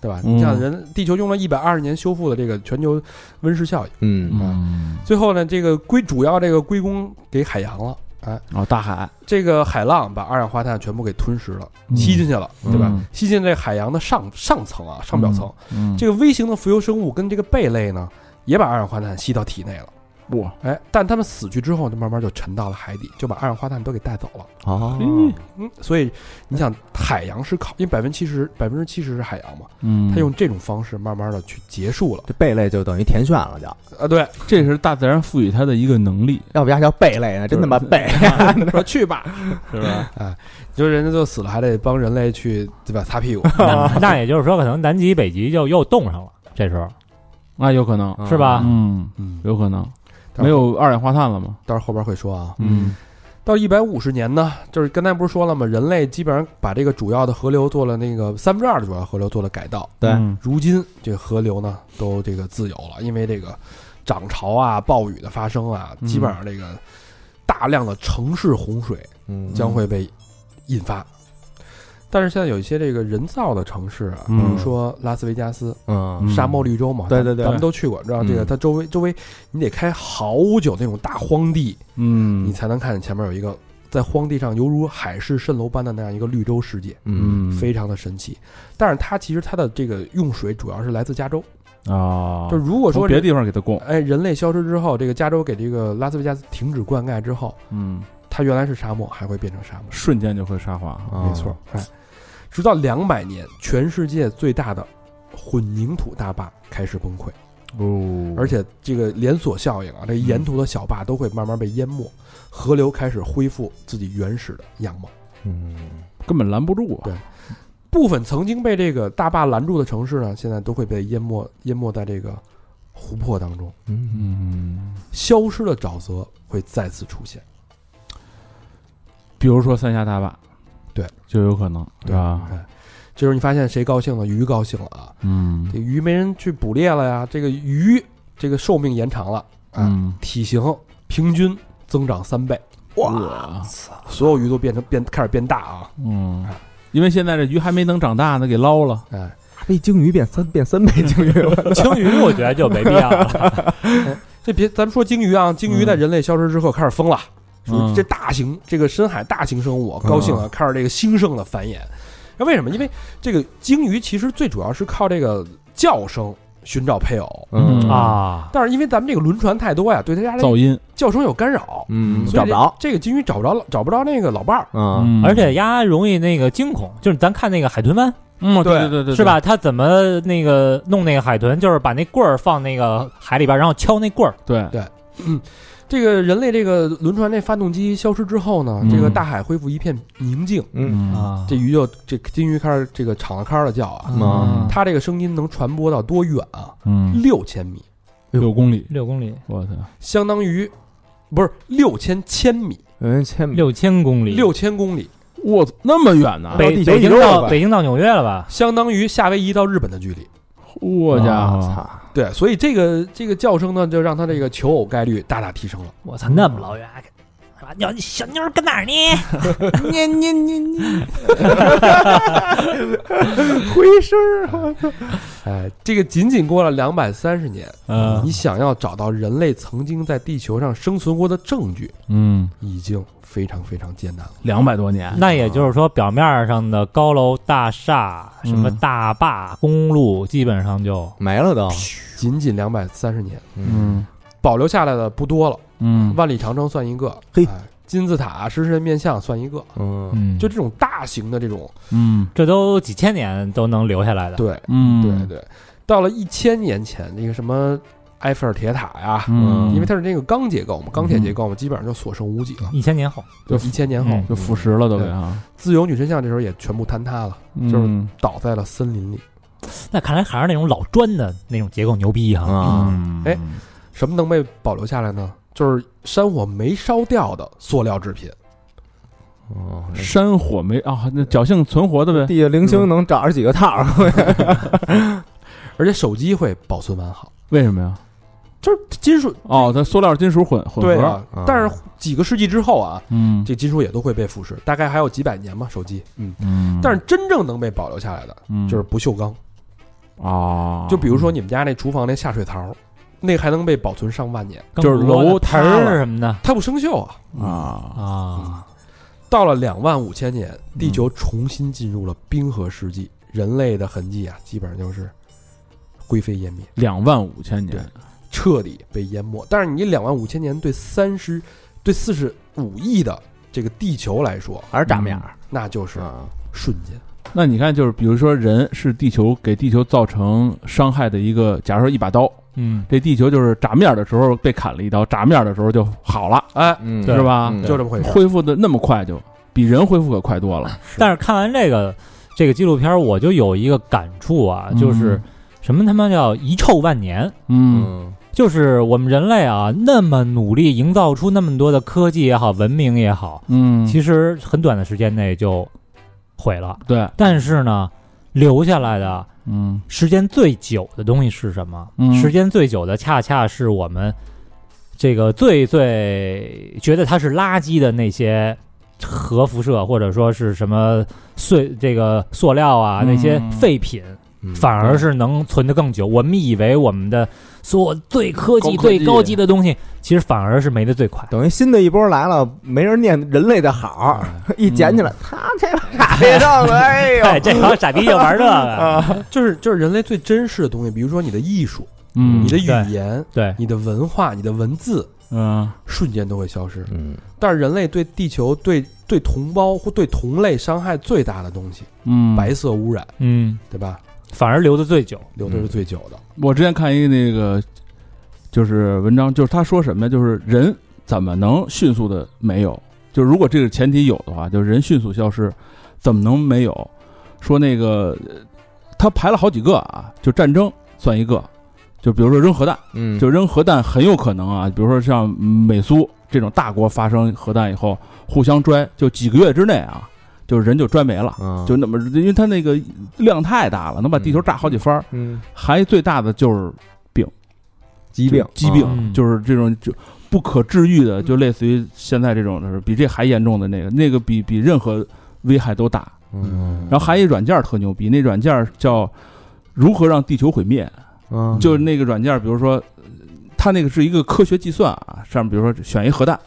Speaker 2: 对吧？
Speaker 5: 嗯
Speaker 2: 你像人地球用了一百二十年修复的这个全球温室效应，
Speaker 4: 嗯，
Speaker 5: 嗯，
Speaker 2: 最后呢，这个归主要这个归功给海洋了。哎，
Speaker 5: 哦，大海，
Speaker 2: 这个海浪把二氧化碳全部给吞噬了，
Speaker 5: 嗯
Speaker 2: 吸进去了，对吧
Speaker 5: 嗯？
Speaker 2: 吸进这海洋的上上层啊，上表层，
Speaker 5: 嗯，
Speaker 2: 这个微型的浮游生物跟这个贝类呢，也把二氧化碳吸到体内了。
Speaker 5: 哇，
Speaker 2: 哎，但它们死去之后，就慢慢就沉到了海底，就把二氧化碳都给带走了。
Speaker 4: 哦，
Speaker 2: 嗯，所以你想，海洋是靠，因为百分之七十，百分之七十是海洋嘛，
Speaker 5: 嗯，
Speaker 2: 它用这种方式慢慢的去结束了。
Speaker 4: 这贝类就等于填炫了，就
Speaker 2: 啊， 对，
Speaker 5: 这是大自然赋予它的一个能力，
Speaker 4: 要不然叫贝类呢，真他妈贝。
Speaker 2: 说去吧，
Speaker 5: 是 吧？
Speaker 2: 你说人家 就死了，还得帮人类去对吧擦屁 股？
Speaker 3: 那那也就是说，可能南极、北极就又冻上了。这时候
Speaker 5: 那啊有可能，
Speaker 3: 是吧
Speaker 5: 嗯，
Speaker 2: 嗯，
Speaker 5: 有可能，
Speaker 2: 但
Speaker 5: 没有二氧化碳了吗？
Speaker 2: 到时候后边会说啊。
Speaker 5: 嗯
Speaker 2: 到一百五十年呢，就是刚才不是说了吗？人类基本上把这个主要的河流做了那个三分之二的主要河流做了改道，
Speaker 4: 对
Speaker 5: 嗯
Speaker 2: 如今这个河流呢都这个自由了，因为这个涨潮啊、暴雨的发生啊，
Speaker 5: 嗯
Speaker 2: 基本上这个大量的城市洪水
Speaker 4: 嗯
Speaker 2: 将会被引发。但是现在有一些这个人造的城市啊，比
Speaker 5: 嗯
Speaker 2: 如说拉斯维加斯、
Speaker 4: 嗯
Speaker 5: 嗯
Speaker 2: 沙漠绿洲嘛，
Speaker 4: 对对对
Speaker 2: 咱们都去过，知道这个
Speaker 4: 嗯
Speaker 2: 它周围周围你得开好久那种大荒地，
Speaker 5: 嗯，
Speaker 2: 你才能看见前面有一个在荒地上犹如海市蜃楼般的那样一个绿洲世界，
Speaker 4: 嗯
Speaker 2: 非常的神奇。但是它其实它的这个用水主要是来自加州，
Speaker 5: 啊，
Speaker 2: 就如果
Speaker 5: 从
Speaker 2: 说
Speaker 5: 别
Speaker 2: 是
Speaker 5: 的地方给它供，
Speaker 2: 哎人类消失之后，这个加州给这个拉斯维加斯停止灌溉之后，
Speaker 5: 嗯，
Speaker 2: 它原来是沙漠，还会变成沙漠，
Speaker 5: 瞬间就会沙化，
Speaker 4: 啊
Speaker 2: 没错。哎，直到两百年，全世界最大的混凝土大坝开始崩溃。
Speaker 5: 哦
Speaker 2: 而且这个连锁效应啊，
Speaker 5: 嗯
Speaker 2: 这沿途的小坝都会慢慢被淹没，河流开始恢复自己原始的样貌。
Speaker 4: 嗯
Speaker 5: 根本拦不住啊，
Speaker 2: 对部分曾经被这个大坝拦住的城市呢，现在都会被淹没淹没在这个湖泊当中。
Speaker 4: 嗯，
Speaker 5: 嗯，
Speaker 2: 消失的沼泽会再次出现。
Speaker 5: 比如说三峡大坝，
Speaker 2: 对，
Speaker 5: 就有可能，
Speaker 2: 对
Speaker 5: 吧？
Speaker 2: 哎就是你发现谁高兴了，鱼高兴了啊，
Speaker 5: 嗯
Speaker 2: 这个鱼没人去捕猎了呀，这个鱼这个寿命延长了，哎
Speaker 5: 嗯，
Speaker 2: 体型平均增长三倍，
Speaker 5: 哇，
Speaker 2: 所有鱼都变成变开始变大啊，
Speaker 5: 嗯，因为现在这鱼还没能长大呢，给捞了。
Speaker 2: 哎，
Speaker 4: 这鲸鱼变三变三倍鲸鱼，
Speaker 3: 鲸鱼我觉得就没必要了，
Speaker 2: 这别咱们说鲸鱼啊，鲸鱼在人类消失之后开始疯了。属于
Speaker 5: 嗯
Speaker 2: 这大型这个深海大型生物啊，高兴啊，开始这个兴盛的繁衍。那为什么？因为这个鲸鱼其实最主要是靠这个叫声寻找配偶，
Speaker 5: 嗯
Speaker 3: 啊，
Speaker 2: 但是因为咱们这个轮船太多呀，对它家这
Speaker 5: 噪音，
Speaker 2: 叫声有干扰，
Speaker 4: 嗯，
Speaker 2: 所以这
Speaker 4: 找不着，
Speaker 2: 这个鲸鱼找不着找不着那个老伴儿。
Speaker 4: 嗯，
Speaker 5: 嗯
Speaker 3: 而且鸭容易那个惊恐，就是咱看那个海豚湾
Speaker 5: 嗯，对
Speaker 2: 对
Speaker 5: 对对对，
Speaker 3: 是吧？它怎么那个弄那个海豚，就是把那棍儿放那个海里边，然后敲那棍儿，
Speaker 5: 对？对，
Speaker 2: 对这个人类这个轮船这发动机消失之后呢，
Speaker 5: 嗯
Speaker 2: 这个大海恢复一片宁静，
Speaker 4: 嗯
Speaker 5: 啊，
Speaker 2: 这鱼就这鲸鱼开始这个敞了开的叫啊，
Speaker 4: 嗯
Speaker 2: 它这个声音能传播到多远啊？
Speaker 5: 嗯，
Speaker 2: 六千米，
Speaker 5: 六公里，
Speaker 3: 六公里，
Speaker 5: 我操，
Speaker 2: 相当于不是六千千米。
Speaker 4: 人千
Speaker 3: 嗯
Speaker 4: 米，
Speaker 3: 六千公
Speaker 4: 嗯
Speaker 3: 里，
Speaker 2: 六千公里，
Speaker 5: 我操那么远呢？
Speaker 3: 北
Speaker 4: 地球
Speaker 3: 北京
Speaker 4: 一溜
Speaker 3: 到
Speaker 4: 吧
Speaker 3: 北京到纽约了吧？
Speaker 2: 相当于夏威夷到日本的距离。
Speaker 4: 嗯
Speaker 5: 我家
Speaker 4: 我
Speaker 5: 伙，
Speaker 4: 操，
Speaker 2: 对，所以这个这个叫声呢，就让他这个求偶概率大大提升了。
Speaker 3: 我操，那么老远，是吧？你小妞儿跟哪儿呢？
Speaker 4: 捏捏捏捏，回声儿，我操
Speaker 2: 哎，这个仅仅过了两百三十年，
Speaker 3: 啊
Speaker 5: 嗯
Speaker 2: 你想要找到人类曾经在地球上生存过的证据，
Speaker 5: 嗯，
Speaker 2: 已经非常非常艰难了。
Speaker 5: 两百多年，
Speaker 3: 那也就是说，表面上的高楼大厦、什么
Speaker 5: 嗯
Speaker 3: 大坝、公路，基本上就
Speaker 4: 没了都，
Speaker 2: 仅仅两百三十年，
Speaker 4: 嗯，
Speaker 5: 嗯
Speaker 2: 保留下来的不多了。
Speaker 5: 嗯
Speaker 2: 万里长城算一个，
Speaker 4: 嘿
Speaker 2: 哎金字塔、狮身人面像算一个，
Speaker 4: 嗯，
Speaker 5: 嗯，
Speaker 2: 就这种大型的这种，
Speaker 5: 嗯
Speaker 3: 这都几千年都能留下来的。
Speaker 2: 对
Speaker 5: 嗯，
Speaker 2: 对对。到了一千年前，那个什么埃菲尔铁塔呀、
Speaker 5: 嗯，
Speaker 2: 因为它是那个钢结构嘛，钢铁结构嘛，基本上就所剩无几了。
Speaker 3: 一千年后，
Speaker 2: 就一千年后，
Speaker 3: 嗯
Speaker 5: 就腐蚀了都给啊，
Speaker 2: 自由女神像这时候也全部坍塌了，就是
Speaker 5: 嗯
Speaker 2: 倒在了森林里。
Speaker 3: 那看来还是那种老砖的那种结构牛逼哈、
Speaker 4: 啊，
Speaker 5: 嗯
Speaker 2: 哎什么能被保留下来呢？就是山火没烧掉的塑料制品。
Speaker 4: 哦
Speaker 5: 山火没啊，那侥幸存活的呗，
Speaker 4: 地下零星能找着几个套儿，
Speaker 2: 而且手机会保存完好，
Speaker 5: 为什么呀？
Speaker 2: 就是金属
Speaker 5: 哦，它塑料金属混混
Speaker 2: 对
Speaker 5: 合，
Speaker 2: 啊
Speaker 4: 啊，
Speaker 2: 但是几个世纪之后啊，
Speaker 5: 嗯
Speaker 2: 这金属也都会被腐蚀，大概还有几百年嘛，手机。嗯，
Speaker 5: 嗯，
Speaker 2: 但是真正能被保留下来的
Speaker 5: 嗯
Speaker 2: 就是不锈钢，
Speaker 5: 啊，
Speaker 2: 就比如说你们家那厨房那下水槽，那还能被保存上万年，
Speaker 3: 更
Speaker 5: 就是
Speaker 3: 不说
Speaker 5: 楼
Speaker 3: 那
Speaker 5: 塌
Speaker 3: 盆儿
Speaker 5: 了
Speaker 3: 什么的
Speaker 2: 它不生锈啊。
Speaker 5: 啊，
Speaker 3: 啊，
Speaker 2: 到了两万五千年，地球重新进入了冰河世纪，人类的痕迹啊，基本上就是灰飞烟灭，
Speaker 5: 两万五千年，
Speaker 2: 彻底被淹没。但是你两万五千年对三十、对四十五亿的这个地球来说，
Speaker 4: 还是炸面儿，
Speaker 2: 那就是
Speaker 4: 啊，
Speaker 2: 瞬间。
Speaker 5: 那你看，就是比如说，人是地球给地球造成伤害的一个，假如说一把刀，
Speaker 3: 嗯，
Speaker 5: 这地球就是炸面的时候被砍了一刀，炸面的时候就好了，
Speaker 2: 哎，
Speaker 4: 嗯，
Speaker 5: 是吧？
Speaker 4: 嗯
Speaker 2: 就这么回事。
Speaker 5: 恢复的那么快就，比人恢复可快多了。
Speaker 3: 但是看完这个这个纪录片儿，我就有一个感触啊，就是什么他妈叫遗臭万年。
Speaker 5: 嗯，
Speaker 4: 嗯
Speaker 3: 就是我们人类啊，那么努力营造出那么多的科技也好，文明也好，
Speaker 5: 嗯嗯，
Speaker 3: 其实很短的时间内就毁了。
Speaker 5: 对，
Speaker 3: 但是呢，留下来的
Speaker 5: 嗯
Speaker 3: 时间最久的东西是什么？
Speaker 5: 嗯
Speaker 3: 时间最久的，恰恰是我们这个最最觉得它是垃圾的那些核辐射，或者说是什么碎这个塑料啊
Speaker 5: 嗯
Speaker 3: 那些废品，
Speaker 4: 嗯
Speaker 3: 反而是能存得更久。我们以为我们的所有最科技、
Speaker 5: 高科技
Speaker 3: 最高级的东西，其实反而是没得最 快。
Speaker 4: 等于新的一波来了，没人念人类的好，嗯 一捡起来，他这傻逼弄 的，哎呦，
Speaker 3: 哎，这帮傻逼就玩这个，
Speaker 2: 就是就是人类最真实的东西，比如说你的艺术、
Speaker 5: 嗯
Speaker 2: 你的语
Speaker 3: 对
Speaker 2: 言、
Speaker 3: 对，
Speaker 2: 你的文化、你的文字，
Speaker 5: 嗯
Speaker 2: 瞬间都会消失。
Speaker 4: 嗯
Speaker 2: 但是人类对地球、对对同胞或对同类伤害最大的东西，
Speaker 5: 嗯，
Speaker 2: 白色污染，
Speaker 3: 嗯，
Speaker 2: 对吧？
Speaker 3: 反而留得最久。
Speaker 2: 留的是最久的。
Speaker 5: 我之前看一个那个就是文章，就是他说什么呀？就是人怎么能迅速的没有？就是如果这个前提有的话，就是人迅速消失，怎么能没有？说那个呃他排了好几个啊，就战争算一个，就比如说扔核弹，
Speaker 4: 嗯，
Speaker 5: 就扔核弹很有可能啊，比如说像美苏这种大国发生核弹以后，互相拽，就几个月之内啊，就是人就拽没了。
Speaker 4: 啊
Speaker 5: 就那么，因为它那个量太大了，能把地球炸好几番儿。
Speaker 4: 嗯，
Speaker 5: 还最大的就是
Speaker 4: 疾病
Speaker 5: 疾病，
Speaker 4: 啊
Speaker 3: 嗯
Speaker 5: 就是这种就不可治愈
Speaker 4: 嗯
Speaker 5: 的，就类似于现在这种，就是比这还严重的那个，那个比比任何危害都大。
Speaker 4: 嗯，
Speaker 5: 然后还有一软件儿特牛逼，那软件儿叫如何让地球毁灭，
Speaker 4: 后
Speaker 5: 就是那个软件儿，比如说呃它那个是一个科学计算啊，上面比如说选一核弹，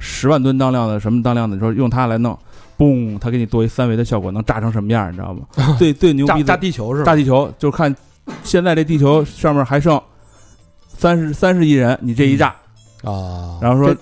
Speaker 5: 十万吨当量的什么当量的，你说用它来弄，嘣，它给你做一三维的效果，能炸成什么样儿，你知 道吗？最最牛
Speaker 2: 炸
Speaker 5: 逼
Speaker 2: 炸
Speaker 5: 的
Speaker 2: 地球是吧？
Speaker 5: 大地球，就看现在这地球上面还剩三十三十亿人，你这一炸，
Speaker 2: 啊，
Speaker 5: 然后说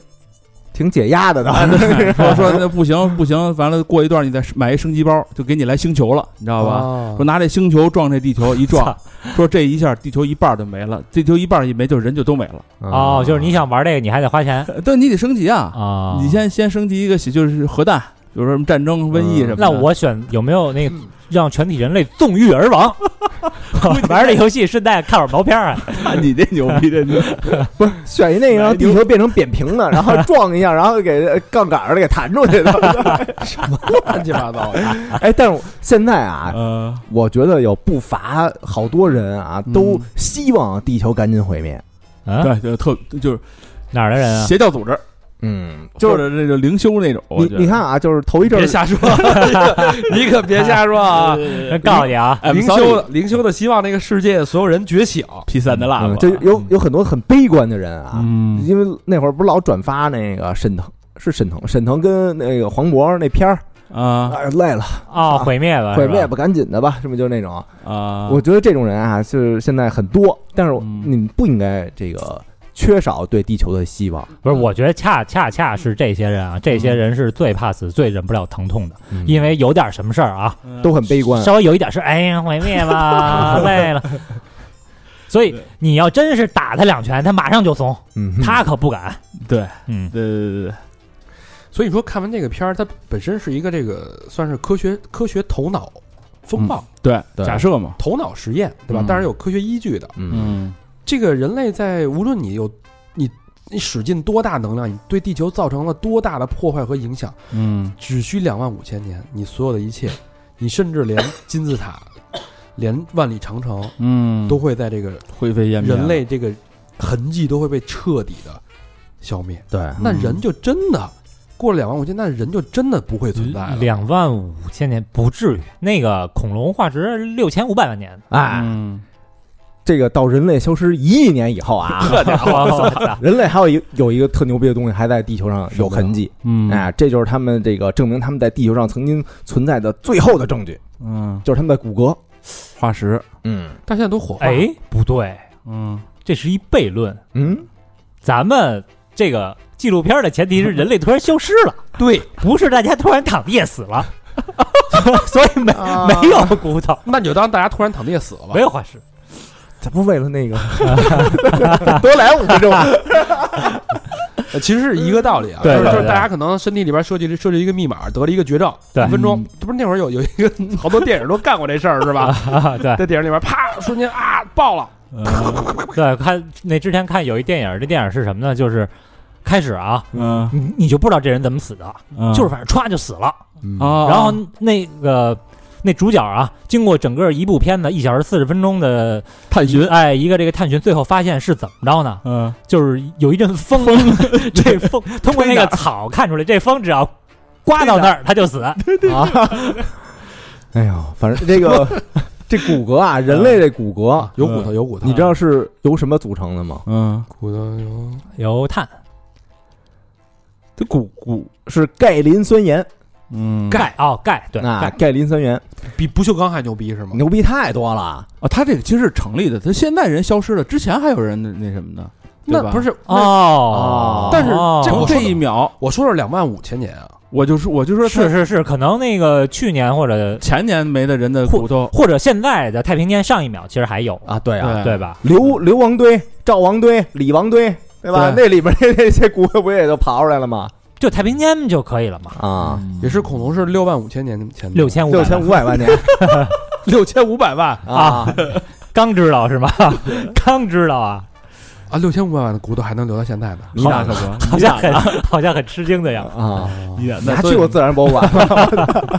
Speaker 4: 挺解压 的，倒是
Speaker 5: 说说那不行不行，完了过一段你再买一升级包，就给你来星球了，你知道吧？
Speaker 2: 吧
Speaker 5: 说拿这星球撞这地球，一撞
Speaker 3: 操，
Speaker 5: 说这一下地球一半儿就没了，地球一半儿一没，就人就都没了。
Speaker 4: 啊
Speaker 3: 哦，就是你想玩这个，你还得花 钱
Speaker 5: 呃但你得升级啊，
Speaker 3: 啊。
Speaker 5: 你先先升级一个，就是核弹，比如说什么战争、瘟疫什么的。
Speaker 3: 那我选有没有那个让全体人类纵欲而亡？玩这游戏顺带看会儿毛片儿啊，
Speaker 5: 看你这牛逼这 牛逼，
Speaker 4: 选一那个让地球变成扁平的， 然后撞一下，然后给杠杆儿的给弹出去的，什么乱七八糟的。哎，但是我现在啊，
Speaker 5: 呃，
Speaker 4: 我觉得有不乏好多人啊，都
Speaker 5: 嗯
Speaker 4: 希望地球赶紧毁灭。
Speaker 3: 啊，
Speaker 5: 对，就特就是
Speaker 3: 哪儿的人啊？
Speaker 5: 邪教组织，
Speaker 4: 嗯，
Speaker 5: 或
Speaker 4: 就是
Speaker 5: 者那种灵修那种。我
Speaker 4: 你
Speaker 5: 觉得
Speaker 4: 你看，啊，就是头一阵
Speaker 2: 别
Speaker 4: 儿
Speaker 2: 瞎说， 你可别瞎说啊！
Speaker 3: 人告诉你啊，
Speaker 5: 哎
Speaker 2: 灵修的灵修的希望那个世界所有人觉醒，
Speaker 5: P 三的蜡啊
Speaker 4: 嗯
Speaker 5: 吧，
Speaker 4: 就有有很多很悲观的人啊，
Speaker 5: 嗯
Speaker 4: 因为那会儿不是老转发那个沈腾。是沈腾，沈腾跟那个黄渤那片儿，
Speaker 5: 啊哎
Speaker 4: 哎，累了，
Speaker 3: 哦，毁灭吧，
Speaker 4: 毁灭
Speaker 3: 吧，
Speaker 4: 吧，赶紧的吧，是不是就是那种？
Speaker 5: 啊，
Speaker 4: 我觉得这种人啊，就是现在很多，但是
Speaker 5: 嗯
Speaker 4: 你们不应该这个缺少对地球的希望，
Speaker 3: 不是，我觉得恰恰恰是这些人啊，这些人是最怕死、最忍不了疼痛的，
Speaker 4: 嗯
Speaker 3: 因为有点什么事儿啊，
Speaker 5: 嗯
Speaker 4: 都很悲观。
Speaker 3: 稍微有一点是，哎呀，毁灭吧，累了。所以你要真是打他两拳，他马上就怂，
Speaker 4: 嗯，
Speaker 3: 他可不敢。
Speaker 5: 对，
Speaker 3: 嗯，
Speaker 5: 对对对对，
Speaker 2: 所以说看完这个片儿，它本身是一个这个算是科学科学头脑风暴、
Speaker 5: 对，
Speaker 4: 对
Speaker 5: 假设嘛，
Speaker 2: 头脑实验，对吧？
Speaker 5: 嗯
Speaker 2: 当然有科学依据的。
Speaker 4: 嗯
Speaker 5: 嗯，
Speaker 2: 这个人类在无论你有你你使尽多大能量，你对地球造成了多大的破坏和影响，
Speaker 5: 嗯，
Speaker 2: 只需两万五千年，你所有的一切，你甚至连金字塔、连万里长城
Speaker 5: 嗯，
Speaker 2: 都会在这个
Speaker 5: 灰飞烟灭。啊
Speaker 2: 人类这个痕迹都会被彻底的消灭。
Speaker 4: 对，
Speaker 2: 那人就真的过了两万五千，那人就真的不会存在了。
Speaker 3: 两万五千年不至于，那个恐龙化石六千五百万 年，
Speaker 4: 哎，
Speaker 5: 嗯，
Speaker 4: 这个到人类消失一亿年以后 啊，
Speaker 3: 这家 伙，我操！
Speaker 4: 人类还有一有一个特牛逼的东西还在地球上有痕迹，
Speaker 5: 嗯，
Speaker 4: 哎，这就是他们这个证明他们在地球上曾经存在的最后的证据，
Speaker 5: 嗯，
Speaker 4: 就是他们的骨骼。
Speaker 5: 化石，
Speaker 4: 嗯
Speaker 2: 但现在都火化，
Speaker 3: 哎，不对，
Speaker 5: 嗯，
Speaker 3: 这是一悖论。
Speaker 4: 嗯，
Speaker 3: 咱们这个纪录片的前提是人类突然消失了，
Speaker 2: 对，
Speaker 3: 不是大家突然躺地下死 了，所以没
Speaker 2: 啊
Speaker 3: 没有骨头，
Speaker 2: 那你就当大家突然躺地下死了吧
Speaker 3: 没。有化 石。
Speaker 4: 咱不是为了那个多来五分钟，
Speaker 2: 呃其实是一个道理啊，
Speaker 3: 对
Speaker 2: 就是
Speaker 3: 对
Speaker 2: 就是
Speaker 3: 对
Speaker 2: 大家可能身体里边设计设计一个密码，得了一个绝症，
Speaker 3: 对
Speaker 2: 一分钟，这不是那会儿有有一个好多电影都干过这事儿是吧？
Speaker 3: 啊，对
Speaker 2: 在电影里边啪瞬间啊爆了，
Speaker 3: 对，看那之前看有一电影，这电影是什么呢？就是开始啊，
Speaker 5: 嗯，
Speaker 3: 你你就不知道这人怎么死的，
Speaker 2: 嗯
Speaker 3: 就是反正歘就死了，
Speaker 5: 啊，
Speaker 3: 然后那个。那主角啊，经过整个一部片子一小时四十分钟的
Speaker 5: 探寻，
Speaker 3: 哎，一个这个探寻，最后发现是怎么着呢？
Speaker 5: 嗯，
Speaker 3: 就是有一阵风， 这风通过那个草看出来，这风只要刮到那儿，它就死。
Speaker 4: 啊！哎呦，反正这个这骨骼啊，人类这骨骼，
Speaker 2: 有骨头有骨头，
Speaker 4: 你知道是由什么组成的吗？
Speaker 5: 嗯，
Speaker 2: 骨头有
Speaker 3: 有碳，
Speaker 4: 这骨骨是钙磷酸盐，
Speaker 5: 嗯，
Speaker 3: 钙哦，钙对
Speaker 4: 啊，
Speaker 3: 钙，
Speaker 4: 钙磷酸盐
Speaker 2: 比不锈钢还牛逼是吗？
Speaker 4: 牛逼太多了。
Speaker 5: 啊，他这个其实是成立的，他现在人消失了，之前还有人那那什么呢？对
Speaker 2: 那
Speaker 5: 吧
Speaker 2: 不是那
Speaker 3: 哦
Speaker 4: 哦，
Speaker 2: 但是这
Speaker 5: 从
Speaker 2: 我
Speaker 5: 这一秒，
Speaker 2: 我说是两万五千年啊，
Speaker 5: 我就说，我就说他
Speaker 3: 是是是，可能那个去年或者
Speaker 5: 前年没的人的骨头，
Speaker 3: 或者现在的太平间上一秒其实还有，
Speaker 4: 啊，对啊，
Speaker 3: 对吧？
Speaker 4: 刘刘王堆、赵王堆、李王堆，对吧？
Speaker 5: 对
Speaker 4: 那里边 那那些骨灰不也都刨出来了吗？
Speaker 3: 就太平间就可以了嘛，
Speaker 4: 啊，
Speaker 2: 也是恐龙是嗯六万五千年前的
Speaker 3: 六千五
Speaker 4: 六千五百万年
Speaker 2: 六千五百万
Speaker 4: 啊，
Speaker 3: 刚知道是吗？ 刚知道啊，
Speaker 2: 啊，六千五百万的骨头还能留到现在呢？
Speaker 4: 你 哪
Speaker 5: 可不，
Speaker 3: 好像很 好像很吃惊的样 子。
Speaker 4: 啊？
Speaker 5: 你俩
Speaker 4: 你还去过自然博物馆吗？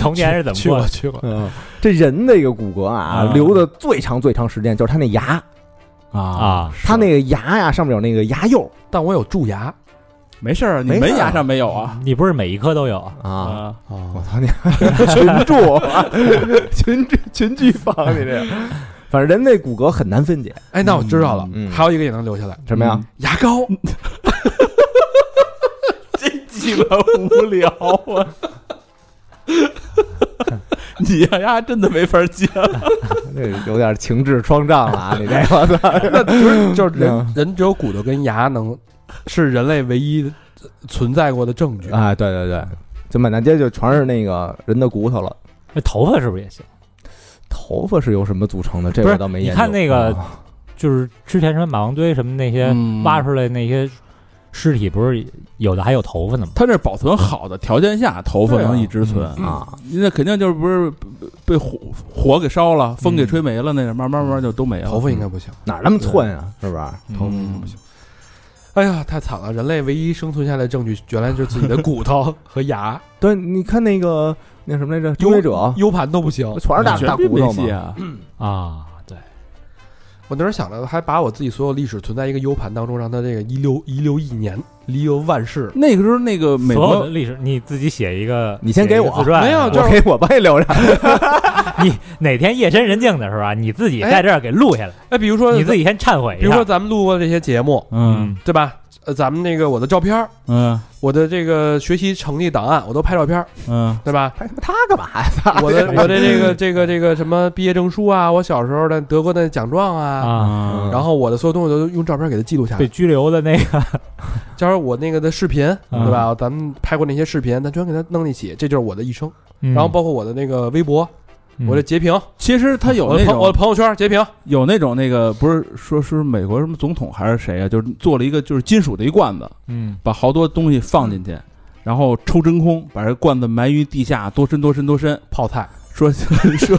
Speaker 3: 童年是怎么
Speaker 2: 去
Speaker 3: 过
Speaker 2: 过
Speaker 3: 的？
Speaker 2: 去过，
Speaker 4: 嗯， 这人的一个骨骼啊
Speaker 5: 啊，
Speaker 4: 留的最长最长时间就是他那牙，
Speaker 5: 啊？
Speaker 3: 啊？
Speaker 4: 他那个牙呀上面有那个牙釉
Speaker 2: 但我有蛀牙
Speaker 5: 没事儿啊，你
Speaker 4: 没事
Speaker 5: 门
Speaker 4: 儿
Speaker 5: 牙上没有啊？
Speaker 3: 你不是每一科都有啊？
Speaker 4: 啊。
Speaker 5: 啊，
Speaker 4: 我
Speaker 2: 啊，
Speaker 4: 操你！群住， 群聚群聚房，你这，反正人那骨骼很难分解。
Speaker 2: 哎，那我知道了
Speaker 4: 嗯嗯，
Speaker 2: 还有一个也能留下来，
Speaker 4: 什么呀？
Speaker 2: 牙膏。
Speaker 5: 鸡巴无聊啊！ 你呀呀，真的没法接。
Speaker 4: 这有点情志创障了啊！你这我操，
Speaker 2: 那不是就是人
Speaker 4: 嗯
Speaker 2: 人只有骨头跟牙能是人类唯一存在过的证据。
Speaker 4: 啊，对对对，就满大街就全是那个人的骨头了。
Speaker 3: 那头发是不是也行？
Speaker 4: 头发是由什么组成的？这
Speaker 3: 不是
Speaker 4: 我倒没
Speaker 3: 你
Speaker 4: 研究。
Speaker 3: 看那个
Speaker 4: 啊
Speaker 3: 就是之前什么马王堆什么那些
Speaker 5: 嗯
Speaker 3: 挖出来那些尸体，不是有的还有头发呢吗？
Speaker 5: 他这保存好的条件下，头发
Speaker 2: 对啊
Speaker 5: 能一直存。
Speaker 4: 啊，
Speaker 5: 那肯定就是不是被火火给烧了，风给吹没了，那个慢慢慢慢就都没了。
Speaker 2: 头发应该不行。
Speaker 4: 哪儿那么寸啊？是不是？
Speaker 5: 嗯
Speaker 2: 头发应该不行。哎呀，太惨了！人类唯一生存下来的证据，原来就是自己的骨头 和牙
Speaker 4: 对，你看那个那什么来着，终结者
Speaker 2: ，U 盘都不行。
Speaker 4: 哦全是大
Speaker 5: 全
Speaker 4: 大
Speaker 5: 并
Speaker 4: 骨
Speaker 5: 没
Speaker 4: 头
Speaker 5: 戏
Speaker 4: 嘛。
Speaker 5: 啊！
Speaker 3: 啊，对，
Speaker 2: 我那时候想着，还把我自己所有历史存在一个 U 盘当中，让它这个遗留遗留一年，遗留万世。
Speaker 5: 那个时候，那个美
Speaker 3: 所有的
Speaker 5: 国
Speaker 3: 历史你自己写一个，
Speaker 4: 你先
Speaker 3: 写一
Speaker 4: 给
Speaker 3: 个
Speaker 4: 我
Speaker 3: 自传
Speaker 2: 没有
Speaker 3: 是吧
Speaker 2: 就 是
Speaker 4: 我给我爸也留着。
Speaker 3: 你哪天夜深人静的时候啊，你自己在这儿给录下来，
Speaker 2: 哎，比如说
Speaker 3: 你自，己先忏悔一
Speaker 2: 比
Speaker 3: 下。
Speaker 2: 如说咱们录过这些节目，
Speaker 5: 嗯
Speaker 2: 对吧？呃，咱们那个我的照片儿，
Speaker 5: 嗯
Speaker 2: 我的这个学习成绩档案，我都拍照片儿，
Speaker 5: 嗯，
Speaker 2: 对吧？
Speaker 4: 他他干嘛呀？
Speaker 2: 我的我的这
Speaker 3: 嗯
Speaker 2: 个这个这个什么毕业证书啊，我小时候的德国的奖状啊，
Speaker 5: 嗯
Speaker 3: 啊，
Speaker 2: 然后我的所有东西都用照片给它记录下
Speaker 3: 被
Speaker 2: 来。
Speaker 3: 拘留的那个
Speaker 2: 加上我那个的视频，
Speaker 3: 嗯
Speaker 2: 对吧？咱们拍过那些视频，咱全给它弄一起，这就是我的一生。
Speaker 3: 嗯，
Speaker 2: 然后包括我的那个微博，
Speaker 3: 嗯
Speaker 2: 我的截屏，
Speaker 5: 其实他有
Speaker 2: 我
Speaker 5: 那
Speaker 2: 的朋我的
Speaker 5: 种
Speaker 2: 朋友圈截屏，
Speaker 5: 有那种那个不是说是美国什么总统还是谁啊，就是做了一个就是金属的一罐子，
Speaker 3: 嗯
Speaker 5: 把好多东西放进去，然后抽真空，把这罐子埋于地下多深多深多深，
Speaker 2: 泡菜，
Speaker 5: 说 说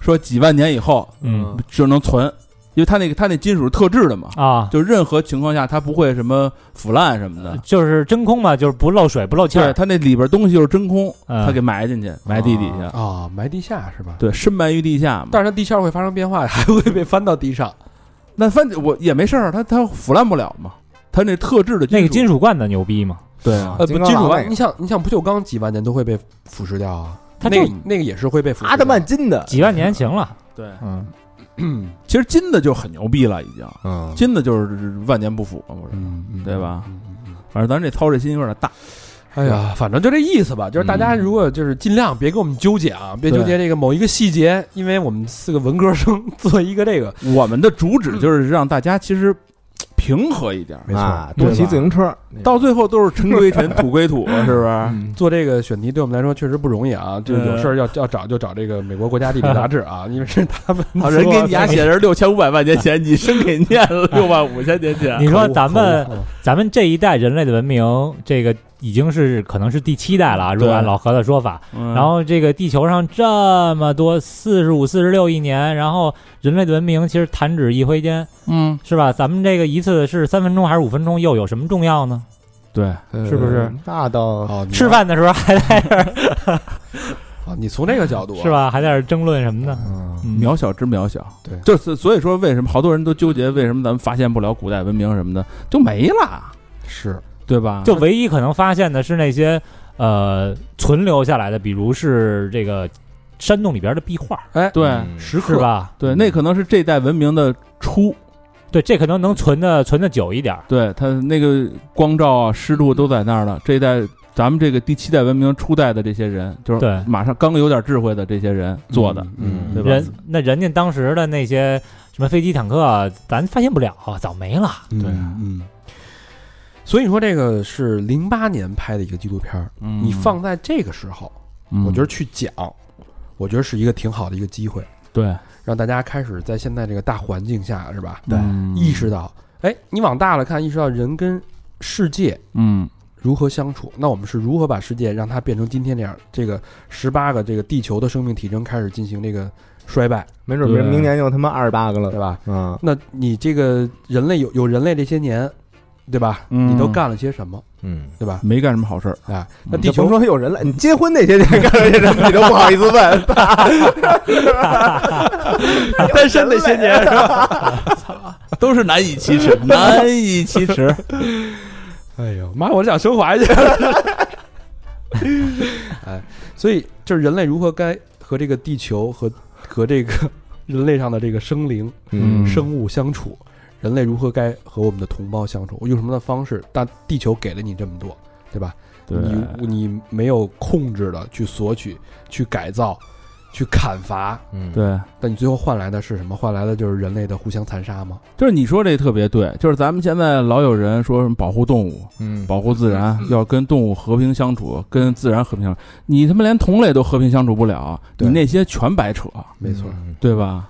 Speaker 5: 说几万年以后
Speaker 3: 嗯
Speaker 5: 就能存，因为它那个它那金属是特制的嘛，
Speaker 3: 啊，
Speaker 5: 就任何情况下它不会什么腐烂什么的。
Speaker 3: 就是真空嘛，就是不漏水不漏气
Speaker 5: 啊对，
Speaker 3: 呃儿，
Speaker 5: 它那里边东西就是真空，
Speaker 3: 嗯
Speaker 5: 它给埋进去，埋地底
Speaker 4: 哦
Speaker 5: 下，
Speaker 2: 啊、埋地下是吧？
Speaker 5: 对，深埋于地下嘛。
Speaker 2: 但是它地壳会发生变化，还会被翻到地上。
Speaker 5: 那反正我也没事儿，它它腐烂不了嘛，它那特制的
Speaker 3: 那个金
Speaker 5: 属，
Speaker 3: 属罐子牛逼嘛，
Speaker 5: 对啊，
Speaker 2: 呃，不，
Speaker 4: 金
Speaker 2: 金
Speaker 4: 刚
Speaker 2: 属
Speaker 4: 狼那
Speaker 2: 湾，
Speaker 4: 个
Speaker 2: 你想，你想不锈钢几万年都会被腐蚀掉啊？
Speaker 3: 它
Speaker 2: 那
Speaker 3: 就
Speaker 2: 个那个也是会被腐蚀掉。
Speaker 4: 阿德曼金
Speaker 5: 呃
Speaker 4: 的，
Speaker 3: 几万年行了，
Speaker 5: 对，
Speaker 3: 嗯
Speaker 2: 嗯，
Speaker 5: 其实金的就很牛逼了，已经，
Speaker 4: 嗯，
Speaker 5: 金的就是万年不腐嘛，不是？
Speaker 2: 嗯嗯
Speaker 5: 对吧
Speaker 2: 嗯嗯嗯
Speaker 5: 反正咱这操这心有点大，
Speaker 2: 哎呀，反正就这意思吧，就是大家如果就是尽量别跟我们纠结啊，别
Speaker 5: 对
Speaker 2: 纠结这个某一个细节，因为我们四个文科生做一个这个，
Speaker 5: 我们的主旨就是让大家其实平和一点，
Speaker 2: 没错
Speaker 4: 啊，
Speaker 5: 对
Speaker 4: 多
Speaker 5: 吧
Speaker 4: 骑自行车，
Speaker 2: 嗯
Speaker 5: 到最后都是尘归尘，土归 土，是不是？
Speaker 4: 嗯
Speaker 2: 做这个选题对我们来说确实不容易啊，就是有事儿要要找就找这个美国国家地理杂志啊，因为是他们
Speaker 5: 好，啊人给
Speaker 2: 嗯
Speaker 5: 你家写着六千五百万年前，你生给念了六万五千年前，
Speaker 3: 你说咱们咱们这一代人类的文明，这个已经是可能是第七代了啊，如果按
Speaker 5: 对
Speaker 3: 老何的说法，
Speaker 5: 嗯
Speaker 3: 然后这个地球上这么多四十五、四十六亿年，然后人类的文明其实弹指一挥间，
Speaker 5: 嗯，
Speaker 3: 是吧？咱们这个一次是三分钟还是五分钟，又有什么重要呢？
Speaker 5: 对，
Speaker 3: 是不是？
Speaker 4: 嗯那倒
Speaker 2: 哦，你
Speaker 3: 吃饭的时候还在这儿，
Speaker 2: 啊，你从这个角度啊
Speaker 3: 是？吧？还在这儿争论什么呢？
Speaker 5: 啊
Speaker 4: 嗯
Speaker 3: 嗯
Speaker 5: 渺小之渺小，
Speaker 2: 对
Speaker 5: 就是所以说为什么好多人都纠结为什么咱们发现不了古代文明什么的，就没了，
Speaker 2: 是
Speaker 5: 对吧？
Speaker 3: 就唯一可能发现的是那些呃存留下来的，比如是这个山洞里边的壁画，
Speaker 2: 哎
Speaker 5: 对、
Speaker 4: 嗯
Speaker 2: 时
Speaker 3: 是
Speaker 2: 刻？
Speaker 3: 吧？
Speaker 5: 对，那可能是这代文明的初，
Speaker 3: 对，这可能能存的存的久一点儿。
Speaker 5: 对它那个光照啊、湿度都在那儿了。这一代咱们这个第七代文明初代的这些人，就是
Speaker 3: 对，
Speaker 5: 马上刚有点智慧的这些人做的，
Speaker 2: 嗯，
Speaker 5: 对吧
Speaker 3: 人那人家当时的那些什么飞机、坦克啊，咱发现不了，早没了。
Speaker 2: 嗯
Speaker 5: 对
Speaker 2: 嗯。所以说，这个是零八年拍的一个纪录片儿，
Speaker 5: 嗯
Speaker 2: 你放在这个时候，
Speaker 5: 嗯
Speaker 2: 我觉得去讲，我觉得是一个挺好的一个机会，
Speaker 5: 对
Speaker 2: 让大家开始在现在这个大环境下，是吧？
Speaker 5: 嗯
Speaker 2: 意识到，哎，你往大了看，意识到人跟世界
Speaker 5: 嗯
Speaker 2: 如何相处，那我们是如何把世界让它变成今天这样？这个十八个这个地球的生命体征开始进行这个衰败，
Speaker 4: 没准
Speaker 5: 对
Speaker 4: 明明年又他妈二十八个了
Speaker 2: 对，吧？
Speaker 4: 嗯
Speaker 2: 那你这个人类有有人类这些年，对吧？
Speaker 5: 嗯
Speaker 2: 你都干了些什么，
Speaker 4: 嗯，
Speaker 2: 对吧？
Speaker 5: 没干什么好事儿。
Speaker 2: 哎，那
Speaker 5: 嗯
Speaker 2: 地
Speaker 4: 甭
Speaker 2: 球
Speaker 4: 说有人了，你结婚那些年干了些什么，你都不好意思问。
Speaker 1: 单身那些年 是吧？都是难以启齿，难以启齿。
Speaker 2: 哎呦妈，我想升华 去。哎，所以就是人类如何该和这个地球和和这个人类上的这个生灵
Speaker 5: 嗯
Speaker 2: 生物相处，人类如何该和我们的同胞相处，用什么的方式？但地球给了你这么多，对吧？
Speaker 5: 对，
Speaker 2: 你你没有控制的去索取、去改造、去砍伐，
Speaker 4: 嗯，
Speaker 5: 对，
Speaker 2: 但你最后换来的是什么？换来的就是人类的互相残杀吗？
Speaker 5: 就是你说这特别对，就是咱们现在老有人说什么保护动物、
Speaker 4: 嗯，
Speaker 5: 保护自然，要跟动物和平相处，跟自然和平相处。你他妈连同类都和平相处不了，
Speaker 2: 对
Speaker 5: 你那些全白扯，
Speaker 2: 没错。
Speaker 4: 嗯，
Speaker 5: 对吧？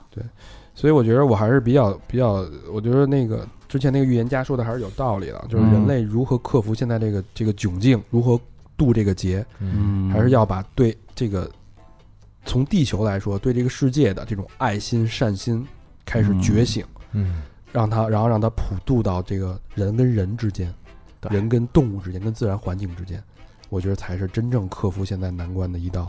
Speaker 2: 所以我觉得我还是比较比较，我觉得那个之前那个预言家说的还是有道理的，
Speaker 5: 嗯
Speaker 2: 就是人类如何克服现在这个这个窘境，如何渡这个劫，
Speaker 4: 嗯
Speaker 5: 嗯，
Speaker 2: 还是要把对这个从地球来说对这个世界的这种爱心善心开始觉醒，
Speaker 4: 嗯
Speaker 2: 让它然后让它普渡到这个人跟人之间，
Speaker 3: 对
Speaker 2: 人跟动物之间，跟自然环境之间。我觉得才是真正克服现在难关的一道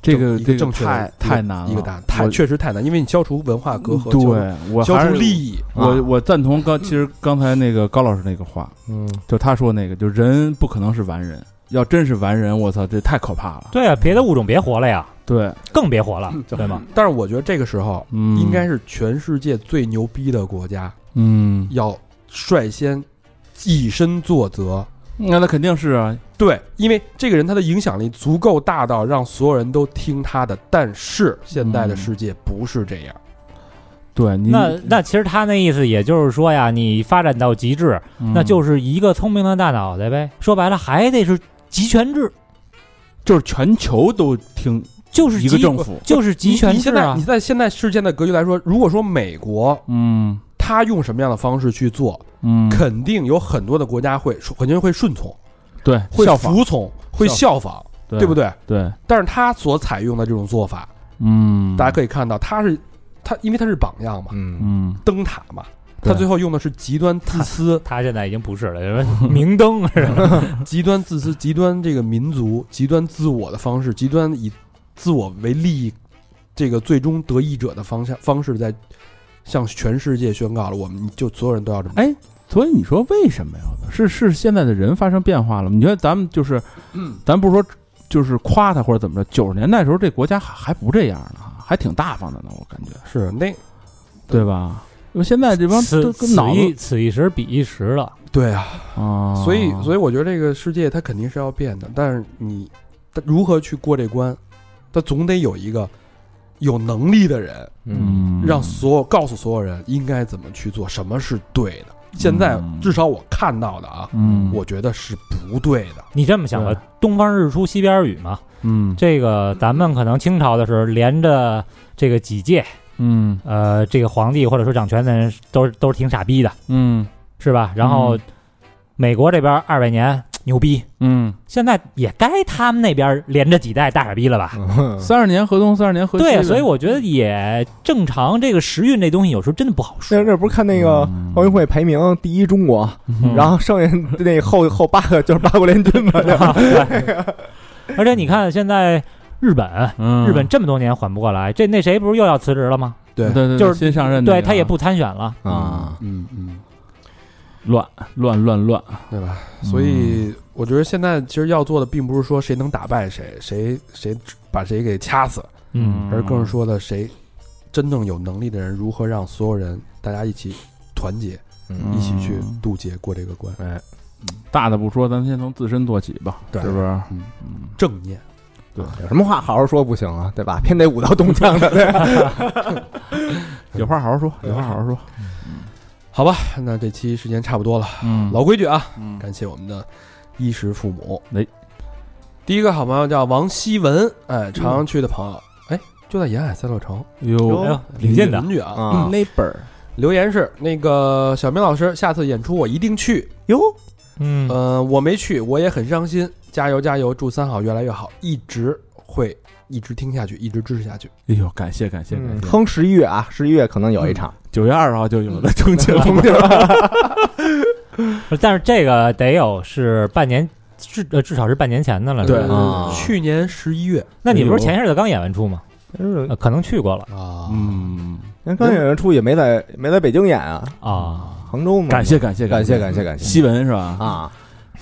Speaker 5: 这个
Speaker 2: 一
Speaker 5: 这
Speaker 2: 个
Speaker 5: 个
Speaker 2: 正确的
Speaker 5: 太
Speaker 2: 一个
Speaker 5: 太难了，
Speaker 2: 一个答案，太
Speaker 5: 我
Speaker 2: 确实太难，因为你消除文化隔阂，消
Speaker 5: 对我
Speaker 2: 除消
Speaker 5: 还
Speaker 2: 除
Speaker 5: 是
Speaker 2: 利益，
Speaker 5: 我
Speaker 4: 啊
Speaker 5: 我赞同刚其实刚才那个高老师那个话，
Speaker 4: 嗯，
Speaker 5: 就他说那个，就人不可能是完人，要真是完人，我操，这太可怕了。
Speaker 3: 对啊，别的物种别活了呀，
Speaker 5: 对，
Speaker 3: 更别活了，对吗？
Speaker 2: 但是我觉得这个时候
Speaker 5: 嗯，
Speaker 2: 应该是全世界最牛逼的国家
Speaker 5: 嗯，
Speaker 2: 要率先以身作则。
Speaker 5: 那那肯定是啊，
Speaker 2: 对，因为这个人他的影响力足够大到让所有人都听他的，但是现在
Speaker 5: 嗯
Speaker 2: 的世界不是这样。
Speaker 5: 对嗯你
Speaker 3: 那那其实他那意思也就是说呀，你发展到极致，
Speaker 5: 嗯
Speaker 3: 那就是是一个聪明的大脑袋呗。说白了，还得是集权制，
Speaker 5: 就是全球都听
Speaker 3: 就是
Speaker 5: 一个
Speaker 3: 集
Speaker 5: 政府，
Speaker 3: 就是集权
Speaker 2: 你
Speaker 3: 制
Speaker 2: 现在
Speaker 3: 啊
Speaker 2: 你。在现在世界的格局来说，如果说美国
Speaker 5: 嗯
Speaker 2: 他用什么样的方式去做，
Speaker 5: 嗯，
Speaker 2: 肯定有很多的国家会肯定会顺从、
Speaker 5: 对，
Speaker 2: 会
Speaker 5: 效仿，
Speaker 2: 服从、会效仿，
Speaker 5: 对
Speaker 2: 对不
Speaker 5: 对？
Speaker 2: 对？
Speaker 5: 对，
Speaker 2: 但是他所采用的这种做法，
Speaker 5: 嗯，
Speaker 2: 大家可以看到，他是他，因为他是榜样嘛，
Speaker 4: 嗯
Speaker 5: 嗯，
Speaker 2: 灯塔嘛，
Speaker 5: 对
Speaker 2: 他最后用的是极端自私、
Speaker 3: 他现在已经不是了，什么明灯是吧？
Speaker 2: 极端自私、极端这个民族、极端自我的方式，极端以自我为利益，这个最终得益者的方向方式，在向全世界宣告了，我们就所有人都要这么。
Speaker 5: 哎所以你说为什么呀？是是现在的人发生变化了吗？你觉得咱们就是，咱不是说就是夸他或者怎么着，九十年代的时候这国家还还不这样呢，还挺大方的呢，我感觉，
Speaker 2: 是那
Speaker 5: 对吧？因为现在这帮
Speaker 3: 此
Speaker 5: 都跟
Speaker 3: 此
Speaker 5: 脑
Speaker 3: 一
Speaker 5: 子
Speaker 3: 此一时彼一时了，
Speaker 2: 对啊，
Speaker 5: 啊，
Speaker 2: 所以所以我觉得这个世界它肯定是要变的，但是你它如何去过这关，它总得有一个有能力的人。
Speaker 4: 嗯
Speaker 5: 嗯，
Speaker 2: 让所有告诉所有人应该怎么去做，什么是对的。现在
Speaker 5: 嗯
Speaker 2: 至少我看到的啊，
Speaker 5: 嗯，
Speaker 2: 我觉得是不对的。
Speaker 3: 你这么想吧
Speaker 5: 对，
Speaker 3: 东方日出西边雨嘛。
Speaker 5: 嗯
Speaker 3: 这个咱们可能清朝的时候连着这个几届，
Speaker 5: 嗯
Speaker 3: 呃，这个皇帝或者说掌权的人都是都是挺傻逼的，
Speaker 5: 嗯
Speaker 3: 是吧？然后美国这边二百年牛逼，
Speaker 5: 嗯，
Speaker 3: 现在也该他们那边连着几代大傻逼了吧？
Speaker 4: 嗯
Speaker 5: 三十年河东，三十年河西呗，
Speaker 3: 对，所以我觉得也正常。这个时运这东西有时候真的不好说
Speaker 4: 那。这不是看那个
Speaker 5: 嗯
Speaker 4: 奥运会排名第一中国，
Speaker 5: 嗯
Speaker 4: 然后剩下那后 后八个就是八国联军嘛，对吧？
Speaker 3: 而且你看现在日本，
Speaker 5: 嗯
Speaker 3: 日本这么多年缓不过来，这那谁不是又要辞职了吗？
Speaker 2: 对
Speaker 5: 对，对
Speaker 3: 就是
Speaker 5: 新上任那
Speaker 3: 对
Speaker 5: 个
Speaker 3: 他也不参选了。
Speaker 4: 啊，
Speaker 2: 嗯嗯，
Speaker 5: 乱乱乱乱，
Speaker 2: 对吧？所
Speaker 5: 嗯
Speaker 2: 以我觉得现在其实要做的，并不是说谁能打败谁，谁谁把谁给掐死，
Speaker 3: 嗯，
Speaker 2: 而更是说的谁真正有能力的人如何让所有人大家一起团结，
Speaker 5: 嗯
Speaker 2: 一起去渡劫过这个关。哎，
Speaker 5: 大的不说，咱们先从自身做起吧，
Speaker 2: 对
Speaker 5: 是不是？
Speaker 2: 嗯
Speaker 5: 嗯，
Speaker 2: 正念。
Speaker 4: 有什么话好好说不行啊，对吧？偏得舞刀动枪的， 对吧
Speaker 5: 有话好好说，有话好好说。
Speaker 2: 好吧，那这期时间差不多了，
Speaker 5: 嗯
Speaker 2: 老规矩啊，
Speaker 5: 嗯
Speaker 2: 感谢我们的衣食父母。
Speaker 5: 哎，
Speaker 2: 第一个好朋友叫王希文，哎，朝阳区的朋友，哎，就在沿海三六城，
Speaker 3: 哎
Speaker 5: 哟
Speaker 3: 呦，挺近的
Speaker 2: 邻。居啊。
Speaker 4: 啊，
Speaker 5: ，neighbor，
Speaker 2: 留言是那个小明老师，下次演出我一定去。
Speaker 4: 哟，
Speaker 3: 嗯，
Speaker 2: 呃，我没去，我也很伤心。加油加油，祝三好越来越好，一直会一直听下去，一直支持下去。
Speaker 5: 哎呦，感谢感谢感
Speaker 4: 嗯
Speaker 5: 谢！
Speaker 4: 哼，十一月啊，十一月可能有一场，
Speaker 5: 九月二号就有了
Speaker 4: 嗯
Speaker 5: 重庆，
Speaker 3: 但是这个得有是半年至呃至少是半年前的了。
Speaker 5: 对哎
Speaker 3: 是吧
Speaker 4: 啊
Speaker 2: 呃去年十一月
Speaker 3: 那你不是前一阵子刚演完出吗？
Speaker 4: 嗯
Speaker 3: 呃，可能去过了
Speaker 2: 啊
Speaker 5: 嗯，
Speaker 4: 人刚演完出也没在没在北京演啊，
Speaker 3: 啊。
Speaker 4: 杭州嘛。
Speaker 5: 感谢感谢
Speaker 4: 感
Speaker 5: 谢
Speaker 4: 谢感谢感谢
Speaker 5: 西文是吧？
Speaker 4: 啊！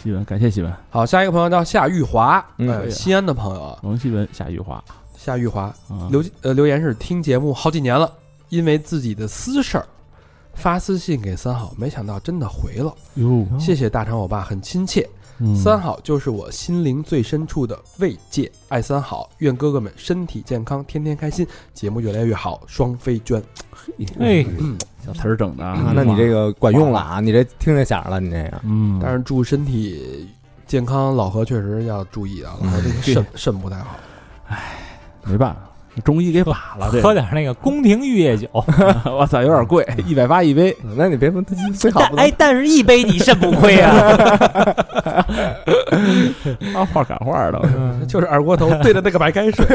Speaker 5: 西文，感谢西文，
Speaker 2: 好，下一个朋友叫夏玉华，
Speaker 4: 嗯
Speaker 2: 呃西安的朋友啊，
Speaker 5: 王西文，夏雨华，
Speaker 2: 夏玉华
Speaker 5: 啊
Speaker 2: 留呃留言是听节目好几年了，因为自己的私事儿发私信给三好，没想到真的回了，
Speaker 5: 哟，
Speaker 4: 嗯
Speaker 2: 谢谢大长我爸，很亲切。
Speaker 5: 嗯
Speaker 2: 三好就是我心灵最深处的慰藉，爱三好，愿哥哥们身体健康，天天开心，节目越来越好，双飞娟。
Speaker 5: 嗯
Speaker 3: 哎，
Speaker 5: 小词儿整的啊
Speaker 4: 啊，那你这个管用了啊！你这听见响了，你这个
Speaker 5: 嗯，
Speaker 2: 但是祝身体健康，老何确实要注意啊，老何这个肾肾不太好。
Speaker 5: 没办法，中医给把了，这
Speaker 3: 喝点那个宫廷玉 液酒，
Speaker 5: 个，我操，有点
Speaker 4: 哎
Speaker 5: 贵，一百八一杯，
Speaker 4: 嗯那你别最好不能
Speaker 3: 哎，但是一杯你肾不亏啊。
Speaker 5: 啊，画赶画的，
Speaker 2: 就是二锅头兑的那个白开水。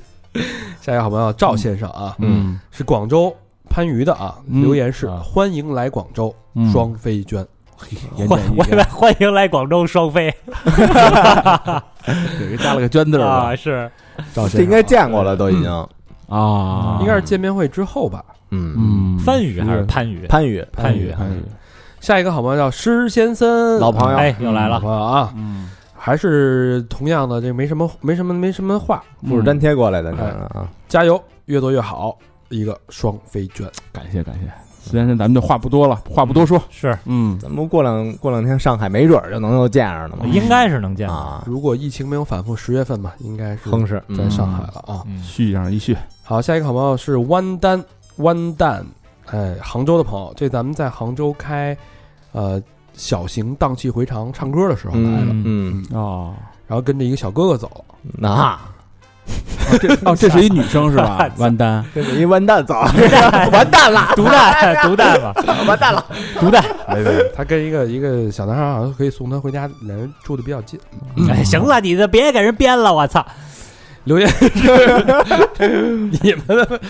Speaker 2: 下一个好朋友赵先生啊，
Speaker 5: 嗯，
Speaker 2: 是广州番禺的啊，
Speaker 5: 嗯
Speaker 2: 留言是
Speaker 5: 啊
Speaker 2: 欢迎来广州，
Speaker 5: 嗯
Speaker 2: 双飞娟。
Speaker 5: 言
Speaker 3: 欢
Speaker 5: 简意
Speaker 3: 我以为
Speaker 5: 赅，
Speaker 3: 欢迎来广州双 飞
Speaker 5: 给加了个娟字儿吧
Speaker 3: 啊，是
Speaker 2: 赵先生啊
Speaker 4: 这应该见过了，都已经。
Speaker 5: 啊，
Speaker 2: 应该是见面会之后吧。
Speaker 4: 嗯，
Speaker 5: 嗯，
Speaker 3: 番禺还是番禺？
Speaker 4: 潘宇，
Speaker 3: 番禺
Speaker 5: 番禺，
Speaker 2: 下一个好朋友叫施先森，
Speaker 4: 老朋友
Speaker 3: 哎，又来
Speaker 2: 老
Speaker 3: 了，
Speaker 2: 朋友啊，
Speaker 5: 嗯，
Speaker 2: 还是同样的，这没什么，没什么，没什么话，
Speaker 4: 复制粘贴过来的，你知道吗啊？
Speaker 2: 加油，越多越好。一个双飞娟，
Speaker 5: 感谢感谢，石先生，咱们就话不多了，话不多说，
Speaker 3: 是
Speaker 5: 嗯，
Speaker 4: 咱们过两过两天上海没准儿就能又见着了嘛。
Speaker 3: 应该是能见到。
Speaker 4: 啊，
Speaker 2: 如果疫情没有反复，十月份吧，应该是
Speaker 4: 哼是
Speaker 2: 在
Speaker 4: 嗯
Speaker 2: 上海了啊。
Speaker 3: 嗯
Speaker 5: 续上一续，
Speaker 2: 好，下一个好朋友是弯丹弯蛋，哎，杭州的朋友，这咱们在杭州开，呃，小型荡气回肠唱歌的时候来了，
Speaker 4: 嗯嗯，
Speaker 5: 哦，
Speaker 2: 然后跟着一个小哥哥走了，
Speaker 4: 那
Speaker 5: 这哦，这是一女生是 吧？万丹，
Speaker 4: 这是一完蛋早， 完蛋了，
Speaker 3: 毒蛋，毒蛋吧，
Speaker 4: 完蛋了，
Speaker 2: 没没，他跟一个一个小男孩好像可以送他回家，两人住的比较近。
Speaker 5: 嗯
Speaker 3: 哎，行了，你这别给人编了，我操！
Speaker 2: 留言是你们的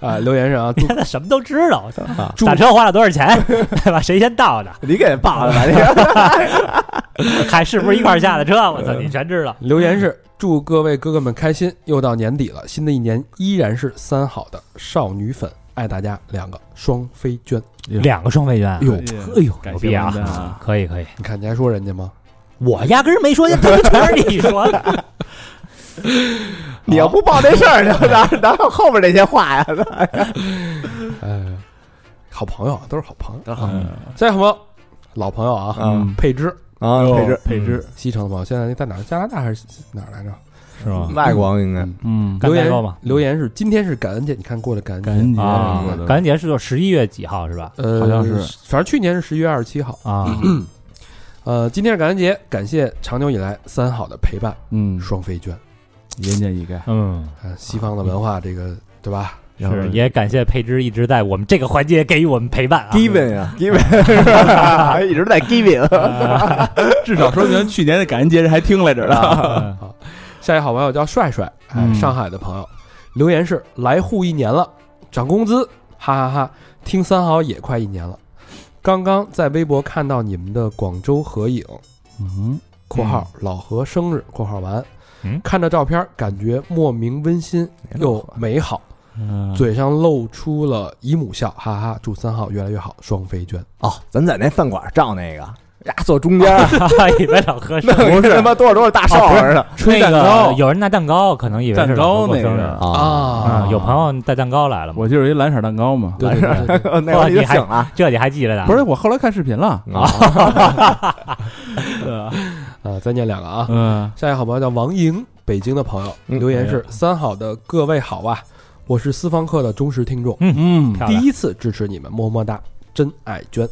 Speaker 2: 啊，留言是啊，祝
Speaker 3: 现在什么都知道，我操！
Speaker 5: 啊
Speaker 3: 啊
Speaker 2: 祝
Speaker 3: 打车花了多少钱， 对吧？谁先到 的？
Speaker 4: 你给爆了吧？你
Speaker 3: 还是不是一块儿下的车？我操，
Speaker 5: 呃
Speaker 3: 你全知道。
Speaker 2: 留言是祝各位哥哥们开心，又到年底了，新的一年依然是三好的少女粉，爱大家两个双飞娟。
Speaker 5: 哎
Speaker 3: 两个双飞娟啊，
Speaker 2: 哟
Speaker 3: 哎呦，
Speaker 5: 感
Speaker 3: 牛
Speaker 5: 谢
Speaker 3: 逼
Speaker 5: 万
Speaker 3: 啊
Speaker 5: 丹！啊，
Speaker 3: 可以可以，
Speaker 2: 你看你还说人家吗？
Speaker 3: 我压根儿没说，他们全是你说 的。
Speaker 4: 你要不报这事儿，就哪哪有后面这些话呀？
Speaker 2: 哎，好朋友啊，都是好朋友。
Speaker 5: 嗯
Speaker 2: 下一个朋友，老朋友啊，
Speaker 5: 嗯
Speaker 2: 佩芝，
Speaker 4: 啊，配置
Speaker 5: 配置
Speaker 2: 西城的朋友，现在在哪儿？加拿大还是哪儿来着？
Speaker 3: 是吗
Speaker 4: 外国应该
Speaker 2: 嗯
Speaker 5: 嗯，
Speaker 3: 敢
Speaker 2: 留
Speaker 3: 再说吗
Speaker 2: 言留言是今天是感恩节，你看过了感
Speaker 5: 感
Speaker 2: 恩
Speaker 5: 恩
Speaker 2: 节，
Speaker 5: 节
Speaker 3: 啊，感恩节是就十一月几号是吧？
Speaker 2: 呃，
Speaker 5: 好像是
Speaker 2: 反正去年是十一月二十七号。
Speaker 3: 啊，
Speaker 2: 呃，今天是感恩节，感谢长久以来三好的陪伴，
Speaker 5: 嗯，
Speaker 2: 双飞娟。
Speaker 5: 言简意赅，
Speaker 3: 嗯，
Speaker 2: 呃，西方的文化这个对吧？
Speaker 5: 然后
Speaker 3: 是也感谢佩芝一直在我们这个环节给予我们陪伴啊。
Speaker 4: given 啊，given 一直在 given，
Speaker 5: 啊至少说明去年的感恩节人还听来着呢。
Speaker 3: 嗯
Speaker 2: 下一个好朋友叫帅帅，哎，
Speaker 5: 嗯
Speaker 2: 上海的朋友，留言是来沪一年了，涨工资，哈哈哈！听三好也快一年了，刚刚在微博看到你们的广州合影
Speaker 5: 嗯，
Speaker 2: （括号老何生日（括号完）），
Speaker 3: 嗯
Speaker 2: 看着照片感觉莫名温馨又美好，
Speaker 3: 嗯
Speaker 2: 嘴上露出了姨母笑，哈哈！祝三好越来越好，双飞娟。
Speaker 4: 哦，咱在那饭馆照那个，呀，坐中间，
Speaker 3: 以为哎老何生
Speaker 4: 弄一个他妈多少多少大
Speaker 3: 啊
Speaker 4: 少
Speaker 3: 不是
Speaker 4: 似的，
Speaker 5: 吹蛋
Speaker 3: 那
Speaker 5: 糕
Speaker 3: 个有人拿蛋糕，可能以为是
Speaker 5: 蛋糕
Speaker 3: 老何
Speaker 5: 那
Speaker 3: 过生日
Speaker 5: 个，
Speaker 3: 啊
Speaker 2: 啊，
Speaker 3: 有朋友带蛋糕来了吗？
Speaker 5: 我就是一蓝色蛋糕嘛。
Speaker 2: 对对对对，
Speaker 4: 哦那会儿你就醒了。
Speaker 3: 这你还啊记着呢？
Speaker 5: 不是，我后来看视频了。
Speaker 4: 啊，
Speaker 2: 啊，再念两个啊。
Speaker 5: 嗯，
Speaker 2: 下一个好朋友叫王莹，北京的朋友
Speaker 4: 嗯
Speaker 2: 留言是
Speaker 5: 哎：“
Speaker 2: 三好的各位好啊，我是私房课的忠实听众，
Speaker 5: 嗯，
Speaker 3: 漂
Speaker 2: 第
Speaker 3: 亮，
Speaker 2: 一次支持你们，么么哒，真爱娟。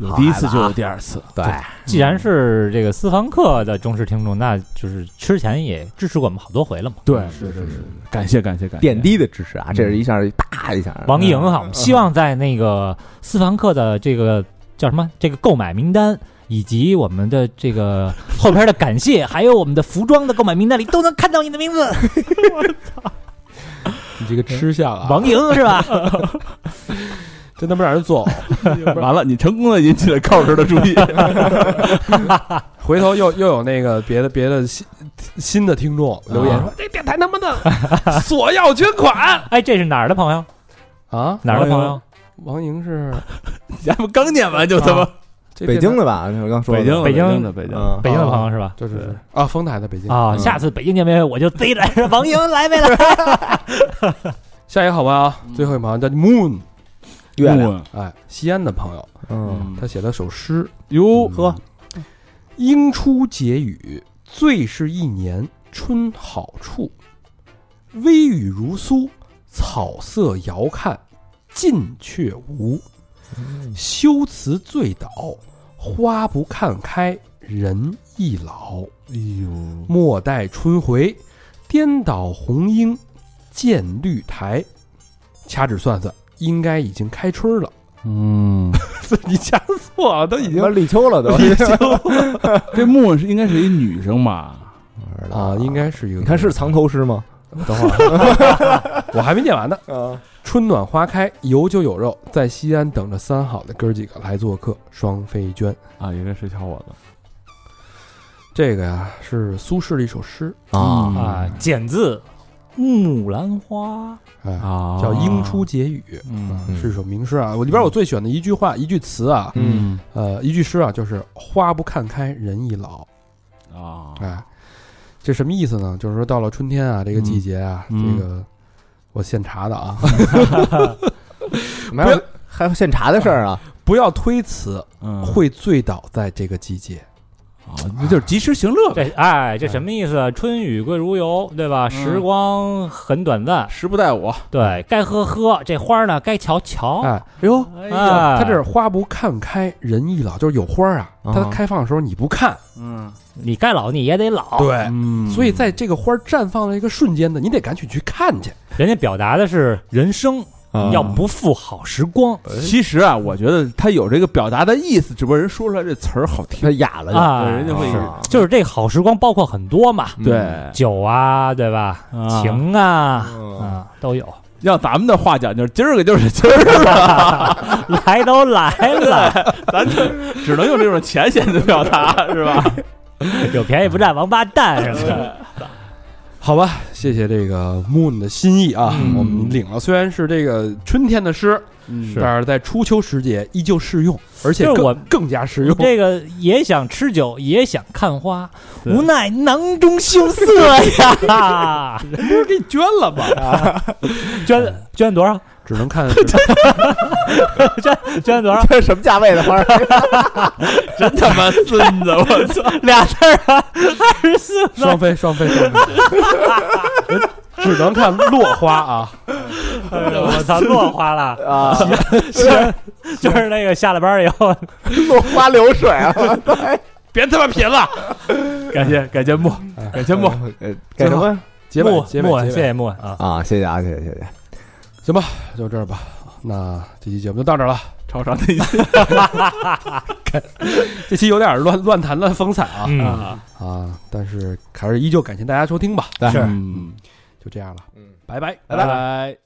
Speaker 5: 有第一次就
Speaker 4: 啊
Speaker 5: 有第二次，
Speaker 4: 对，
Speaker 3: 既然是这个私房课的忠实听众，那就是之前也支持过我们好多回了嘛。
Speaker 5: 对，是是是，感谢感谢感谢，
Speaker 4: 点滴的支持啊，这是一下大一下，
Speaker 3: 王呃莹哈，我们希望在那个私房课的这个叫什么这个购买名单以及我们的这个后边的感谢，还有我们的服装的购买名单里都能看到你的名 字，
Speaker 2: 你这个吃相啊，
Speaker 3: 王莹是吧？
Speaker 2: 真他妈让人作呕。
Speaker 5: 完了，你成功的引起了 Coach 的注 意。
Speaker 2: 回头又又有那个别的别的新新的听众留言说，这电台他妈的索要捐款
Speaker 3: 哎，这是哪儿的朋友？
Speaker 2: 啊！
Speaker 3: 哪儿的朋友？
Speaker 2: 王莹是啊
Speaker 5: 你们刚念完就他妈
Speaker 2: 这
Speaker 4: 北
Speaker 2: 电
Speaker 4: 京的吧？我刚说
Speaker 5: 北
Speaker 4: 的
Speaker 5: 京的
Speaker 3: 北京
Speaker 5: 的北京的，
Speaker 4: 嗯，
Speaker 3: 北京的朋友是吧？
Speaker 2: 台，就是是啊，丰台的北京
Speaker 3: 啊，
Speaker 4: 嗯
Speaker 3: 下次北京见面会我就自己来。 王莹来没来？
Speaker 2: 下一个好吧啊，最后一个朋友叫 Moon，
Speaker 5: 嗯
Speaker 4: 月
Speaker 5: 啊
Speaker 4: 亮，
Speaker 2: 哎，西安的朋友，
Speaker 4: 嗯，
Speaker 2: 他写了首诗，
Speaker 5: 哟
Speaker 2: 呵，应出结语，最是一年春好处。微雨如酥，草色遥看，近却无。
Speaker 5: 嗯
Speaker 2: 修辞醉倒，花不看开，人易老。
Speaker 5: 哎呦，
Speaker 2: 莫待春回，颠倒红英见绿苔。掐指算算，应该已经开春了。
Speaker 5: 嗯，
Speaker 2: 你掐错了，都已
Speaker 4: 已
Speaker 2: 经
Speaker 4: 经立秋 了都。
Speaker 5: 这木是应该是一女生吧？
Speaker 2: 啊，应该是一个。
Speaker 4: 你看是藏头诗吗？
Speaker 2: 等会儿，我还没念完呢。
Speaker 4: 啊，
Speaker 2: 春暖花开，有酒有肉，在西安等着三好的哥几个来做客。双飞娟，
Speaker 5: 啊，应该是小伙子
Speaker 2: 这个呀是苏轼的一首诗，
Speaker 5: 啊
Speaker 3: 啊，简字木兰花，
Speaker 2: 哎，
Speaker 5: 啊
Speaker 2: 叫《应出，结语》，
Speaker 5: 嗯
Speaker 2: 是一首名诗啊。我里边我最喜欢的一句话、一句词啊，
Speaker 5: 嗯
Speaker 2: 呃，一句诗啊，就是“花不看开，人易老
Speaker 5: 啊”。，
Speaker 2: 哎，这什么意思呢？就是说到了春天啊，这个季节啊，
Speaker 5: 嗯
Speaker 2: 这个我现查的 啊，
Speaker 4: 没有，还有现查的事儿啊。
Speaker 2: 不要推辞，啊
Speaker 5: 嗯
Speaker 2: 会醉倒在这个季节。
Speaker 5: 啊，那就是及时行乐呗，
Speaker 3: 这哎，这什么意思啊？春雨贵如油，对吧？时光很短暂，
Speaker 5: 时不待我。
Speaker 3: 对该喝喝，这花儿呢该瞧瞧。
Speaker 2: 哎，
Speaker 4: 哟，
Speaker 3: 哎
Speaker 2: 他这是花不看开，人易老，就是有花儿啊，它
Speaker 4: 啊
Speaker 2: 开放的时候你不看，
Speaker 5: 嗯
Speaker 3: 你该老你也得老。，
Speaker 2: 对，
Speaker 5: 嗯
Speaker 2: 所以在这个花儿绽放的一个瞬间呢，你得赶紧去看去。
Speaker 3: 人家表达的是人生
Speaker 4: 啊
Speaker 3: 要不负好时光
Speaker 5: 其实啊，我觉得他有这个表达的意思，只不过人说出来这词儿好听
Speaker 4: 他，哑了就。
Speaker 3: 啊，
Speaker 5: 对人家会
Speaker 4: 啊
Speaker 3: 就是这好时光包括很多嘛，
Speaker 4: 嗯
Speaker 5: 对，
Speaker 3: 酒啊，对吧？
Speaker 5: 啊
Speaker 3: 情啊，
Speaker 4: 嗯
Speaker 3: 啊都有，
Speaker 5: 要咱们的话讲就是今儿个就是今儿了，
Speaker 3: 来都来了，
Speaker 5: 咱就只能用这种浅显的表达，是吧？
Speaker 3: 有便宜不占王八蛋什么的。
Speaker 2: 好吧，谢谢这个 Moon 的心意啊，
Speaker 5: 嗯
Speaker 2: 我们领了，虽然是这个春天的诗，但嗯是在初秋时节依旧适用，而且
Speaker 3: 就是
Speaker 2: 更
Speaker 3: 我
Speaker 2: 更加适用。
Speaker 3: 这个也想吃酒，也想看花，
Speaker 5: 对
Speaker 3: 无奈囊中羞涩 呀。啊
Speaker 2: 不是给你捐了吗？嗯
Speaker 3: 捐捐多少？
Speaker 2: 只 能看
Speaker 3: 捐多少？
Speaker 4: 这是什么价位的花儿？
Speaker 5: 真他妈孙子，我操！
Speaker 3: 俩字儿啊，二十四
Speaker 2: 双飞，双飞，双飞， 只能看落花啊。
Speaker 3: 哎呦我操，落花 了，
Speaker 4: 啊，
Speaker 3: 就是就是那个下了班以后，
Speaker 4: 落花流水 啊！
Speaker 5: 别他妈贫了，感谢感谢木，
Speaker 2: 嗯
Speaker 5: 感谢木，
Speaker 4: 呃干什么
Speaker 2: 结尾
Speaker 3: 木，
Speaker 2: 结
Speaker 3: 木，
Speaker 2: 尾，
Speaker 3: 谢
Speaker 2: 结尾，
Speaker 3: 谢木啊，
Speaker 4: 啊？谢谢啊，谢谢谢谢。
Speaker 2: 就这儿吧。那这期节目就到这儿了。
Speaker 5: 超长的一
Speaker 2: 这期有点乱乱谈的风采啊、
Speaker 3: 嗯，
Speaker 2: 啊！但是还是依旧感谢大家收听吧，
Speaker 4: 是
Speaker 5: 嗯，
Speaker 2: 就这样了，
Speaker 4: 嗯
Speaker 2: 拜拜。
Speaker 5: 拜拜。